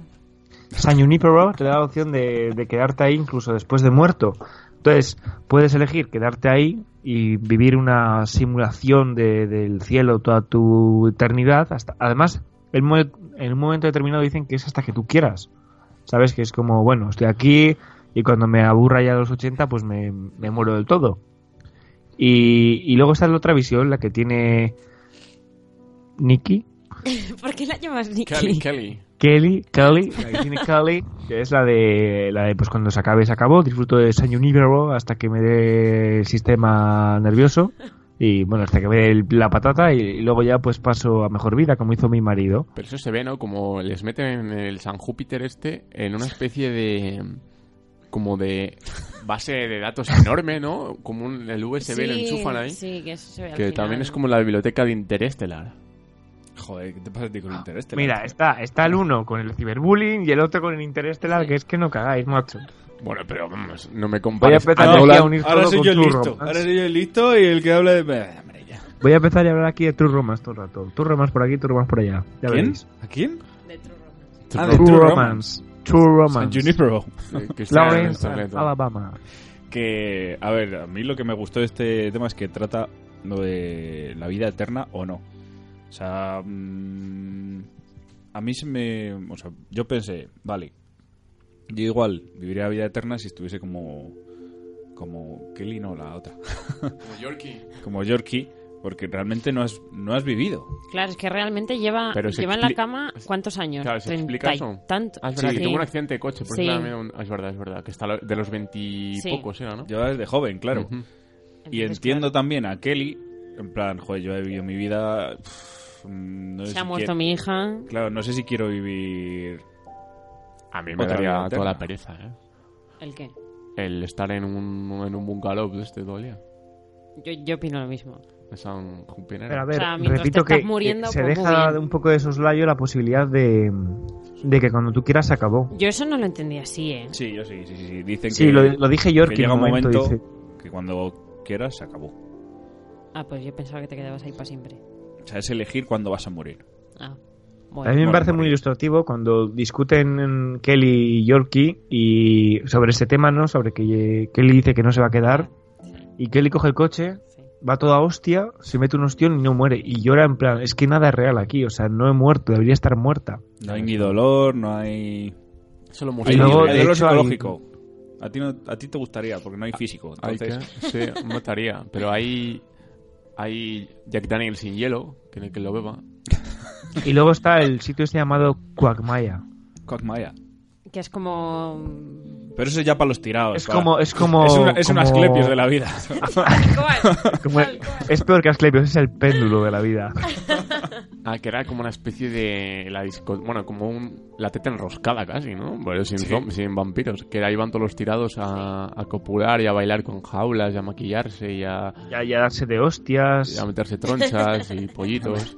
[SPEAKER 10] San Junipero te da la opción de, de quedarte ahí incluso después de muerto. Entonces, puedes elegir quedarte ahí y vivir una simulación de- del cielo toda tu eternidad. Hasta, además, en, mo- en un momento determinado dicen que es hasta que tú quieras. ¿Sabes? Que es como, bueno, estoy aquí y cuando me aburra ya a los 80, pues me, me muero del todo. Y, y luego está la otra visión, la que tiene Nicky,
[SPEAKER 3] ¿Por qué la llamas
[SPEAKER 2] Kelly,
[SPEAKER 3] Nicky?
[SPEAKER 2] Kelly.
[SPEAKER 10] Kelly, Kelly, la que tiene Kelly, que es la de, la de pues cuando se acabe, se acabó, disfruto de San Junipero hasta que me dé el sistema nervioso y bueno, hasta que me dé el- la patata y, y luego ya pues paso a mejor vida, como hizo mi marido.
[SPEAKER 2] Pero eso se ve, ¿no? Como les meten en el San Júpiter este en una especie de... Como de base de datos enorme, ¿no? Como un, el USB lo
[SPEAKER 3] Sí,
[SPEAKER 2] enchufan ahí.
[SPEAKER 3] Sí, que eso se ve al
[SPEAKER 2] Que
[SPEAKER 3] final.
[SPEAKER 2] también es como la biblioteca de Interestelar.
[SPEAKER 9] Joder, ¿qué te pasa a ti con el interés?
[SPEAKER 10] Mira, está, está el uno con el ciberbullying y el otro con el interestelar, que es que no cagáis, macho.
[SPEAKER 2] Bueno, pero vamos, no me
[SPEAKER 10] Voy a
[SPEAKER 2] compares.
[SPEAKER 10] empezar
[SPEAKER 2] a
[SPEAKER 10] aquí a
[SPEAKER 2] Nolan.
[SPEAKER 10] unir
[SPEAKER 9] Ahora
[SPEAKER 10] todo
[SPEAKER 9] soy
[SPEAKER 10] con
[SPEAKER 9] yo el
[SPEAKER 10] True
[SPEAKER 9] listo.
[SPEAKER 10] Romance.
[SPEAKER 9] Ahora soy yo el listo y el que habla de. Bah, hombre, ya.
[SPEAKER 10] Voy a empezar a hablar aquí de True Romance todo el rato. True Romance por aquí, True Romance por allá. Ya
[SPEAKER 9] ¿Quién?
[SPEAKER 10] veréis.
[SPEAKER 9] ¿A quién?
[SPEAKER 3] De True Romance.
[SPEAKER 9] Ah,
[SPEAKER 10] True,
[SPEAKER 9] de True
[SPEAKER 10] Romance.
[SPEAKER 9] San
[SPEAKER 10] True Romance.
[SPEAKER 9] Junipero.
[SPEAKER 2] que está en
[SPEAKER 10] Lawrence,
[SPEAKER 2] Starlet.
[SPEAKER 10] Alabama.
[SPEAKER 9] Que, a ver, a mí lo que me gustó de este tema es que trata lo de la vida eterna o no. O sea, mm, a mí se me... O sea, yo pensé, vale, yo igual viviría la vida eterna si estuviese como... Como Kelly, no, la otra.
[SPEAKER 2] Como Yorkie.
[SPEAKER 9] como Yorkie, porque realmente no has, no has vivido.
[SPEAKER 3] Claro, es que realmente lleva,
[SPEAKER 2] Pero se
[SPEAKER 3] lleva en la
[SPEAKER 2] expli-
[SPEAKER 3] cama cuántos años.
[SPEAKER 2] Claro, se
[SPEAKER 3] Treinta
[SPEAKER 2] explica
[SPEAKER 3] y
[SPEAKER 2] eso.
[SPEAKER 3] Tanto.
[SPEAKER 2] Ah, es verdad, que
[SPEAKER 3] Sí.
[SPEAKER 2] tuvo un accidente de coche, por
[SPEAKER 3] Sí.
[SPEAKER 2] eso le da miedo un- Es verdad, es verdad, que está lo- de los veintipocos, era, ¿no?
[SPEAKER 9] Yo desde joven, claro.
[SPEAKER 2] Ujú.
[SPEAKER 9] Y entiendo también a Kelly, en plan, joder, yo he vivido mi vida... pff, mm, no sé
[SPEAKER 3] Se
[SPEAKER 9] si
[SPEAKER 3] ha muerto
[SPEAKER 9] quiero-
[SPEAKER 3] mi hija.
[SPEAKER 9] Claro, no sé si quiero vivir...
[SPEAKER 2] A mí me
[SPEAKER 9] Otra
[SPEAKER 2] daría
[SPEAKER 9] vida eterna.
[SPEAKER 2] toda la pereza, ¿eh?
[SPEAKER 3] ¿El qué?
[SPEAKER 2] El estar en un, en un bungalow de este todo el día.
[SPEAKER 3] Yo, yo opino lo mismo.
[SPEAKER 2] En San Jumpinero.
[SPEAKER 10] Pero a ver,
[SPEAKER 3] O sea, mientras
[SPEAKER 10] repito
[SPEAKER 3] te estás
[SPEAKER 10] que
[SPEAKER 3] muriendo,
[SPEAKER 10] que se
[SPEAKER 3] pues, muy
[SPEAKER 10] deja
[SPEAKER 3] bien.
[SPEAKER 10] un poco de soslayo la posibilidad de, de que cuando tú quieras se acabó.
[SPEAKER 3] Yo eso no lo entendí así, ¿eh?
[SPEAKER 9] Sí, yo sí, sí, sí. sí. Dicen
[SPEAKER 10] Sí,
[SPEAKER 9] que,
[SPEAKER 10] lo- lo dije Yorkie
[SPEAKER 9] que llega
[SPEAKER 10] en
[SPEAKER 9] un
[SPEAKER 10] un momento,
[SPEAKER 9] momento,
[SPEAKER 10] dice.
[SPEAKER 9] que cuando quieras se acabó.
[SPEAKER 3] Ah, pues yo pensaba que te quedabas ahí para siempre.
[SPEAKER 9] O sea, es elegir cuándo vas a morir.
[SPEAKER 3] Ah,
[SPEAKER 10] a mí me
[SPEAKER 3] bueno.
[SPEAKER 9] Bueno,
[SPEAKER 10] parece muy ilustrativo cuando discuten en Kelly y Yorkie y sobre este tema, ¿no? Sobre que eh, Kelly dice que no se va a quedar y Kelly coge el coche, va toda hostia, se mete un ostión y no muere y llora en plan, es que nada es real aquí, o sea, no he muerto, debería estar muerta.
[SPEAKER 9] No hay ni dolor, no hay...
[SPEAKER 2] Eso lo
[SPEAKER 9] hay
[SPEAKER 10] Y luego,
[SPEAKER 9] hay
[SPEAKER 10] de
[SPEAKER 9] dolor
[SPEAKER 10] hecho, hay-
[SPEAKER 9] psicológico. A, ti no- a ti te gustaría, porque no hay físico.
[SPEAKER 2] Hay que,
[SPEAKER 9] Entonces,
[SPEAKER 2] sí, mataría. Pero hay, hay Jack Daniel sin hielo, que, que lo beba.
[SPEAKER 10] Y luego está el sitio este llamado Quagmire.
[SPEAKER 9] Quagmire.
[SPEAKER 3] Que es como... mm,
[SPEAKER 9] Pero eso es ya para los tirados.
[SPEAKER 10] Es
[SPEAKER 9] para-
[SPEAKER 10] como- es como-
[SPEAKER 9] Es, una- es un
[SPEAKER 10] como-
[SPEAKER 9] asclepios de la vida.
[SPEAKER 10] Como el- es peor que Asclepios, es el péndulo de la vida.
[SPEAKER 2] Ah, que era como una especie de. La disco, bueno, como un, la teta enroscada casi, ¿no? Pero sin,
[SPEAKER 9] Sí.
[SPEAKER 2] zom- sin vampiros. Que ahí van todos los tirados a, a copular y a bailar con jaulas y a maquillarse y a,
[SPEAKER 10] Ya, ya darse de hostias.
[SPEAKER 2] y a meterse tronchas y pollitos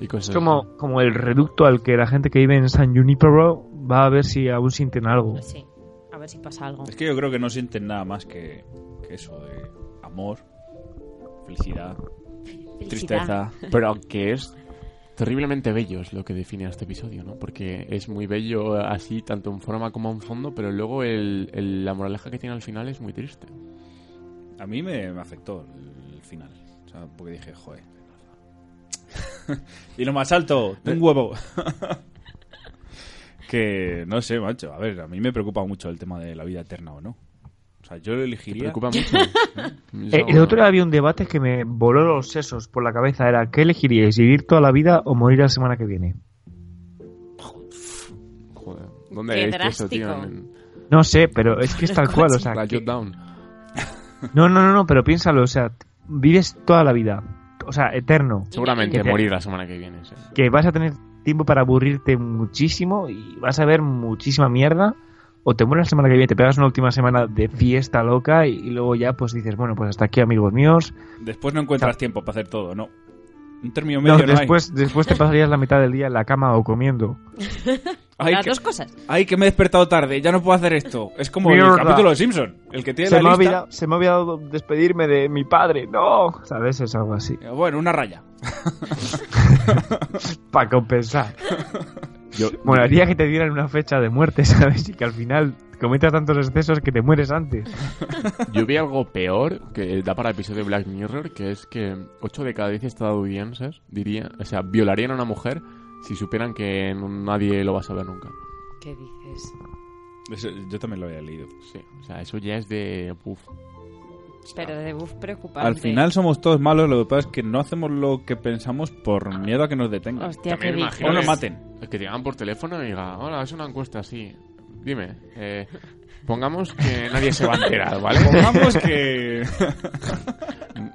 [SPEAKER 2] y cosas
[SPEAKER 10] Es como, como el reducto al que la gente que vive en San Junipero va a ver si aún sienten algo.
[SPEAKER 3] Sí, a ver si pasa algo.
[SPEAKER 9] Es que yo creo que no sienten nada más que, que eso de amor, felicidad, tristeza.
[SPEAKER 2] Pero aunque es terriblemente bello es lo que define a este episodio, ¿no? Porque es muy bello así, tanto en forma como en fondo, pero luego el, el- la moraleja que tiene al final es muy triste.
[SPEAKER 9] A mí me, me afectó el final. O sea, porque dije, joder. y lo más alto, de un
[SPEAKER 10] Eh.
[SPEAKER 9] huevo. que no sé, macho. A ver, a mí me preocupa mucho el tema de la vida eterna o no. O sea, yo lo
[SPEAKER 2] Te
[SPEAKER 9] elegiría.
[SPEAKER 2] preocupa mucho. Eso-
[SPEAKER 10] Eh, el otro día había un debate que me voló los sesos por la cabeza. Era, ¿qué elegiríais? ¿Vivir toda la vida o morir la semana que viene?
[SPEAKER 2] Joder, ¿dónde
[SPEAKER 3] Qué
[SPEAKER 2] leíste eso, tío?
[SPEAKER 3] drástico.
[SPEAKER 2] En-
[SPEAKER 10] No sé, pero es que es tal cual. O sea,
[SPEAKER 2] La
[SPEAKER 10] que-
[SPEAKER 2] Jotdown.
[SPEAKER 10] no, no, no, no, pero piénsalo. O sea, t- vives toda la vida. O sea, eterno.
[SPEAKER 2] Seguramente
[SPEAKER 10] Que te-
[SPEAKER 2] morir la semana que viene. sí.
[SPEAKER 10] que vas a tener tiempo para aburrirte muchísimo y vas a ver muchísima mierda. O te mueres la semana que viene, te pegas una última semana de fiesta loca y, y luego ya pues dices, bueno, pues hasta aquí amigos míos.
[SPEAKER 9] Después no encuentras tiempo para hacer todo, no. Un término
[SPEAKER 10] No,
[SPEAKER 9] medio no, hay.
[SPEAKER 10] después, después te pasarías la mitad del día en la cama o comiendo.
[SPEAKER 9] Ay,
[SPEAKER 3] Las
[SPEAKER 9] que,
[SPEAKER 3] dos cosas.
[SPEAKER 9] ay, que me he despertado tarde, ya no puedo hacer esto. Es como
[SPEAKER 10] Mierda.
[SPEAKER 9] el capítulo de Simpson, el que tiene
[SPEAKER 10] Se me,
[SPEAKER 9] la
[SPEAKER 10] ha
[SPEAKER 9] lista.
[SPEAKER 10] olvidado, se me ha olvidado despedirme de mi padre, no. ¿Sabes? Es algo así.
[SPEAKER 9] Eh, Bueno, una raya.
[SPEAKER 10] Para compensar.
[SPEAKER 2] Yo-
[SPEAKER 10] Molaría que te dieran una fecha de muerte, ¿sabes? Y que al final cometas tantos excesos que te mueres antes.
[SPEAKER 2] Yo vi algo peor que da para el episodio de Black Mirror, que es que 8 de cada 10 estadounidenses diría, o sea, violarían a una mujer si supieran que no- nadie lo va a saber nunca.
[SPEAKER 3] ¿Qué dices?
[SPEAKER 9] Eso- Yo también lo había leído.
[SPEAKER 2] Sí, o sea, eso ya es de... Uf.
[SPEAKER 3] Pero de buf preocupante.
[SPEAKER 9] Al final somos todos malos, lo que pasa es que no hacemos lo que pensamos por miedo a que nos detengan.
[SPEAKER 3] Hostia, qué
[SPEAKER 2] También
[SPEAKER 3] dices.
[SPEAKER 2] imagino
[SPEAKER 9] O nos
[SPEAKER 2] que-
[SPEAKER 9] maten.
[SPEAKER 2] Es que te llaman por teléfono y digan, hola, es una encuesta así. Dime, eh, pongamos que nadie se va a enterar, ¿vale?
[SPEAKER 9] Pongamos que...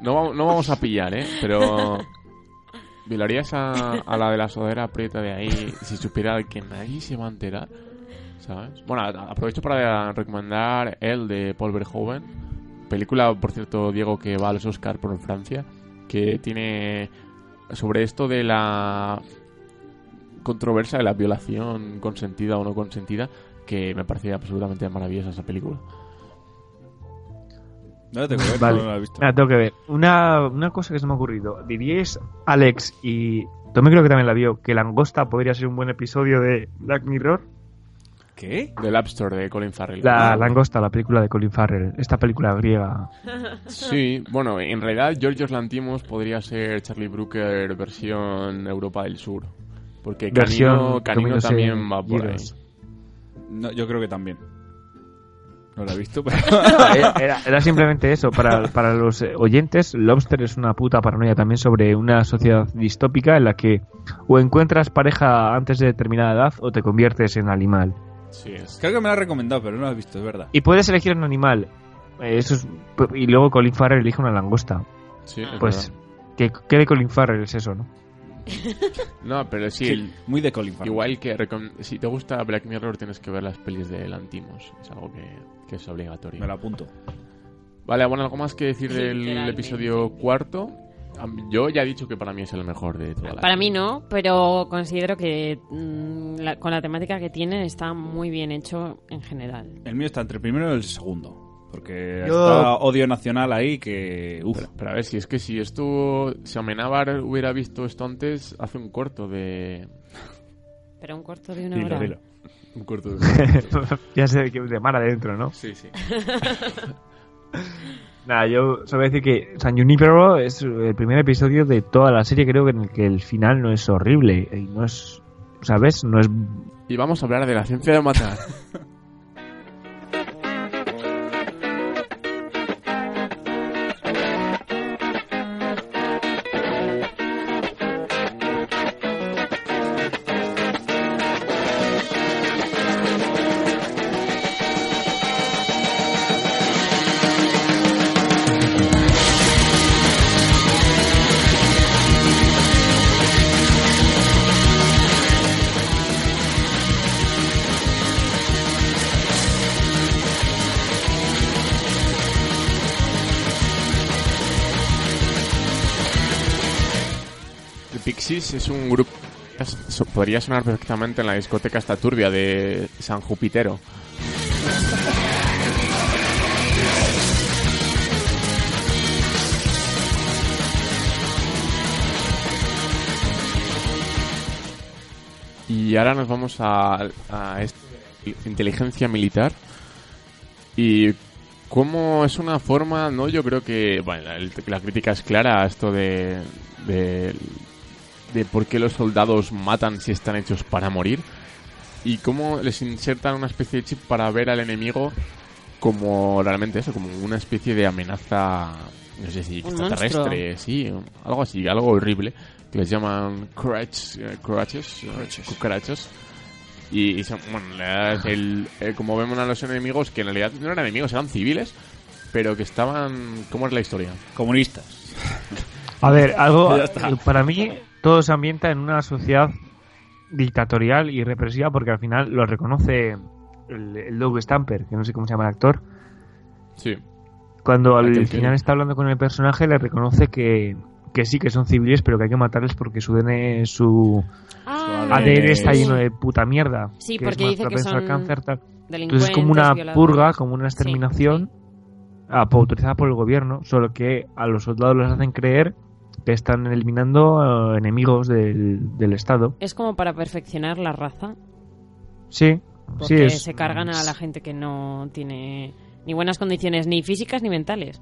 [SPEAKER 2] No, vamos- no vamos a pillar, ¿eh? Pero... ¿Violarías a, a la de la sudadera aprieta de ahí si supiera que nadie se va a enterar? ¿Sabes? Bueno, a- aprovecho para recomendar el de Paul Verhoeven. Película, por cierto, Diego, que va a los Oscar por Francia. Que tiene... Sobre esto de la controversia de la violación consentida o no consentida, que me parece absolutamente maravillosa esa película.
[SPEAKER 9] No lo tengo que ver,
[SPEAKER 10] Vale.
[SPEAKER 9] no lo he visto.
[SPEAKER 10] Nada, Ah, tengo que ver. Una, una cosa que se me ha ocurrido. Diríais, Alex, y Tomé creo que también la vio, que Langosta podría ser un buen episodio de Black Mirror.
[SPEAKER 9] ¿Qué?
[SPEAKER 2] Del App Store de Colin Farrell.
[SPEAKER 10] La langosta, la película de Colin Farrell. Esta película griega.
[SPEAKER 2] Sí, bueno, en realidad Georgios Lantimos podría ser Charlie Brooker versión Europa del Sur. Porque Canino,
[SPEAKER 10] Versión
[SPEAKER 2] Canino
[SPEAKER 10] comiéndose
[SPEAKER 2] también va por ahí.
[SPEAKER 10] giros.
[SPEAKER 9] No, yo creo que también. No lo he visto, pero...
[SPEAKER 10] Era, era- era simplemente eso. Para, para los eh, oyentes, Lobster es una puta paranoia también sobre una sociedad distópica en la que o encuentras pareja antes de determinada edad o te conviertes en animal.
[SPEAKER 2] Sí, es.
[SPEAKER 9] Creo que me la has recomendado, pero no la has visto, es verdad.
[SPEAKER 10] Y puedes elegir un animal. Eh, Eso es, y luego Colin Farrell elige una langosta.
[SPEAKER 2] Sí, es
[SPEAKER 10] Pues,
[SPEAKER 2] verdad.
[SPEAKER 10] que quede Colin Farrell es eso, ¿no?
[SPEAKER 2] No, pero sí,
[SPEAKER 9] Sí, muy de Colin Farrell.
[SPEAKER 2] Igual que recom- si te gusta Black Mirror tienes que ver las pelis de Lantimos. Es algo que, que es obligatorio.
[SPEAKER 9] Me la apunto.
[SPEAKER 2] Vale, bueno, algo más que decir del
[SPEAKER 3] Literalmente.
[SPEAKER 2] episodio cuarto. Am- Yo ya he dicho que para mí es el mejor de todas las
[SPEAKER 3] Para mí no, pero considero que mm, la- con la temática que tiene está muy bien hecho en general.
[SPEAKER 9] El mío está entre el primero y el segundo. Porque
[SPEAKER 10] Yo-
[SPEAKER 9] está odio nacional ahí que... Uf,
[SPEAKER 2] Pero a ver, si es que si esto, si Amenábar hubiera visto esto antes, hace un corto de...
[SPEAKER 3] Pero un corto de una
[SPEAKER 9] dilo,
[SPEAKER 3] hora.
[SPEAKER 9] dilo.
[SPEAKER 2] Un corto de...
[SPEAKER 10] ya sé de qué- de mar adentro, ¿no?
[SPEAKER 2] sí, sí.
[SPEAKER 10] Nada, yo solo voy a decir que San Junipero es el primer episodio de toda la serie, creo que en el que el final no es horrible y no es, ¿sabes? No es
[SPEAKER 2] Y vamos a hablar de la ciencia de matar. The Pixies es un grupo... so- Podría sonar perfectamente en la discoteca esta turbia de San Jupitero. Y ahora nos vamos a, a esto de inteligencia militar. Y cómo es una forma, ¿no? Yo creo que, bueno, el- la crítica es clara a esto de, de, de por qué los soldados matan si están hechos para morir. Y cómo les insertan una especie de chip para ver al enemigo como realmente eso, como una especie de amenaza, no sé si
[SPEAKER 3] Un
[SPEAKER 2] extraterrestre, sí, algo así, algo horrible, que les llaman crutch, eh, crutches, eh, cucarachas. Y, y son- bueno, la- el- eh, como vemos a los enemigos, que en realidad no eran enemigos, eran civiles, pero que estaban... ¿Cómo es la historia?
[SPEAKER 9] Comunistas.
[SPEAKER 10] A ver, algo
[SPEAKER 9] Ya está.
[SPEAKER 10] para mí todo se ambienta en una sociedad dictatorial y represiva porque al final lo reconoce el, el Doug Stamper, que no sé cómo se llama el actor,
[SPEAKER 2] Sí.
[SPEAKER 10] cuando al
[SPEAKER 2] Aquel que-
[SPEAKER 10] final está hablando con el personaje le reconoce que, que sí, que son civiles, pero que hay que matarles porque su DN, su
[SPEAKER 3] Ah,
[SPEAKER 9] Eh,
[SPEAKER 10] ADN está
[SPEAKER 3] sí.
[SPEAKER 10] lleno de puta mierda.
[SPEAKER 3] Sí,
[SPEAKER 10] que
[SPEAKER 3] porque
[SPEAKER 10] es más
[SPEAKER 3] dice que
[SPEAKER 10] propenso
[SPEAKER 3] son
[SPEAKER 10] al cáncer, tal.
[SPEAKER 3] Delincuentes,
[SPEAKER 10] Entonces pues es como una
[SPEAKER 3] violadores.
[SPEAKER 10] purga, como una exterminación ah, po- autorizada por el gobierno, solo que a los soldados les hacen creer que están eliminando eh, enemigos del, del Estado.
[SPEAKER 3] Es como para perfeccionar la raza.
[SPEAKER 10] Sí, sí.
[SPEAKER 3] Porque
[SPEAKER 10] Es,
[SPEAKER 3] se cargan a la gente que no tiene ni buenas condiciones, ni físicas ni mentales.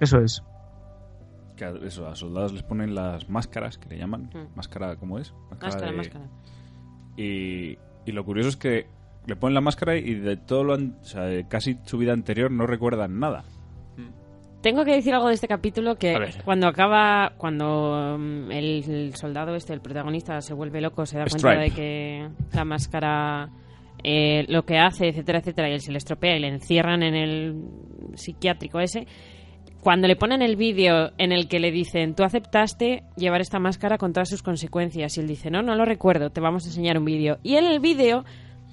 [SPEAKER 10] Eso es.
[SPEAKER 9] Que a, eso, a soldados les ponen las máscaras, que le llaman.
[SPEAKER 3] Mm.
[SPEAKER 9] Máscara, ¿cómo es?
[SPEAKER 3] Máscara,
[SPEAKER 9] de-
[SPEAKER 3] máscara.
[SPEAKER 9] Y, y lo curioso es que le ponen la máscara y de todo lo an- o sea, de casi su vida anterior no recuerdan nada.
[SPEAKER 3] Tengo que decir algo de este capítulo
[SPEAKER 2] A
[SPEAKER 3] que
[SPEAKER 2] ver.
[SPEAKER 3] cuando acaba, cuando mm, el, el soldado este, el protagonista, se vuelve loco, se da cuenta
[SPEAKER 2] Stripe.
[SPEAKER 3] de que la máscara, eh, lo que hace, etcétera, etcétera, y él se le estropea y le encierran en el psiquiátrico ese. Cuando le ponen el vídeo en el que le dicen, tú aceptaste llevar esta máscara con todas sus consecuencias, y él dice, no, no lo recuerdo, te vamos a enseñar un vídeo. Y en el vídeo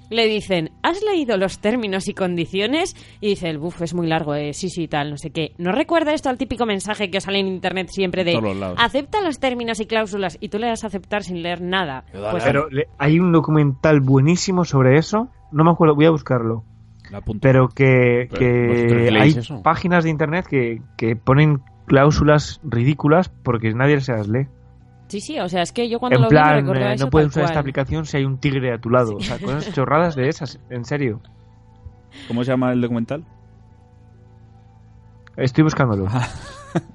[SPEAKER 3] le dicen, ¿has leído los términos y condiciones? Y dice, el buf es muy largo, eh, sí, sí, tal, no sé qué. ¿No recuerda esto al típico mensaje que os sale en internet siempre de,
[SPEAKER 9] Todos los lados.
[SPEAKER 3] acepta los términos y cláusulas y tú le das a aceptar sin leer nada? Pues
[SPEAKER 10] Pero le- hay un documental buenísimo sobre eso. No me acuerdo, voy a buscarlo.
[SPEAKER 9] La punta.
[SPEAKER 10] Pero que,
[SPEAKER 2] Pero,
[SPEAKER 10] que
[SPEAKER 2] ¿vosotros leéis
[SPEAKER 10] hay
[SPEAKER 2] eso?
[SPEAKER 10] páginas de internet que, que ponen cláusulas ridículas porque nadie se las lee.
[SPEAKER 3] Sí, sí, o sea, es que yo cuando
[SPEAKER 10] En
[SPEAKER 3] lo vi me
[SPEAKER 10] plan,
[SPEAKER 3] recordaba
[SPEAKER 10] eh,
[SPEAKER 3] eso
[SPEAKER 10] no puedes
[SPEAKER 3] tal
[SPEAKER 10] usar esta
[SPEAKER 3] cual.
[SPEAKER 10] aplicación si hay un tigre a tu lado. O sea, cosas chorradas de esas, en serio.
[SPEAKER 9] ¿Cómo se llama el documental?
[SPEAKER 10] Estoy buscándolo.
[SPEAKER 2] Ah.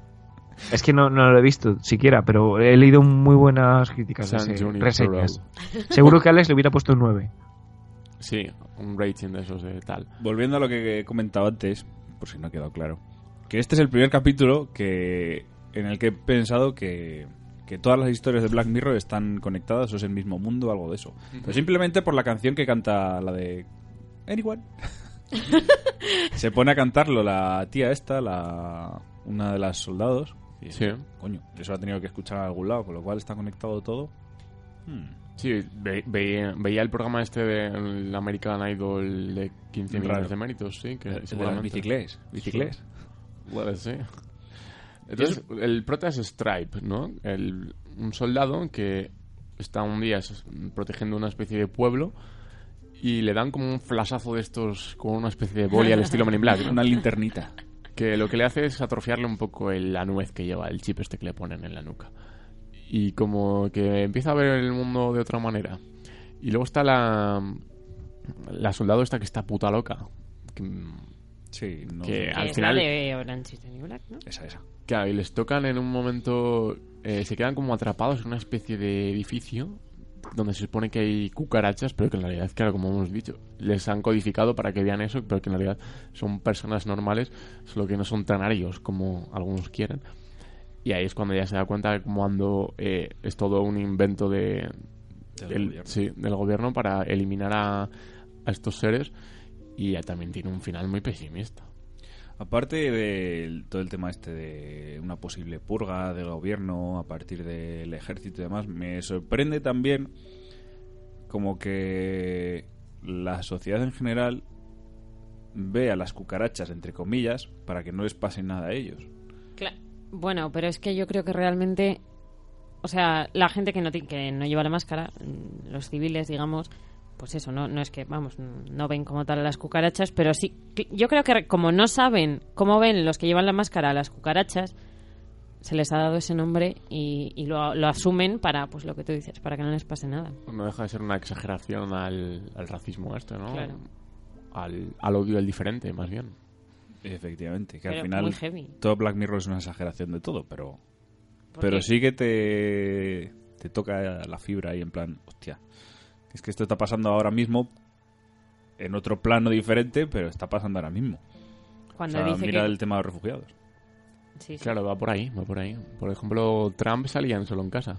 [SPEAKER 10] es que no, no lo he visto siquiera, pero he leído muy buenas críticas, de
[SPEAKER 2] San
[SPEAKER 10] ese-
[SPEAKER 2] Junipero.
[SPEAKER 10] reseñas. Seguro que Alex le hubiera puesto un 9.
[SPEAKER 2] Sí, un rating de esos de tal.
[SPEAKER 9] Volviendo a lo que he comentado antes, por si no ha quedado claro, que este es el primer capítulo que en el que he pensado que, que todas las historias de Black Mirror están conectadas o es el mismo mundo o algo de eso. Pero simplemente por la canción que canta la de Anyone. Se pone a cantarlo la tía esta, la una de las soldados. Y,
[SPEAKER 2] Sí.
[SPEAKER 9] Coño, eso lo ha tenido que escuchar en algún lado, con lo cual está conectado todo. Hmm.
[SPEAKER 2] Sí, ve- veía, veía el programa este del American Idol de 15 millones
[SPEAKER 9] Raro.
[SPEAKER 2] de méritos, sí. Que
[SPEAKER 9] El de las
[SPEAKER 2] seguramente-
[SPEAKER 9] bicicletas, bicicletas.
[SPEAKER 2] Sí. Bueno, sí. Entonces, el prota es Stripe, ¿no? El- un soldado que está un día s- protegiendo una especie de pueblo y le dan como un flasazo de estos, con una especie de boli al estilo Men in Black. ¿no?
[SPEAKER 9] Una linternita.
[SPEAKER 2] Que lo que le hace es atrofiarle un poco el- la nuez que lleva, el chip este que le ponen en la nuca. Y como que empieza a ver el mundo de otra manera. Y luego está la. La soldado esta que está puta loca. Que,
[SPEAKER 9] Sí, no.
[SPEAKER 2] que
[SPEAKER 3] Que
[SPEAKER 2] al
[SPEAKER 3] es
[SPEAKER 2] final.
[SPEAKER 3] la de Orange is the New Black, ¿no?
[SPEAKER 9] Esa, esa.
[SPEAKER 2] Claro, y les tocan en un momento. eh, se quedan como atrapados en una especie de edificio donde se supone que hay cucarachas, pero que en realidad, claro, como hemos dicho, les han codificado para que vean eso, pero que en realidad son personas normales, solo que no son tanarios como algunos quieren. Y ahí es cuando ya se da cuenta de cómo ando, eh, es todo un invento de,
[SPEAKER 9] Del gobierno.
[SPEAKER 2] sí, del gobierno para eliminar a, a estos seres. Y ya también tiene un final muy pesimista.
[SPEAKER 9] Aparte de todo el tema este de una posible purga del gobierno a partir del ejército y demás, me sorprende también como que la sociedad en general ve a las cucarachas, entre comillas, para que no les pase nada a ellos.
[SPEAKER 3] Cla- Bueno, pero es que yo creo que realmente, o sea, la gente que no, ti- que no lleva la máscara, mm, los civiles, digamos, pues eso, no, no es que, vamos, mm, no ven como tal a las cucarachas, pero sí, que- yo creo que re- como no saben cómo ven los que llevan la máscara a las cucarachas, se les ha dado ese nombre y, y lo, lo asumen para, pues lo que tú dices, para que no les pase nada.
[SPEAKER 2] No deja de ser una exageración al, al racismo este, ¿no?
[SPEAKER 3] Claro.
[SPEAKER 2] Al, al odio del diferente, más bien.
[SPEAKER 9] Efectivamente, que al
[SPEAKER 3] Pero
[SPEAKER 9] final
[SPEAKER 3] muy heavy.
[SPEAKER 9] todo Black Mirror es una exageración de todo, pero,
[SPEAKER 3] ¿Por
[SPEAKER 9] pero
[SPEAKER 3] qué?
[SPEAKER 9] sí que te, te toca la fibra ahí en plan, hostia, es que esto está pasando ahora mismo en otro plano diferente, pero está pasando ahora mismo.
[SPEAKER 3] Cuando
[SPEAKER 9] O sea,
[SPEAKER 3] dice
[SPEAKER 9] mira
[SPEAKER 3] que...
[SPEAKER 9] el tema de los refugiados.
[SPEAKER 3] Sí, sí.
[SPEAKER 2] Claro, va por ahí, va por ahí. Por ejemplo, Trump salían solo en casa.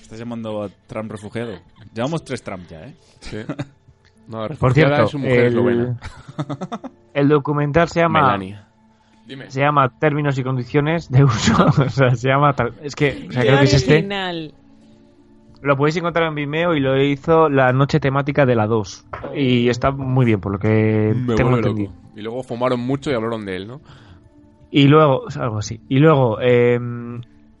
[SPEAKER 9] Estás llamando a Trump refugiado. Llevamos tres Trump ya, ¿eh?
[SPEAKER 2] Sí. No,
[SPEAKER 10] Por
[SPEAKER 2] refugiada
[SPEAKER 10] cierto,
[SPEAKER 2] es su mujer
[SPEAKER 10] el,
[SPEAKER 2] eslovena.
[SPEAKER 10] el documental se llama
[SPEAKER 2] Melanie. Dime.
[SPEAKER 10] se llama Términos y Condiciones de Uso. o sea, se llama tal- Es que, o sea, creo que es este.
[SPEAKER 3] original.
[SPEAKER 10] Lo podéis encontrar en Vimeo y lo hizo la noche temática de la 2. Y está muy bien, por lo que
[SPEAKER 2] Me
[SPEAKER 10] tengo
[SPEAKER 2] vuelve
[SPEAKER 10] entendido.
[SPEAKER 2] loco. Y luego fumaron mucho y hablaron de él, ¿no?
[SPEAKER 10] Y luego, o sea, algo así. Y luego, eh,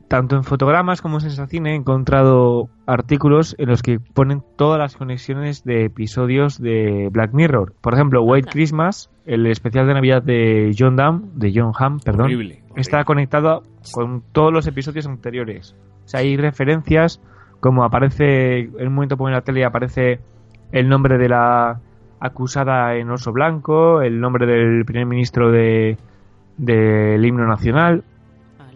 [SPEAKER 10] tanto en fotogramas como en Sensacine he encontrado artículos en los que ponen todas las conexiones de episodios de Black Mirror. Por ejemplo, White
[SPEAKER 3] Anda.
[SPEAKER 10] Christmas, el especial de Navidad de John Dam, de John Hamm, perdón,
[SPEAKER 9] Horrible.
[SPEAKER 10] está conectado con todos los episodios anteriores. O sea, hay referencias, como aparece, en un momento pone la tele y aparece el nombre de la acusada en oso blanco, el nombre del primer ministro de del himno nacional.
[SPEAKER 3] Ala.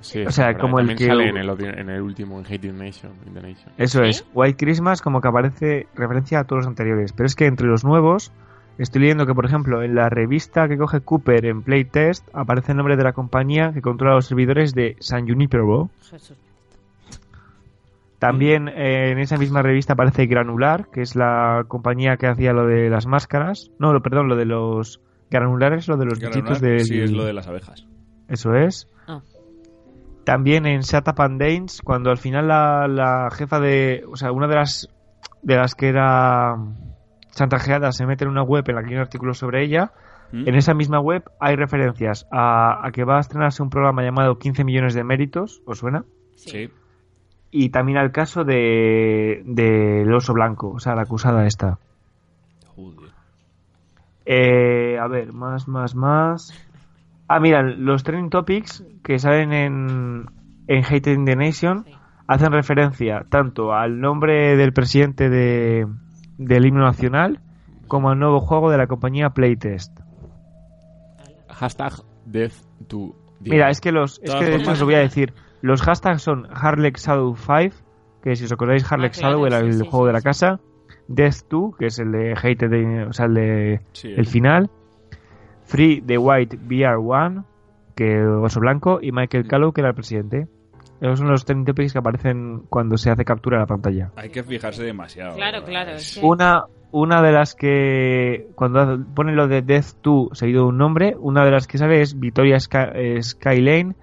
[SPEAKER 2] Sí,
[SPEAKER 10] O sea,
[SPEAKER 2] pero
[SPEAKER 10] como el
[SPEAKER 2] también
[SPEAKER 10] que-
[SPEAKER 2] sale en el, odio- en el último, en Hated Nation. In the Nation.
[SPEAKER 10] Eso
[SPEAKER 3] ¿Sí?
[SPEAKER 10] es, White Christmas como que aparece referencia a todos los anteriores, pero es que entre los nuevos estoy leyendo que por ejemplo en la revista que coge Cooper en Playtest aparece el nombre de la compañía que controla los servidores de San Junipero.
[SPEAKER 3] Jesús.
[SPEAKER 10] También eh, en esa misma revista aparece Granular, que es la compañía que hacía lo de las máscaras. No, lo, perdón, lo de los granulares, lo de los bichitos de...
[SPEAKER 9] Sí, es lo de las abejas.
[SPEAKER 10] Eso es.
[SPEAKER 3] Ah.
[SPEAKER 10] También en Shut Up and Dance, cuando al final la, la jefa de... O sea, una de las, de las que era chantajeada se mete en una web en la que hay un artículo sobre ella.
[SPEAKER 9] ¿Mm?
[SPEAKER 10] En esa misma web hay referencias a, a que va a estrenarse un programa llamado 15 millones de méritos. ¿Os suena?
[SPEAKER 9] Sí.
[SPEAKER 10] y también al caso de del oso blanco, o sea, la acusada esta.
[SPEAKER 9] Joder.
[SPEAKER 10] Eh, a ver, más, más, más. Ah, mira, los trending topics que salen en, en Hate in the Nation hacen referencia tanto al nombre del presidente de, del himno nacional como al nuevo juego de la compañía Playtest.
[SPEAKER 2] Hashtag Death to Diego.
[SPEAKER 10] Mira, es que los. Es
[SPEAKER 2] Todas
[SPEAKER 10] que de hecho
[SPEAKER 2] formas- eh,
[SPEAKER 10] os lo voy a decir. Los hashtags son Harlex Shadow 5, que si os acordáis, Harlex
[SPEAKER 2] Ah, claro,
[SPEAKER 10] Shadow, el,
[SPEAKER 2] sí,
[SPEAKER 10] el
[SPEAKER 2] sí,
[SPEAKER 10] juego de la casa. Death 2, que es el de Hated, de- o sea, el de.
[SPEAKER 2] Sí,
[SPEAKER 10] el
[SPEAKER 2] el-
[SPEAKER 10] final. Free the White VR1, que Oso Blanco. Y Michael Callow, que era el presidente. Esos son los trending topics que aparecen cuando se hace captura de la pantalla.
[SPEAKER 9] Hay que fijarse demasiado.
[SPEAKER 3] Claro, claro. es que-
[SPEAKER 10] Una, una de las que, cuando ponen lo de Death 2 seguido de un nombre, una de las que sale es Victoria Sky- eh, Skylane,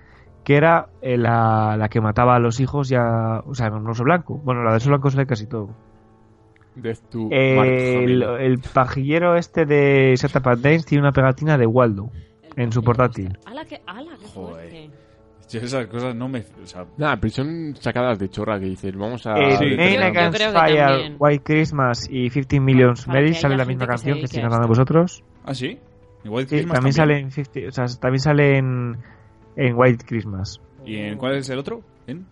[SPEAKER 10] que era eh, la, la que mataba a los hijos y a. O sea, a un oso blanco. Bueno, la de oso blanco sale casi todo.
[SPEAKER 2] Death to
[SPEAKER 10] Eh,
[SPEAKER 2] Mark
[SPEAKER 10] el,
[SPEAKER 2] Hamill.
[SPEAKER 10] el pajillero este de Santa Dance tiene una pegatina de Waldo en su portátil.
[SPEAKER 3] ¡Hala, qué, hala, qué fuerte!
[SPEAKER 9] Yo esas cosas no me. O sea,
[SPEAKER 2] Nah, pero son sacadas de chorra que dices, vamos a...
[SPEAKER 10] Eh,
[SPEAKER 2] Sí,
[SPEAKER 10] Nine
[SPEAKER 2] pero-
[SPEAKER 10] Against
[SPEAKER 3] creo que
[SPEAKER 10] Fire,
[SPEAKER 3] también. Ah,
[SPEAKER 10] White Christmas y 15 Millions
[SPEAKER 3] Para que
[SPEAKER 10] Mary
[SPEAKER 3] haya
[SPEAKER 10] sale la
[SPEAKER 3] gente
[SPEAKER 10] misma
[SPEAKER 3] que se
[SPEAKER 10] canción que
[SPEAKER 3] dedique
[SPEAKER 10] estoy
[SPEAKER 3] a
[SPEAKER 10] cantando
[SPEAKER 3] esto.
[SPEAKER 10] vosotros.
[SPEAKER 9] ¿Ah, sí? Igual
[SPEAKER 10] Sí, Eh, también, sale en 50, o sea, también sale en, en White Christmas.
[SPEAKER 9] ¿Y en cuál es el otro? ¿En?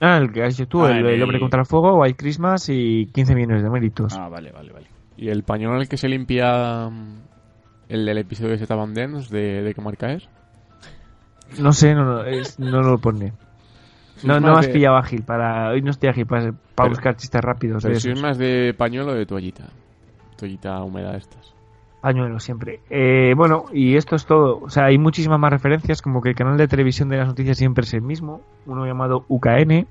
[SPEAKER 10] Ah, el que has dicho tú,
[SPEAKER 9] Ah,
[SPEAKER 10] el,
[SPEAKER 9] en
[SPEAKER 10] el hombre
[SPEAKER 9] el-
[SPEAKER 10] contra el fuego, White Christmas y 15 millones de méritos.
[SPEAKER 9] Ah, vale, vale, vale.
[SPEAKER 2] ¿Y el pañuelo en el que se limpia mm, el del episodio de Zeta Van Dens, de, de qué marca es?
[SPEAKER 10] No sé, no, no, es- no lo pone.
[SPEAKER 2] Sí,
[SPEAKER 10] No,
[SPEAKER 2] es
[SPEAKER 10] no
[SPEAKER 2] más
[SPEAKER 10] me has
[SPEAKER 2] de-
[SPEAKER 10] pillado ágil para. Hoy no estoy ágil para, para
[SPEAKER 2] Pero-
[SPEAKER 10] buscar chistes rápidos. de
[SPEAKER 2] Pero si
[SPEAKER 10] esos.
[SPEAKER 2] es más de pañuelo o de toallita. Toallita húmeda de estas.
[SPEAKER 10] Pañuelo siempre. Eh, bueno, y esto es todo. O sea, hay muchísimas más referencias, como que el canal de televisión de las noticias siempre es el mismo, uno llamado UKN.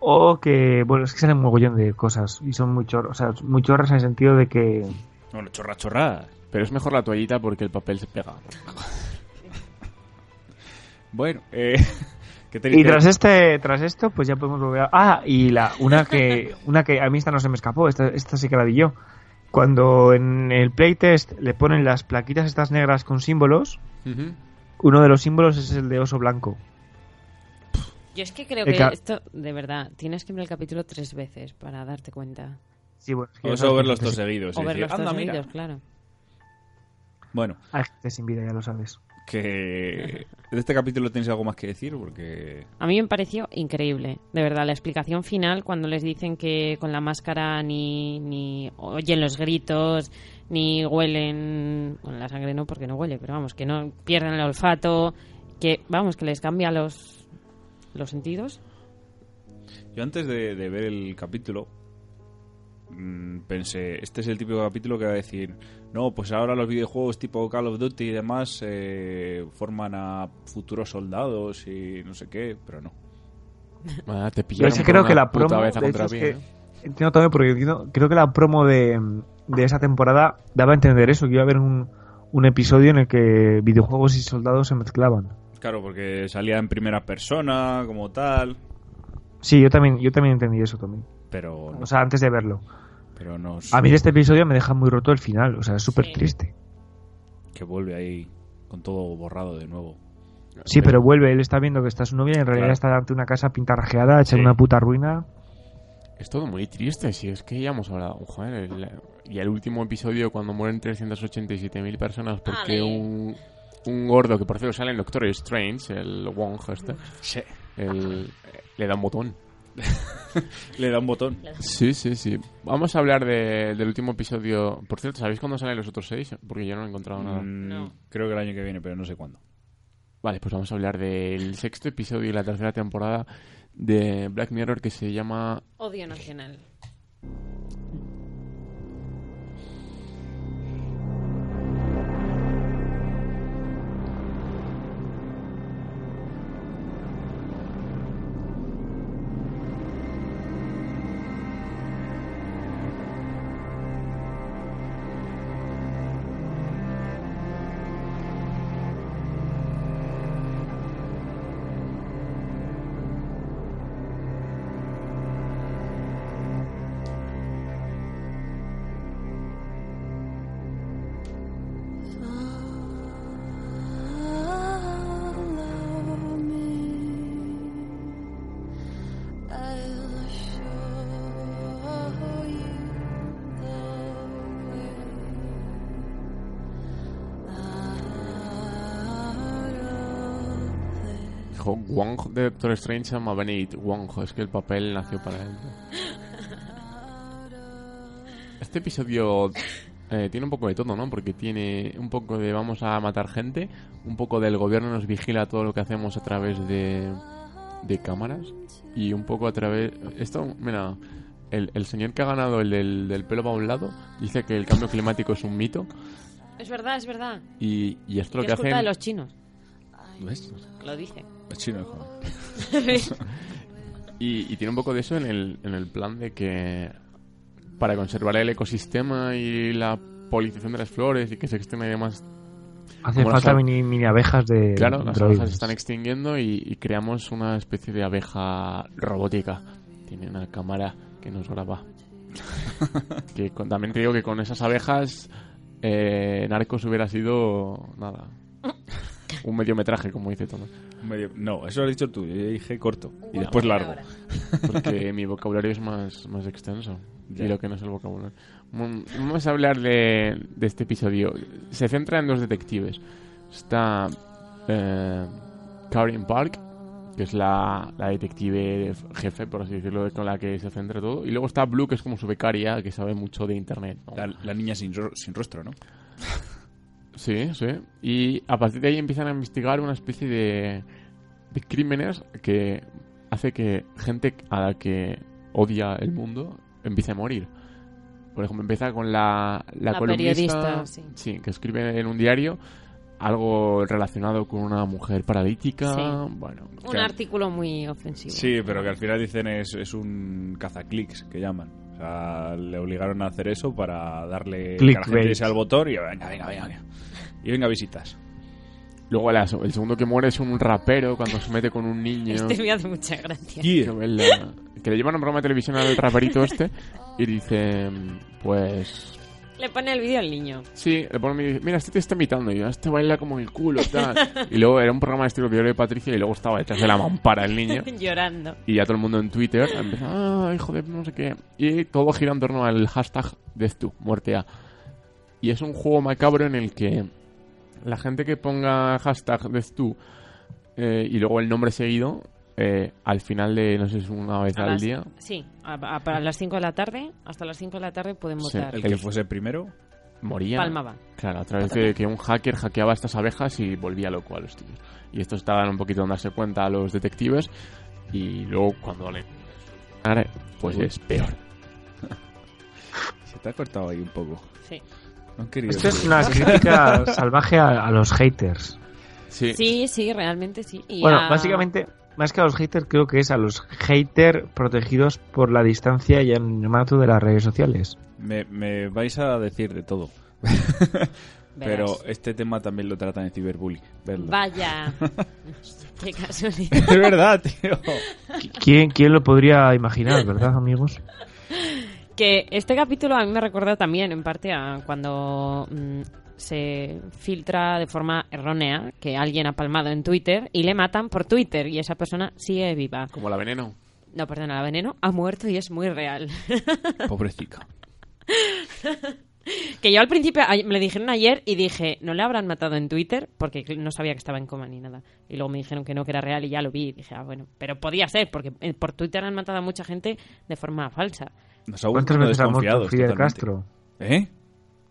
[SPEAKER 10] O que, bueno, es que salen un mogollón de cosas y son muy chorras, o sea, muy chorras en el sentido de que.
[SPEAKER 9] Bueno, chorra, chorra.
[SPEAKER 2] Pero es mejor la toallita porque el papel se pega.
[SPEAKER 9] Bueno, eh. ¿Qué tenéis
[SPEAKER 10] Y
[SPEAKER 9] que-
[SPEAKER 10] tras este, tras esto, pues ya podemos volver a... Ah, y la, una que, una que a mí esta no se me escapó, esta, esta sí que la vi yo. Cuando en el playtest le ponen las plaquitas estas negras con símbolos,
[SPEAKER 2] Ujú.
[SPEAKER 10] uno de los símbolos es el de oso blanco.
[SPEAKER 3] Yo es que creo
[SPEAKER 10] Eh,
[SPEAKER 3] que
[SPEAKER 10] claro.
[SPEAKER 3] esto, de verdad, tienes que ver el capítulo tres veces para darte cuenta.
[SPEAKER 10] Sí, bueno, es que
[SPEAKER 9] Vamos
[SPEAKER 10] ya
[SPEAKER 9] a
[SPEAKER 10] sabes
[SPEAKER 9] verlos
[SPEAKER 10] que
[SPEAKER 9] todos
[SPEAKER 10] te-
[SPEAKER 9] seguidos.
[SPEAKER 3] o
[SPEAKER 9] y
[SPEAKER 3] ver
[SPEAKER 9] decir,
[SPEAKER 3] los dos eh.
[SPEAKER 9] "Anda, mira".
[SPEAKER 3] vídeos, claro.
[SPEAKER 9] Bueno,
[SPEAKER 10] Ah, gente sin vida, ya lo sabes.
[SPEAKER 9] que. ¿De este capítulo tenéis algo más que decir? Porque.
[SPEAKER 3] A mí me pareció increíble, de verdad, la explicación final cuando les dicen que con la máscara ni, ni oyen los gritos, ni huelen, bueno, la sangre no porque no huele, pero vamos, que no pierden el olfato, que vamos, que les cambia los, los sentidos.
[SPEAKER 9] Yo antes de, de ver el capítulo mm, pensé, este es el típico capítulo que va a decir, no, pues ahora los videojuegos tipo Call of Duty y demás eh, forman a futuros soldados y no sé qué, pero no.
[SPEAKER 2] Ah, te
[SPEAKER 10] Yo
[SPEAKER 2] pillaron
[SPEAKER 10] es que
[SPEAKER 2] por
[SPEAKER 10] creo
[SPEAKER 2] una
[SPEAKER 10] que la
[SPEAKER 2] puta
[SPEAKER 10] promo.
[SPEAKER 2] vez a ¿eh?
[SPEAKER 10] de hecho, es
[SPEAKER 2] contrapié,
[SPEAKER 10] que-
[SPEAKER 2] ¿no?
[SPEAKER 10] Entiendo también porque entiendo- creo que la promo de, de esa temporada daba a entender eso, que iba a haber un, un episodio en el que videojuegos y soldados se mezclaban.
[SPEAKER 9] Claro, porque salía en primera persona como tal,
[SPEAKER 10] Sí, yo también, yo también entendí eso también.
[SPEAKER 9] pero no.
[SPEAKER 10] O sea, antes de verlo.
[SPEAKER 9] Pero no es-
[SPEAKER 10] A mí de este episodio me deja muy roto el final, o sea, es súper
[SPEAKER 3] Sí.
[SPEAKER 10] triste.
[SPEAKER 9] que vuelve ahí con todo borrado de nuevo.
[SPEAKER 10] Sí, pero vuelve, él está viendo que está su novia y en realidad
[SPEAKER 9] Claro.
[SPEAKER 10] está ante una casa pintarrajeada, hecha
[SPEAKER 9] Sí.
[SPEAKER 10] una puta ruina.
[SPEAKER 2] Es todo muy triste, si es que ya hemos hablado. Joder, el- y el último episodio cuando mueren 387.000 personas porque
[SPEAKER 3] Ale.
[SPEAKER 2] un, un gordo, que por cierto sale en Doctor Strange, el Wong este, el- le da un botón.
[SPEAKER 9] Le da un botón.
[SPEAKER 2] Sí, sí, sí. Vamos a hablar de- del último episodio. Por cierto, ¿sabéis cuándo salen los otros seis? Porque yo no he encontrado nada.
[SPEAKER 9] Mm,
[SPEAKER 3] No.
[SPEAKER 9] Creo que el año que viene, pero no sé cuándo.
[SPEAKER 2] Vale, pues vamos a hablar del sexto episodio y la tercera temporada de Black Mirror que se llama
[SPEAKER 3] Odio nacional.
[SPEAKER 2] dijo Wong de Doctor Strange a Benedict Wong. Es que el papel nació para él. Este episodio eh, tiene un poco de todo, ¿no? Porque tiene un poco de vamos a matar gente, un poco del gobierno nos vigila todo lo que hacemos a través de, de cámaras y un poco a través... Esto, mira, el, el señor que ha ganado el del, del pelo para un lado dice que el cambio climático es un mito
[SPEAKER 3] Es verdad, es verdad.
[SPEAKER 2] y, y esto lo
[SPEAKER 3] Que
[SPEAKER 2] que
[SPEAKER 3] es culpa
[SPEAKER 2] hacen...
[SPEAKER 3] de los chinos.
[SPEAKER 2] ¿Ves?
[SPEAKER 3] Lo dije.
[SPEAKER 9] Los chinos, joder.
[SPEAKER 2] Y, y tiene un poco de eso en el, en el plan de que para conservar el ecosistema y la polinización de las flores y que se extienda y demás.
[SPEAKER 10] Hacen
[SPEAKER 2] como las
[SPEAKER 10] falta
[SPEAKER 2] ab-
[SPEAKER 10] mini, mini abejas de.
[SPEAKER 2] Claro, las
[SPEAKER 10] Eh, droides.
[SPEAKER 2] abejas se están extinguiendo y, y creamos una especie de abeja robótica. Tiene una cámara que nos graba. que con- también te digo que con esas abejas eh, Narcos hubiera sido nada. Un mediometraje, como dice Tomás.
[SPEAKER 9] Medio- No, eso lo has dicho tú. Yo dije corto y después largo.
[SPEAKER 2] Porque mi vocabulario es más, más extenso.
[SPEAKER 9] Ya.
[SPEAKER 2] Y lo que no es el vocabulario. Mm, Vamos a hablar de, de este episodio. Se centra en dos detectives. Está eh, Karen Park, que es la, la detective jefe, por así decirlo, con la que se centra todo. Y luego está Blue, que es como su becaria, que sabe mucho de internet. ¿no?
[SPEAKER 9] La, la niña sin, ro- sin rostro, ¿no?
[SPEAKER 2] Sí, sí. Y a partir de ahí empiezan a investigar una especie de, de crímenes que hace que gente a la que odia el mundo empiece a morir. Por ejemplo, empieza con la, la,
[SPEAKER 3] La
[SPEAKER 2] columnista
[SPEAKER 3] periodista, sí.
[SPEAKER 2] que escribe en un diario algo relacionado con una mujer paralítica.
[SPEAKER 3] Sí.
[SPEAKER 2] Bueno,
[SPEAKER 3] Un
[SPEAKER 2] que-
[SPEAKER 3] artículo muy ofensivo.
[SPEAKER 9] Sí, pero que al final dicen es, es un cazaclics que llaman. O sea, le obligaron a hacer eso para darle que la gente
[SPEAKER 2] Clickbait.
[SPEAKER 9] diese al botón y venga, venga, venga, venga. Y venga visitas.
[SPEAKER 2] luego la- el segundo que muere es un rapero cuando se mete con un niño.
[SPEAKER 3] Este me hace mucha gracia.
[SPEAKER 2] Que, ve la- que le llevan a un programa de televisión al raperito este y dice, pues
[SPEAKER 3] Le pone el vídeo al niño.
[SPEAKER 2] Sí, le pone y dice, mira, este te está imitando. Y yo, este baila como el culo, tal. y luego era un programa de estilo diario de Patricia y luego estaba detrás de la mampara el niño.
[SPEAKER 3] Llorando.
[SPEAKER 2] Y ya todo el mundo en Twitter empezó, ah, hijo de no sé qué. Y todo gira en torno al hashtag DeathTo, muerte A. Y es un juego macabro en el que la gente que ponga hashtag DeathTo eh, y luego el nombre seguido, eh, al final de, no sé, es una vez
[SPEAKER 3] A
[SPEAKER 2] al
[SPEAKER 3] las-
[SPEAKER 2] día.
[SPEAKER 3] Sí, a- a- para las 5 de la tarde, hasta las 5 de la tarde pueden
[SPEAKER 2] Sí,
[SPEAKER 3] votar.
[SPEAKER 2] el
[SPEAKER 9] Que fuese primero.
[SPEAKER 2] moría.
[SPEAKER 3] Palmaba.
[SPEAKER 2] Claro, a través de que un hacker hackeaba estas abejas y volvía loco a los tíos. Y esto estaban un poquito en darse cuenta a los detectives y luego cuando le... Ahora, Pues es peor.
[SPEAKER 9] Se te ha cortado ahí un poco.
[SPEAKER 3] Sí.
[SPEAKER 9] No han querido
[SPEAKER 10] Esto es
[SPEAKER 9] decir.
[SPEAKER 10] una crítica salvaje a, a los haters.
[SPEAKER 2] Sí.
[SPEAKER 3] Sí, sí, realmente sí. Y
[SPEAKER 10] Bueno,
[SPEAKER 3] a-
[SPEAKER 10] básicamente, más que a los haters, creo que es a los haters protegidos por la distancia y el anonimato de las redes sociales.
[SPEAKER 9] Me, me vais a decir de todo. Pero este tema también lo tratan en Cyberbully.
[SPEAKER 2] eh,
[SPEAKER 9] Verlo.
[SPEAKER 3] Vaya. Qué casualidad.
[SPEAKER 9] es verdad, tío.
[SPEAKER 10] ¿Quién, ¿Quién lo podría imaginar, verdad, amigos?
[SPEAKER 3] Que este capítulo a mí me recuerda también, en parte, a cuando mm, se filtra de forma errónea que alguien ha palmado en Twitter y le matan por Twitter y esa persona sigue viva.
[SPEAKER 2] Como la veneno.
[SPEAKER 3] No, perdona, la veneno ha muerto y es muy real.
[SPEAKER 9] Pobrecita.
[SPEAKER 3] que yo al principio a- me lo dijeron ayer y dije, no le habrán matado en Twitter porque cl- no sabía que estaba en coma ni nada. Y luego me dijeron que no, que era real y ya lo vi. Y dije, ah, bueno, pero podía ser porque eh, por Twitter han matado a mucha gente de forma falsa.
[SPEAKER 9] Nos ha
[SPEAKER 10] ¿Cuántas
[SPEAKER 9] vuelto
[SPEAKER 10] veces ha muerto
[SPEAKER 9] desconfiados
[SPEAKER 10] Fidel
[SPEAKER 9] totalmente.
[SPEAKER 10] Castro?
[SPEAKER 9] ¿Eh?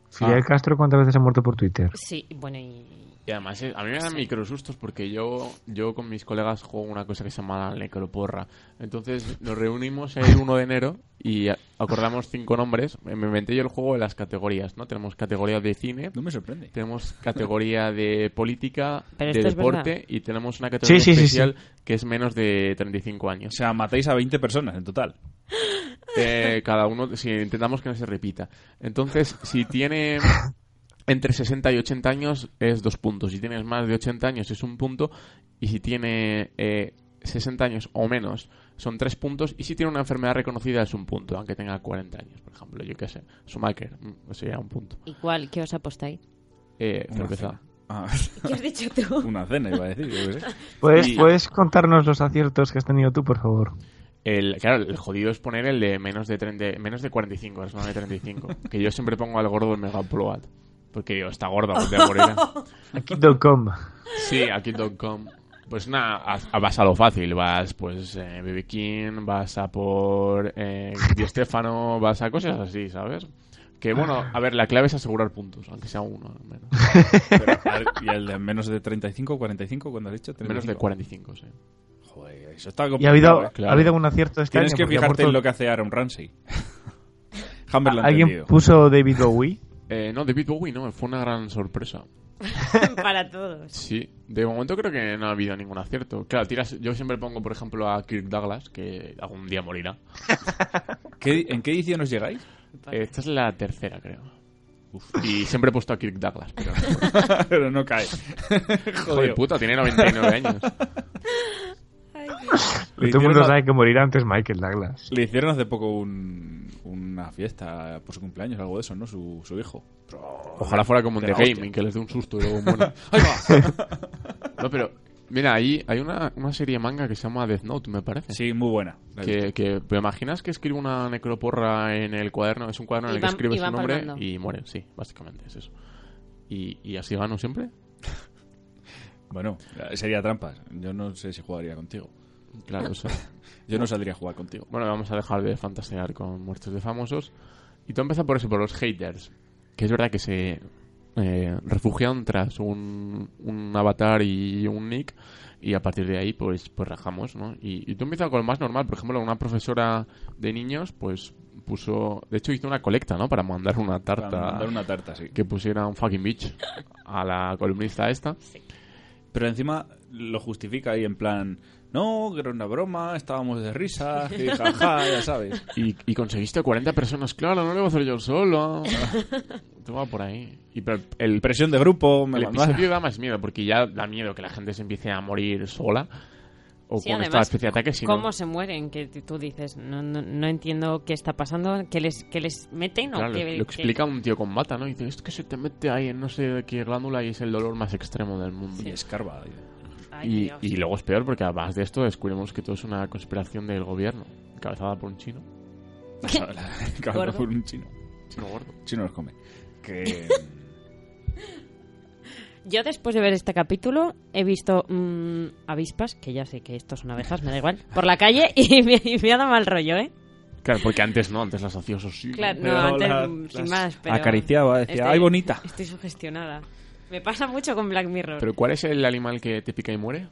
[SPEAKER 10] Fidel
[SPEAKER 2] Ah.
[SPEAKER 10] Castro, ¿cuántas veces ha muerto por Twitter?
[SPEAKER 3] Sí, bueno, y...
[SPEAKER 2] Y además, eh, a mí me dan microsustos porque yo, yo con mis colegas juego una cosa que se llama la necroporra. Entonces nos reunimos el 1 de enero y a- acordamos cinco nombres. Eh, Me me inventé yo el juego de las categorías, ¿no? Tenemos categoría de cine,
[SPEAKER 9] No me sorprende.
[SPEAKER 2] Tenemos categoría de política,
[SPEAKER 3] Pero
[SPEAKER 2] de
[SPEAKER 3] esto es
[SPEAKER 2] deporte
[SPEAKER 3] verdad.
[SPEAKER 2] y tenemos una categoría
[SPEAKER 10] Sí, sí, sí,
[SPEAKER 2] especial que es menos de 35
[SPEAKER 9] O
[SPEAKER 2] años.
[SPEAKER 9] sea, matáis a 20 personas en total.
[SPEAKER 2] Eh, cada uno, si intentamos que no se repita. Entonces, si tiene entre 60 y 80 años es dos puntos. Si tienes más de 80 años es un punto. Y si tiene eh, 60 años o menos son tres puntos. Y si tiene una enfermedad reconocida es un punto, aunque tenga 40 años, por ejemplo. Yo qué sé. Schumacher, mm, sería un punto.
[SPEAKER 3] ¿Y cuál? ¿Qué os apostáis?
[SPEAKER 2] Eh,
[SPEAKER 9] Una
[SPEAKER 2] cerveza.
[SPEAKER 9] cena. Ah,
[SPEAKER 3] ¿Qué has dicho tú?
[SPEAKER 9] una cena, iba a decir. yo qué sé.
[SPEAKER 10] ¿Puedes,
[SPEAKER 2] Y-
[SPEAKER 10] ¿Puedes contarnos los aciertos que has tenido tú, por favor?
[SPEAKER 2] El, claro, el jodido es poner el de menos de, 30, menos de 45, es no de 35. que yo siempre pongo al gordo el megaplot. Porque digo, está gordo, ponte a morir.
[SPEAKER 10] Aquí.com.
[SPEAKER 2] Sí, aquí.com. Pues nada, haz- haz- vas a lo fácil, vas pues eh, BB King, vas a por eh, Di Stefano, vas a cosas así, ¿sabes? Que bueno, a ver, la clave es asegurar puntos, aunque sea uno al menos.
[SPEAKER 9] Pero, a ver, ¿Y el de menos de 35, 45, cuando has dicho?
[SPEAKER 2] Menos de 45, sí.
[SPEAKER 9] Joder, eso está
[SPEAKER 10] Y ha habido-
[SPEAKER 9] complicado, ¿eh?
[SPEAKER 10] ha habido un acierto este
[SPEAKER 9] Tienes
[SPEAKER 10] año
[SPEAKER 9] que
[SPEAKER 10] porque ha
[SPEAKER 9] fijarte en
[SPEAKER 10] muerto-
[SPEAKER 9] lo que hace Aaron Ramsey. Hammer lo ha
[SPEAKER 10] ¿Alguien
[SPEAKER 9] entendido.
[SPEAKER 10] puso David Bowie?
[SPEAKER 2] Eh, no, David Bowie no, fue una gran sorpresa.
[SPEAKER 3] Para todos.
[SPEAKER 2] Sí, de momento creo que no ha habido ningún acierto. Claro, tiras, yo siempre pongo, por ejemplo, a Kirk Douglas, que algún día morirá.
[SPEAKER 9] ¿Qué- ¿En qué edición os llegáis?
[SPEAKER 2] Eh, Esta es la tercera, creo. Y siempre he puesto a Kirk Douglas, pero...
[SPEAKER 9] Pero no cae.
[SPEAKER 2] Joder, puta, tiene 99 años.
[SPEAKER 9] Le
[SPEAKER 10] Todo el mundo
[SPEAKER 9] hicieron-
[SPEAKER 10] sabe que morirá antes Michael Douglas.
[SPEAKER 9] Le hicieron hace poco un- una fiesta por su cumpleaños, algo de eso, ¿no? Su, su hijo.
[SPEAKER 2] Ojalá fuera como en The
[SPEAKER 9] De la
[SPEAKER 2] Game,
[SPEAKER 9] hostia.
[SPEAKER 2] en que les dé un susto y luego muera. ¡Ahí va! No, pero... Mira, ahí hay una, una serie manga que se llama Death Note, me parece.
[SPEAKER 9] Sí, muy buena. La he
[SPEAKER 2] Que, que- ¿Te imaginas que escribe una necroporra en el cuaderno? Es un cuaderno en
[SPEAKER 3] Y
[SPEAKER 2] el
[SPEAKER 3] van-
[SPEAKER 2] que escribe
[SPEAKER 3] y
[SPEAKER 2] su
[SPEAKER 3] van
[SPEAKER 2] nombre
[SPEAKER 3] palmando.
[SPEAKER 2] y muere, sí, básicamente es eso. ¿Y, y así gano siempre?
[SPEAKER 9] Bueno, sería trampas. Yo no sé si jugaría contigo.
[SPEAKER 2] Claro, eso.
[SPEAKER 9] Yo no saldría a jugar contigo.
[SPEAKER 2] Bueno, vamos a dejar de fantasear con muertos de famosos. Y todo empieza por eso, por los haters. Que es verdad que se eh, refugian tras un, un avatar y un nick. Y a partir de ahí, pues, pues rajamos, ¿no? Y, y tú empiezas con lo más normal. Por ejemplo, una profesora de niños, pues puso... De hecho, hizo una colecta, ¿no? Para mandar una tarta
[SPEAKER 9] Para mandar una tarta, sí.
[SPEAKER 2] que pusiera un fucking bitch a la columnista esta.
[SPEAKER 9] Pero encima lo justifica ahí en plan... No, que era una broma, estábamos de risa, jaja, ya sabes.
[SPEAKER 2] Y, y conseguiste 40 personas, claro, no lo voy a hacer yo solo. Tú va por ahí. Y pero el,
[SPEAKER 9] Presión de grupo, me
[SPEAKER 2] el
[SPEAKER 9] mandaron.
[SPEAKER 2] episodio da más miedo, porque ya da miedo que la gente se empiece a morir sola. O
[SPEAKER 3] Sí,
[SPEAKER 2] con esta
[SPEAKER 3] además,
[SPEAKER 2] especie de ataque, sino...
[SPEAKER 3] ¿Cómo se mueren? Que t- tú dices, no, no, no entiendo qué está pasando, que les, que les meten o
[SPEAKER 2] Claro,
[SPEAKER 3] qué-
[SPEAKER 2] lo,
[SPEAKER 3] qué-
[SPEAKER 2] lo explica un tío con bata, ¿no? Y dice, es que se te mete ahí en no sé qué glándula y es el dolor más extremo del mundo.
[SPEAKER 9] Y escarba.
[SPEAKER 3] Ay,
[SPEAKER 2] Y,
[SPEAKER 3] Dios.
[SPEAKER 2] y luego es peor porque además de esto descubrimos que todo es una conspiración del gobierno, encabezada por un chino.
[SPEAKER 9] Cabrón,
[SPEAKER 3] Gordo.
[SPEAKER 9] por un chino.
[SPEAKER 2] Chino gordo.
[SPEAKER 9] Chino los come. Que...
[SPEAKER 3] Yo después de ver este capítulo he visto mm, avispas, que ya sé que estos son abejas, me da igual, por la calle y me, y me ha dado mal rollo, ¿eh?
[SPEAKER 2] Claro, porque antes no, antes las hacía sí.
[SPEAKER 3] Claro, no,
[SPEAKER 9] Pero
[SPEAKER 3] antes
[SPEAKER 9] la-
[SPEAKER 3] mm, sin
[SPEAKER 9] las
[SPEAKER 3] más, pero... este
[SPEAKER 9] acariciaba, decía, "Ay, bonita".
[SPEAKER 3] Estoy sugestionada. Me pasa mucho con Black Mirror.
[SPEAKER 2] ¿Pero cuál es el animal que te pica y muere?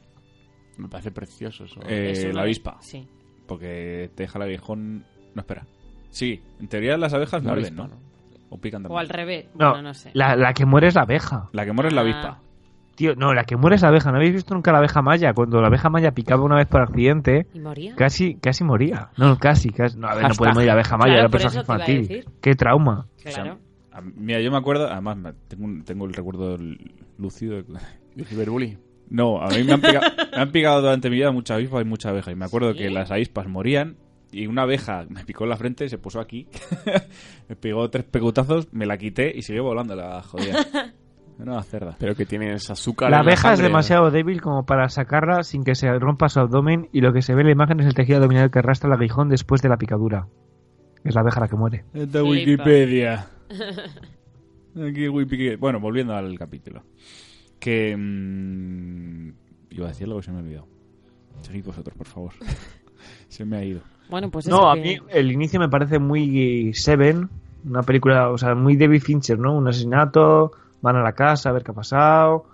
[SPEAKER 2] Me parece precioso eso.
[SPEAKER 9] Eh,
[SPEAKER 3] Es uno
[SPEAKER 9] la
[SPEAKER 3] de-
[SPEAKER 9] avispa.
[SPEAKER 3] Sí.
[SPEAKER 9] Porque te deja el aguijón... No, espera. Sí, en teoría las abejas
[SPEAKER 2] La
[SPEAKER 9] muerden,
[SPEAKER 2] avispa,
[SPEAKER 9] ¿no? O pican también.
[SPEAKER 3] O al revés.
[SPEAKER 10] No,
[SPEAKER 3] Bueno, no sé.
[SPEAKER 10] La, la que muere es la abeja.
[SPEAKER 9] La que muere es la
[SPEAKER 3] Ah.
[SPEAKER 9] avispa.
[SPEAKER 10] Tío, no, la que muere es la abeja. ¿No habéis visto nunca la abeja maya? Cuando la abeja maya picaba una vez por accidente,
[SPEAKER 3] ¿Y moría?
[SPEAKER 10] casi, casi moría. No, casi, casi. No, a ver, no
[SPEAKER 2] Hashtag.
[SPEAKER 10] puede morir la abeja maya,
[SPEAKER 3] Claro,
[SPEAKER 10] era un
[SPEAKER 3] por
[SPEAKER 10] personaje
[SPEAKER 3] eso te iba a
[SPEAKER 10] infantil.
[SPEAKER 3] decir.
[SPEAKER 10] Qué trauma.
[SPEAKER 9] O sea,
[SPEAKER 3] Claro.
[SPEAKER 9] a- mira, yo me acuerdo, además me- tengo, un- tengo el recuerdo l- lúcido. de-
[SPEAKER 2] De ciberbully.
[SPEAKER 9] No, a mí me han, picado, me han picado durante mi vida muchas avispas y muchas abejas. Y me acuerdo que las avispas morían y una abeja me picó en la frente, se puso aquí, me pegó tres pecutazos, me la quité y siguió volando la jodida. Una cerda.
[SPEAKER 2] Pero que tienes azúcar.
[SPEAKER 10] La
[SPEAKER 2] en la
[SPEAKER 10] abeja es
[SPEAKER 2] sangre.
[SPEAKER 10] demasiado débil como para sacarla sin que se rompa su abdomen y lo que se ve en la imagen es el tejido abdominal que arrastra el aguijón después de la picadura. Es la abeja la que muere.
[SPEAKER 9] Esta
[SPEAKER 3] Flipa.
[SPEAKER 9] Wikipedia. Aquí Wikipedia. Bueno, volviendo al capítulo. Que. mm, iba a decir algo que se me ha olvidado. Seguid vosotros, por favor. se me ha ido.
[SPEAKER 3] Bueno, pues eso
[SPEAKER 10] No, a
[SPEAKER 3] que-
[SPEAKER 10] mí el inicio me parece muy Seven, una película, o sea, muy David Fincher, ¿no? Un asesinato, van a la casa a ver qué ha pasado,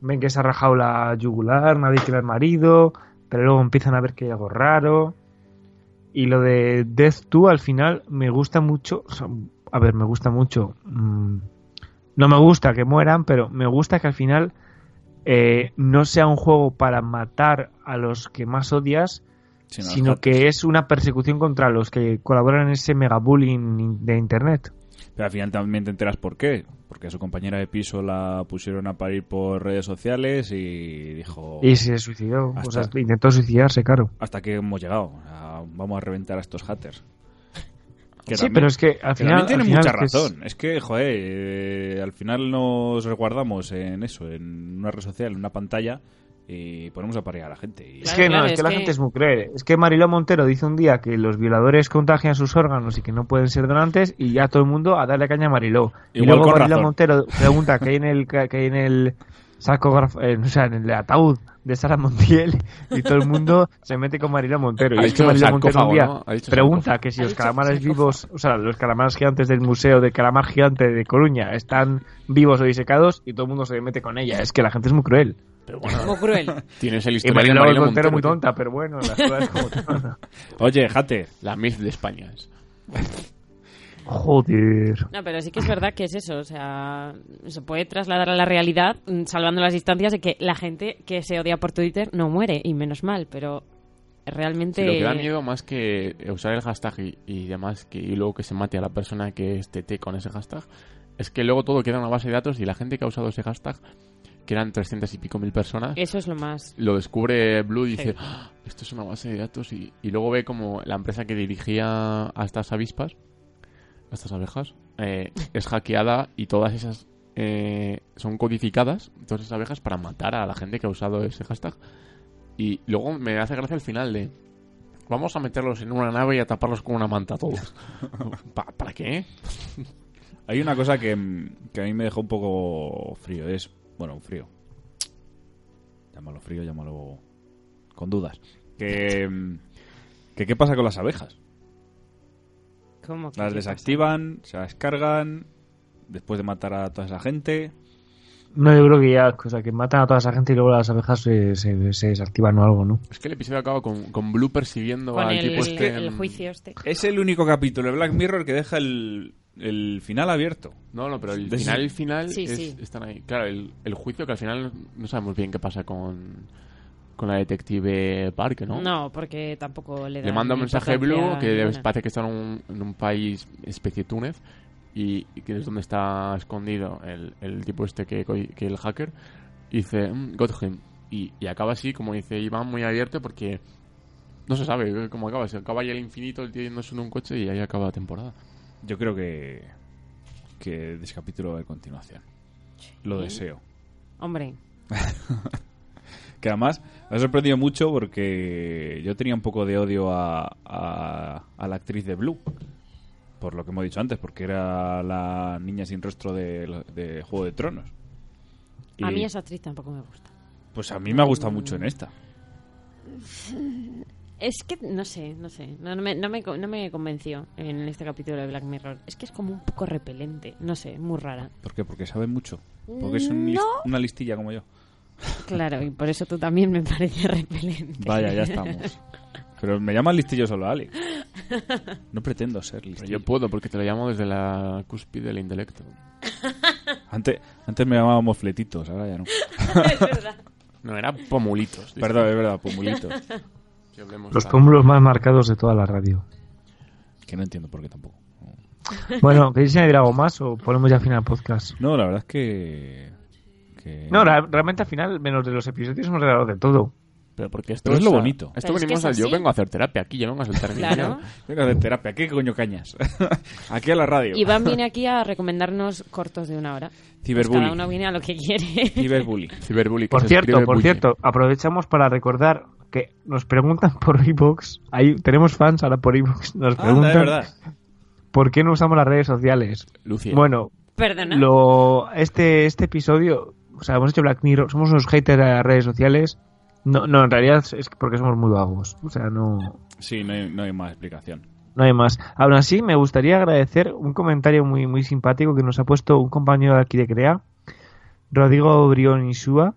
[SPEAKER 10] ven que se ha rajado la yugular, nadie quiere al marido, pero luego empiezan a ver que hay algo raro. Y lo de Death 2 al final me gusta mucho, o sea, a ver, me gusta mucho. mm, no me gusta que mueran, pero me gusta que al final eh, no sea un juego para matar a los que más odias,
[SPEAKER 9] Sin
[SPEAKER 10] sino
[SPEAKER 9] alzar.
[SPEAKER 10] que es una persecución contra los que colaboran en ese megabullying in- de internet.
[SPEAKER 9] Pero al final también te enteras por qué. Porque a su compañera de piso la pusieron a parir por redes sociales y dijo.
[SPEAKER 10] Y se suicidó, o
[SPEAKER 9] Oh. Hasta-
[SPEAKER 10] sea, intentó suicidarse, claro.
[SPEAKER 9] Hasta que hemos llegado. O sea, vamos a reventar a estos hackers. Que
[SPEAKER 10] Sí,
[SPEAKER 9] también-
[SPEAKER 10] pero es que al
[SPEAKER 9] Que
[SPEAKER 10] final...
[SPEAKER 9] también tiene
[SPEAKER 10] al final
[SPEAKER 9] mucha
[SPEAKER 10] es que es-
[SPEAKER 9] razón. Es... que, joder, eh, al final nos resguardamos en eso, en una red social, en una pantalla, y ponemos a parear a la gente. Y...
[SPEAKER 10] Es
[SPEAKER 3] Claro,
[SPEAKER 10] que no,
[SPEAKER 3] claro,
[SPEAKER 10] es,
[SPEAKER 3] es
[SPEAKER 10] que la
[SPEAKER 3] que-
[SPEAKER 10] gente es muy cruel. Es que Mariló Montero dice un día que los violadores contagian sus órganos y que no pueden ser donantes y ya todo el mundo a darle caña a Mariló. y
[SPEAKER 9] Igual
[SPEAKER 10] luego
[SPEAKER 9] con
[SPEAKER 10] Mariló
[SPEAKER 9] razón.
[SPEAKER 10] Montero pregunta que hay en el que hay en el saco, graf- eh, o sea, en el ataúd de Sara Montiel y todo el mundo se mete con Marina Montero.
[SPEAKER 2] Ha
[SPEAKER 10] y es que
[SPEAKER 2] dicho
[SPEAKER 10] Marina
[SPEAKER 2] sarcófago,
[SPEAKER 10] Montero un día
[SPEAKER 2] ¿no? Ha dicho
[SPEAKER 10] pregunta
[SPEAKER 2] sarcófago.
[SPEAKER 10] que si
[SPEAKER 2] Ha
[SPEAKER 10] los
[SPEAKER 2] dicho
[SPEAKER 10] calamares
[SPEAKER 2] sarcófago.
[SPEAKER 10] vivos, o sea, los calamares gigantes del Museo de Calamar Gigante de Coruña están vivos o disecados y todo el mundo se mete con ella. Es que la gente es muy cruel.
[SPEAKER 3] Muy cruel.
[SPEAKER 2] Tienes el
[SPEAKER 10] Y
[SPEAKER 2] historial de
[SPEAKER 10] Marina
[SPEAKER 2] Marilyn
[SPEAKER 10] Montero,
[SPEAKER 2] Montero.
[SPEAKER 10] muy
[SPEAKER 2] tío.
[SPEAKER 10] tonta, pero bueno, las cosas como son.
[SPEAKER 9] Oye, Jate.
[SPEAKER 2] La Miz de España. es.
[SPEAKER 10] Joder.
[SPEAKER 3] No, pero sí que es verdad que es eso. O sea, se puede trasladar a la realidad mm, salvando las distancias de que la gente que se odia por Twitter no muere, y menos mal, pero realmente.
[SPEAKER 2] Sí, lo que da miedo más que usar el hashtag y, y demás, que, y luego que se mate a la persona que esté con ese hashtag, es que luego todo queda en una base de datos y la gente que ha usado ese hashtag, que eran 300 y pico mil personas,
[SPEAKER 3] Eso es lo más.
[SPEAKER 2] lo descubre Blue y dice,
[SPEAKER 3] Sí.
[SPEAKER 2] "Ah, esto es una base de datos y, y luego ve como la empresa que dirigía a estas avispas, a estas abejas, eh, es hackeada y todas esas eh, son codificadas, todas esas abejas, para matar a la gente que ha usado ese hashtag. Y luego me hace gracia el final de... Vamos a meterlos en una nave y a taparlos con una manta a todos. Pa- ¿Para qué?
[SPEAKER 9] Hay una cosa que, mm, que a mí me dejó un poco frío. Es, bueno, frío. Llámalo frío, llámalo con dudas. Que, mm, que ¿Qué pasa con las abejas?
[SPEAKER 3] ¿Cómo que
[SPEAKER 9] Las
[SPEAKER 3] qué pasa?
[SPEAKER 9] desactivan, se las cargan, después de matar a toda esa gente.
[SPEAKER 10] No, yo creo que ya, o sea, que matan a toda esa gente y luego las abejas se, se- se desactivan o algo, ¿no?
[SPEAKER 2] Es que el episodio acaba con, con Blue persiguiendo
[SPEAKER 3] Con
[SPEAKER 2] al
[SPEAKER 3] el,
[SPEAKER 2] tipo este...
[SPEAKER 3] el
[SPEAKER 2] mm,
[SPEAKER 3] juicio este.
[SPEAKER 9] Es el único capítulo de Black Mirror que deja el, el final abierto.
[SPEAKER 2] No, no, pero el
[SPEAKER 9] De-
[SPEAKER 2] final, el final
[SPEAKER 3] Sí,
[SPEAKER 2] es-
[SPEAKER 3] sí.
[SPEAKER 2] están ahí. Claro, el, el juicio que al final no sabemos bien qué pasa con, con la detective Park, ¿no?
[SPEAKER 3] ¿no? porque tampoco le da.
[SPEAKER 2] Le manda un mensaje Blue
[SPEAKER 3] importancia
[SPEAKER 2] que
[SPEAKER 3] ninguna.
[SPEAKER 2] parece que está en un, en un país especie Túnez y, y que es donde está escondido el, el tipo este que, co- que el hacker. Y dice, "Mm, got him". Y, y acaba así, como dice Iván, muy abierto porque no se sabe cómo acaba. Se acaba ahí el infinito, el tío yéndose en un coche y ahí acaba la temporada.
[SPEAKER 9] Yo creo que, que de ese capítulo va a haber continuación. Lo deseo.
[SPEAKER 3] Hombre,
[SPEAKER 9] Que además me ha sorprendido mucho porque yo tenía un poco de odio a, a- a la actriz de Blue. Por lo que hemos dicho antes, porque era la niña sin rostro de, de Juego de Tronos.
[SPEAKER 3] a
[SPEAKER 9] Y,
[SPEAKER 3] mí esa actriz tampoco me gusta.
[SPEAKER 9] Pues a mí me ha gustado mucho en esta.
[SPEAKER 3] Es que no sé, no sé. No, no me, no, me, co- no me convenció en este capítulo de Black Mirror. Es que es como un poco repelente. No sé, muy rara.
[SPEAKER 9] ¿Por qué? Porque sabe mucho. Porque es un lis-
[SPEAKER 3] No.
[SPEAKER 9] una listilla como yo.
[SPEAKER 3] Claro, y por eso tú también me parece repelente.
[SPEAKER 9] Vaya, ya estamos. Pero me llaman listillo solo Alex. No pretendo ser
[SPEAKER 2] Pero
[SPEAKER 9] listillo.
[SPEAKER 2] yo puedo porque te lo llamo desde la cúspide del intelecto.
[SPEAKER 9] Antes, antes me llamábamos fletitos, ahora ya no.
[SPEAKER 3] es verdad.
[SPEAKER 2] No, era Pomulitos.
[SPEAKER 9] Perdón, es verdad, pumulitos.
[SPEAKER 2] Si hablemos
[SPEAKER 10] Los
[SPEAKER 2] de-
[SPEAKER 10] cúmulos más marcados de toda la radio.
[SPEAKER 9] Que no entiendo por qué tampoco.
[SPEAKER 10] Bueno, ¿queréis añadir algo más o ponemos ya final al podcast?
[SPEAKER 9] No, la verdad es que... que-
[SPEAKER 10] No, ra- realmente al final, menos de los episodios, hemos regalado de todo.
[SPEAKER 2] Pero porque esto
[SPEAKER 9] Pero es lo bonito.
[SPEAKER 2] Esto
[SPEAKER 3] Pero es que
[SPEAKER 2] venimos
[SPEAKER 3] es
[SPEAKER 2] al- Yo
[SPEAKER 3] así.
[SPEAKER 2] vengo a hacer terapia aquí, yo vengo a hacer
[SPEAKER 3] Claro.
[SPEAKER 9] Venga, de terapia, ¿qué coño cañas? Aquí a la radio.
[SPEAKER 3] Iván viene aquí a recomendarnos cortos de una hora. Pues
[SPEAKER 9] Ciberbullying.
[SPEAKER 3] cada uno viene a lo que quiere.
[SPEAKER 9] Ciberbullying.
[SPEAKER 2] Ciberbullying.
[SPEAKER 10] Por cierto, por cierto, aprovechamos para recordar que nos preguntan por iBox. Ahí tenemos fans ahora por iBox. Nos
[SPEAKER 9] Anda, Ah, es
[SPEAKER 10] preguntan
[SPEAKER 9] verdad.
[SPEAKER 10] por qué no usamos las redes sociales.
[SPEAKER 2] Lucia.
[SPEAKER 10] Bueno,
[SPEAKER 3] Perdona.
[SPEAKER 10] lo este este episodio, o sea, hemos hecho Black Mirror, somos unos haters de las redes sociales. No, no, en realidad es porque somos muy vagos. O sea, no,
[SPEAKER 9] Sí, no hay, no hay más explicación.
[SPEAKER 10] no hay más. Aún así, me gustaría agradecer un comentario muy, muy simpático que nos ha puesto un compañero de aquí de Crea, Rodrigo Brión Insúa.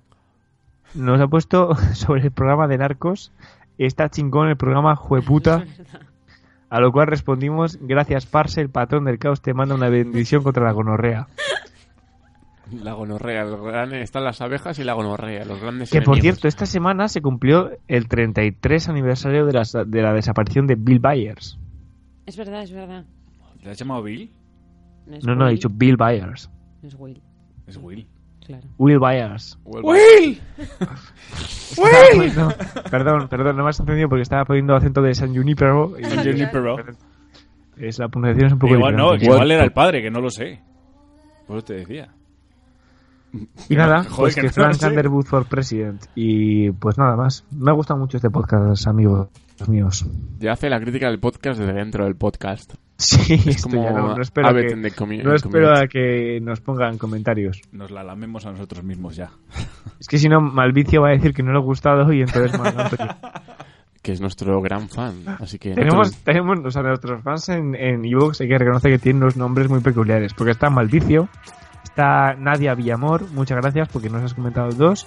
[SPEAKER 10] Nos ha puesto sobre el programa de Narcos. Está chingón el programa Jueputa. A lo cual respondimos, gracias Parse, el patrón del caos te manda una bendición contra la gonorrea.
[SPEAKER 2] La gonorrea. los gran- Están las abejas y la gonorrea. Los grandes
[SPEAKER 10] Que por
[SPEAKER 2] enemigos.
[SPEAKER 10] cierto, esta semana se cumplió el 33 aniversario de la, de la desaparición de Bill Byers.
[SPEAKER 3] Es verdad, es verdad.
[SPEAKER 9] ¿Le has llamado Bill?
[SPEAKER 3] es
[SPEAKER 10] No, no, he
[SPEAKER 3] Will,
[SPEAKER 10] dicho Bill Byers.
[SPEAKER 3] no es Will,
[SPEAKER 9] Es Will.
[SPEAKER 3] claro.
[SPEAKER 10] Will Byers.
[SPEAKER 2] Huelva.
[SPEAKER 10] No, perdón, perdón, no me has entendido porque estaba poniendo acento de San Junipero. y-
[SPEAKER 9] Junipero.
[SPEAKER 10] Es, la pronunciación es un poco
[SPEAKER 9] igual no,
[SPEAKER 10] diferente.
[SPEAKER 9] que igual era el padre, que no lo sé. Por eso te decía.
[SPEAKER 10] Y nada,
[SPEAKER 9] Joder,
[SPEAKER 10] pues
[SPEAKER 9] que
[SPEAKER 10] que,
[SPEAKER 9] no lo
[SPEAKER 10] Frank
[SPEAKER 9] sé.
[SPEAKER 10] Underwood for President. Y pues nada más. Me ha gustado mucho este podcast, amigos míos.
[SPEAKER 2] Ya hace la crítica del podcast desde dentro del podcast.
[SPEAKER 10] Sí,
[SPEAKER 2] es
[SPEAKER 10] esto
[SPEAKER 2] como
[SPEAKER 10] ya no, no espero,
[SPEAKER 2] Abed
[SPEAKER 10] que,
[SPEAKER 2] in the commu-
[SPEAKER 10] no espero
[SPEAKER 2] community.
[SPEAKER 10] a que nos pongan comentarios.
[SPEAKER 9] Nos la lamemos a nosotros mismos ya.
[SPEAKER 10] Es que si no, Malvicio va a decir que no le ha gustado y entonces mal, no, pero-
[SPEAKER 2] que es nuestro gran fan. Así que
[SPEAKER 10] tenemos, tenemos o sea, nuestros fans en, en Evox hay que reconocer que tienen unos nombres muy peculiares. Porque está Malvicio, está Nadia Villamor, muchas gracias porque nos has comentado dos.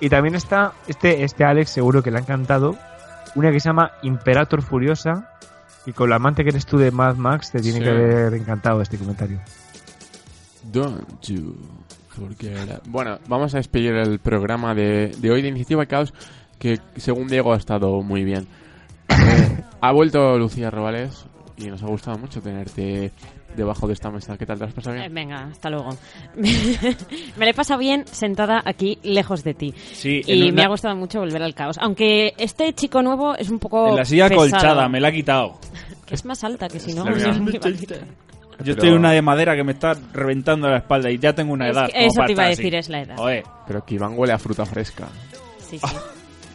[SPEAKER 10] Y también está este, este Alex, seguro que le ha encantado, una que se llama Imperator Furiosa. Y con la amante que eres tú de Mad Max, te tiene
[SPEAKER 2] Sí.
[SPEAKER 10] que haber encantado este comentario.
[SPEAKER 2] Don't you forget that. Bueno, vamos a despedir el programa de, de hoy de Iniciativa Caos, que según Diego ha estado muy bien. Eh, ha vuelto Lucía Robales y nos ha gustado mucho tenerte debajo de esta mesa. ¿Qué tal te has pasado
[SPEAKER 3] Eh,
[SPEAKER 2] bien?
[SPEAKER 3] Venga, hasta luego. me lo he pasado bien sentada aquí, lejos de ti.
[SPEAKER 9] Sí, en
[SPEAKER 3] y
[SPEAKER 9] una-
[SPEAKER 3] me ha gustado mucho volver al caos. Aunque este chico nuevo es un poco.
[SPEAKER 9] En la silla
[SPEAKER 3] Oh, pesado.
[SPEAKER 9] colchada, me la ha quitado.
[SPEAKER 3] Es más alta que si no.
[SPEAKER 2] Es la
[SPEAKER 3] me iba a quitar.
[SPEAKER 9] Yo
[SPEAKER 2] Pero-
[SPEAKER 9] estoy en una de madera que me está reventando la espalda y ya tengo una
[SPEAKER 3] Es
[SPEAKER 9] edad.
[SPEAKER 3] que
[SPEAKER 9] como
[SPEAKER 3] eso
[SPEAKER 9] para
[SPEAKER 3] te iba a
[SPEAKER 9] estar así.
[SPEAKER 3] decir, es la edad.
[SPEAKER 9] Joder,
[SPEAKER 2] Pero que Iván huele a fruta fresca.
[SPEAKER 3] Sí, sí.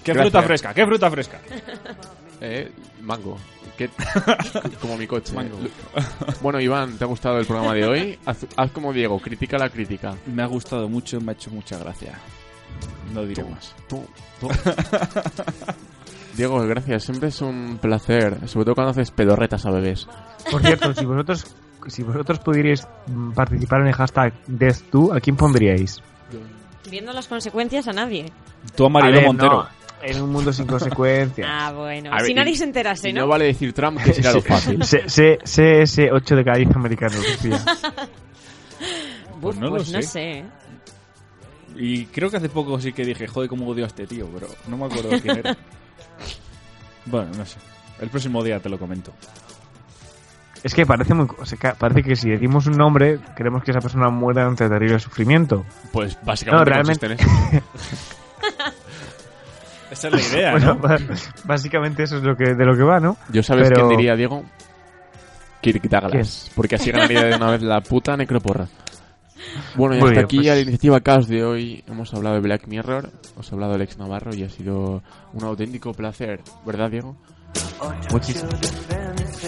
[SPEAKER 9] qué
[SPEAKER 2] Gracias.
[SPEAKER 9] fruta fresca, qué fruta fresca.
[SPEAKER 2] Eh, mango. ¿Qué- como mi coche.
[SPEAKER 9] Mango.
[SPEAKER 2] Bueno, Iván, ¿te ha gustado el programa de hoy? Haz, haz como Diego, critica la crítica.
[SPEAKER 9] Me ha gustado mucho, me ha hecho mucha gracia. No diré más.
[SPEAKER 2] Tú, tú. Diego, gracias. Siempre es un placer. Sobre todo cuando haces pedorretas a bebés.
[SPEAKER 10] Por cierto, si vosotros si vosotros pudierais mm, participar en el hashtag DeathTo, ¿a quién pondríais?
[SPEAKER 3] Viendo las consecuencias a nadie.
[SPEAKER 9] Tú a Mariló
[SPEAKER 10] A ver, no,
[SPEAKER 9] Montero.
[SPEAKER 10] en un mundo sin consecuencias.
[SPEAKER 3] Ah, bueno.
[SPEAKER 2] A ver,
[SPEAKER 3] si
[SPEAKER 2] y-
[SPEAKER 3] nadie se enterase,
[SPEAKER 2] Y
[SPEAKER 3] ¿no?
[SPEAKER 2] no vale decir Trump que será lo fácil.
[SPEAKER 10] Se- se- CS8 de cada 10 americanos, Lucía.
[SPEAKER 3] Buf,
[SPEAKER 9] Pues no lo sé.
[SPEAKER 3] sé.
[SPEAKER 9] Y creo que hace poco sí que dije, joder, cómo odio a este tío, pero no me acuerdo quién era. bueno, no sé. El próximo día te lo comento.
[SPEAKER 10] Es que parece muy, o sea, ca- parece que si decimos un nombre, queremos que esa persona muera ante terrible sufrimiento.
[SPEAKER 2] Pues
[SPEAKER 10] No,
[SPEAKER 2] básicamente consiste
[SPEAKER 10] realmente.
[SPEAKER 2] en eso.
[SPEAKER 9] Esa es la idea,
[SPEAKER 10] bueno,
[SPEAKER 9] ¿no?
[SPEAKER 10] ba- básicamente eso es lo que de lo que va, ¿no?
[SPEAKER 2] Yo sabes
[SPEAKER 10] Pero-
[SPEAKER 2] quién diría, Diego. Kirk Douglas. Porque así ganaría de una vez la puta necroporra. Bueno, y
[SPEAKER 10] Muy
[SPEAKER 2] hasta
[SPEAKER 10] bien,
[SPEAKER 2] aquí
[SPEAKER 10] pues-
[SPEAKER 2] ya la iniciativa Caos de hoy. Hemos hablado de Black Mirror, os he hablado de Alex Navarro y ha sido un auténtico placer, ¿verdad, Diego? Muchis-
[SPEAKER 5] Muchísimas.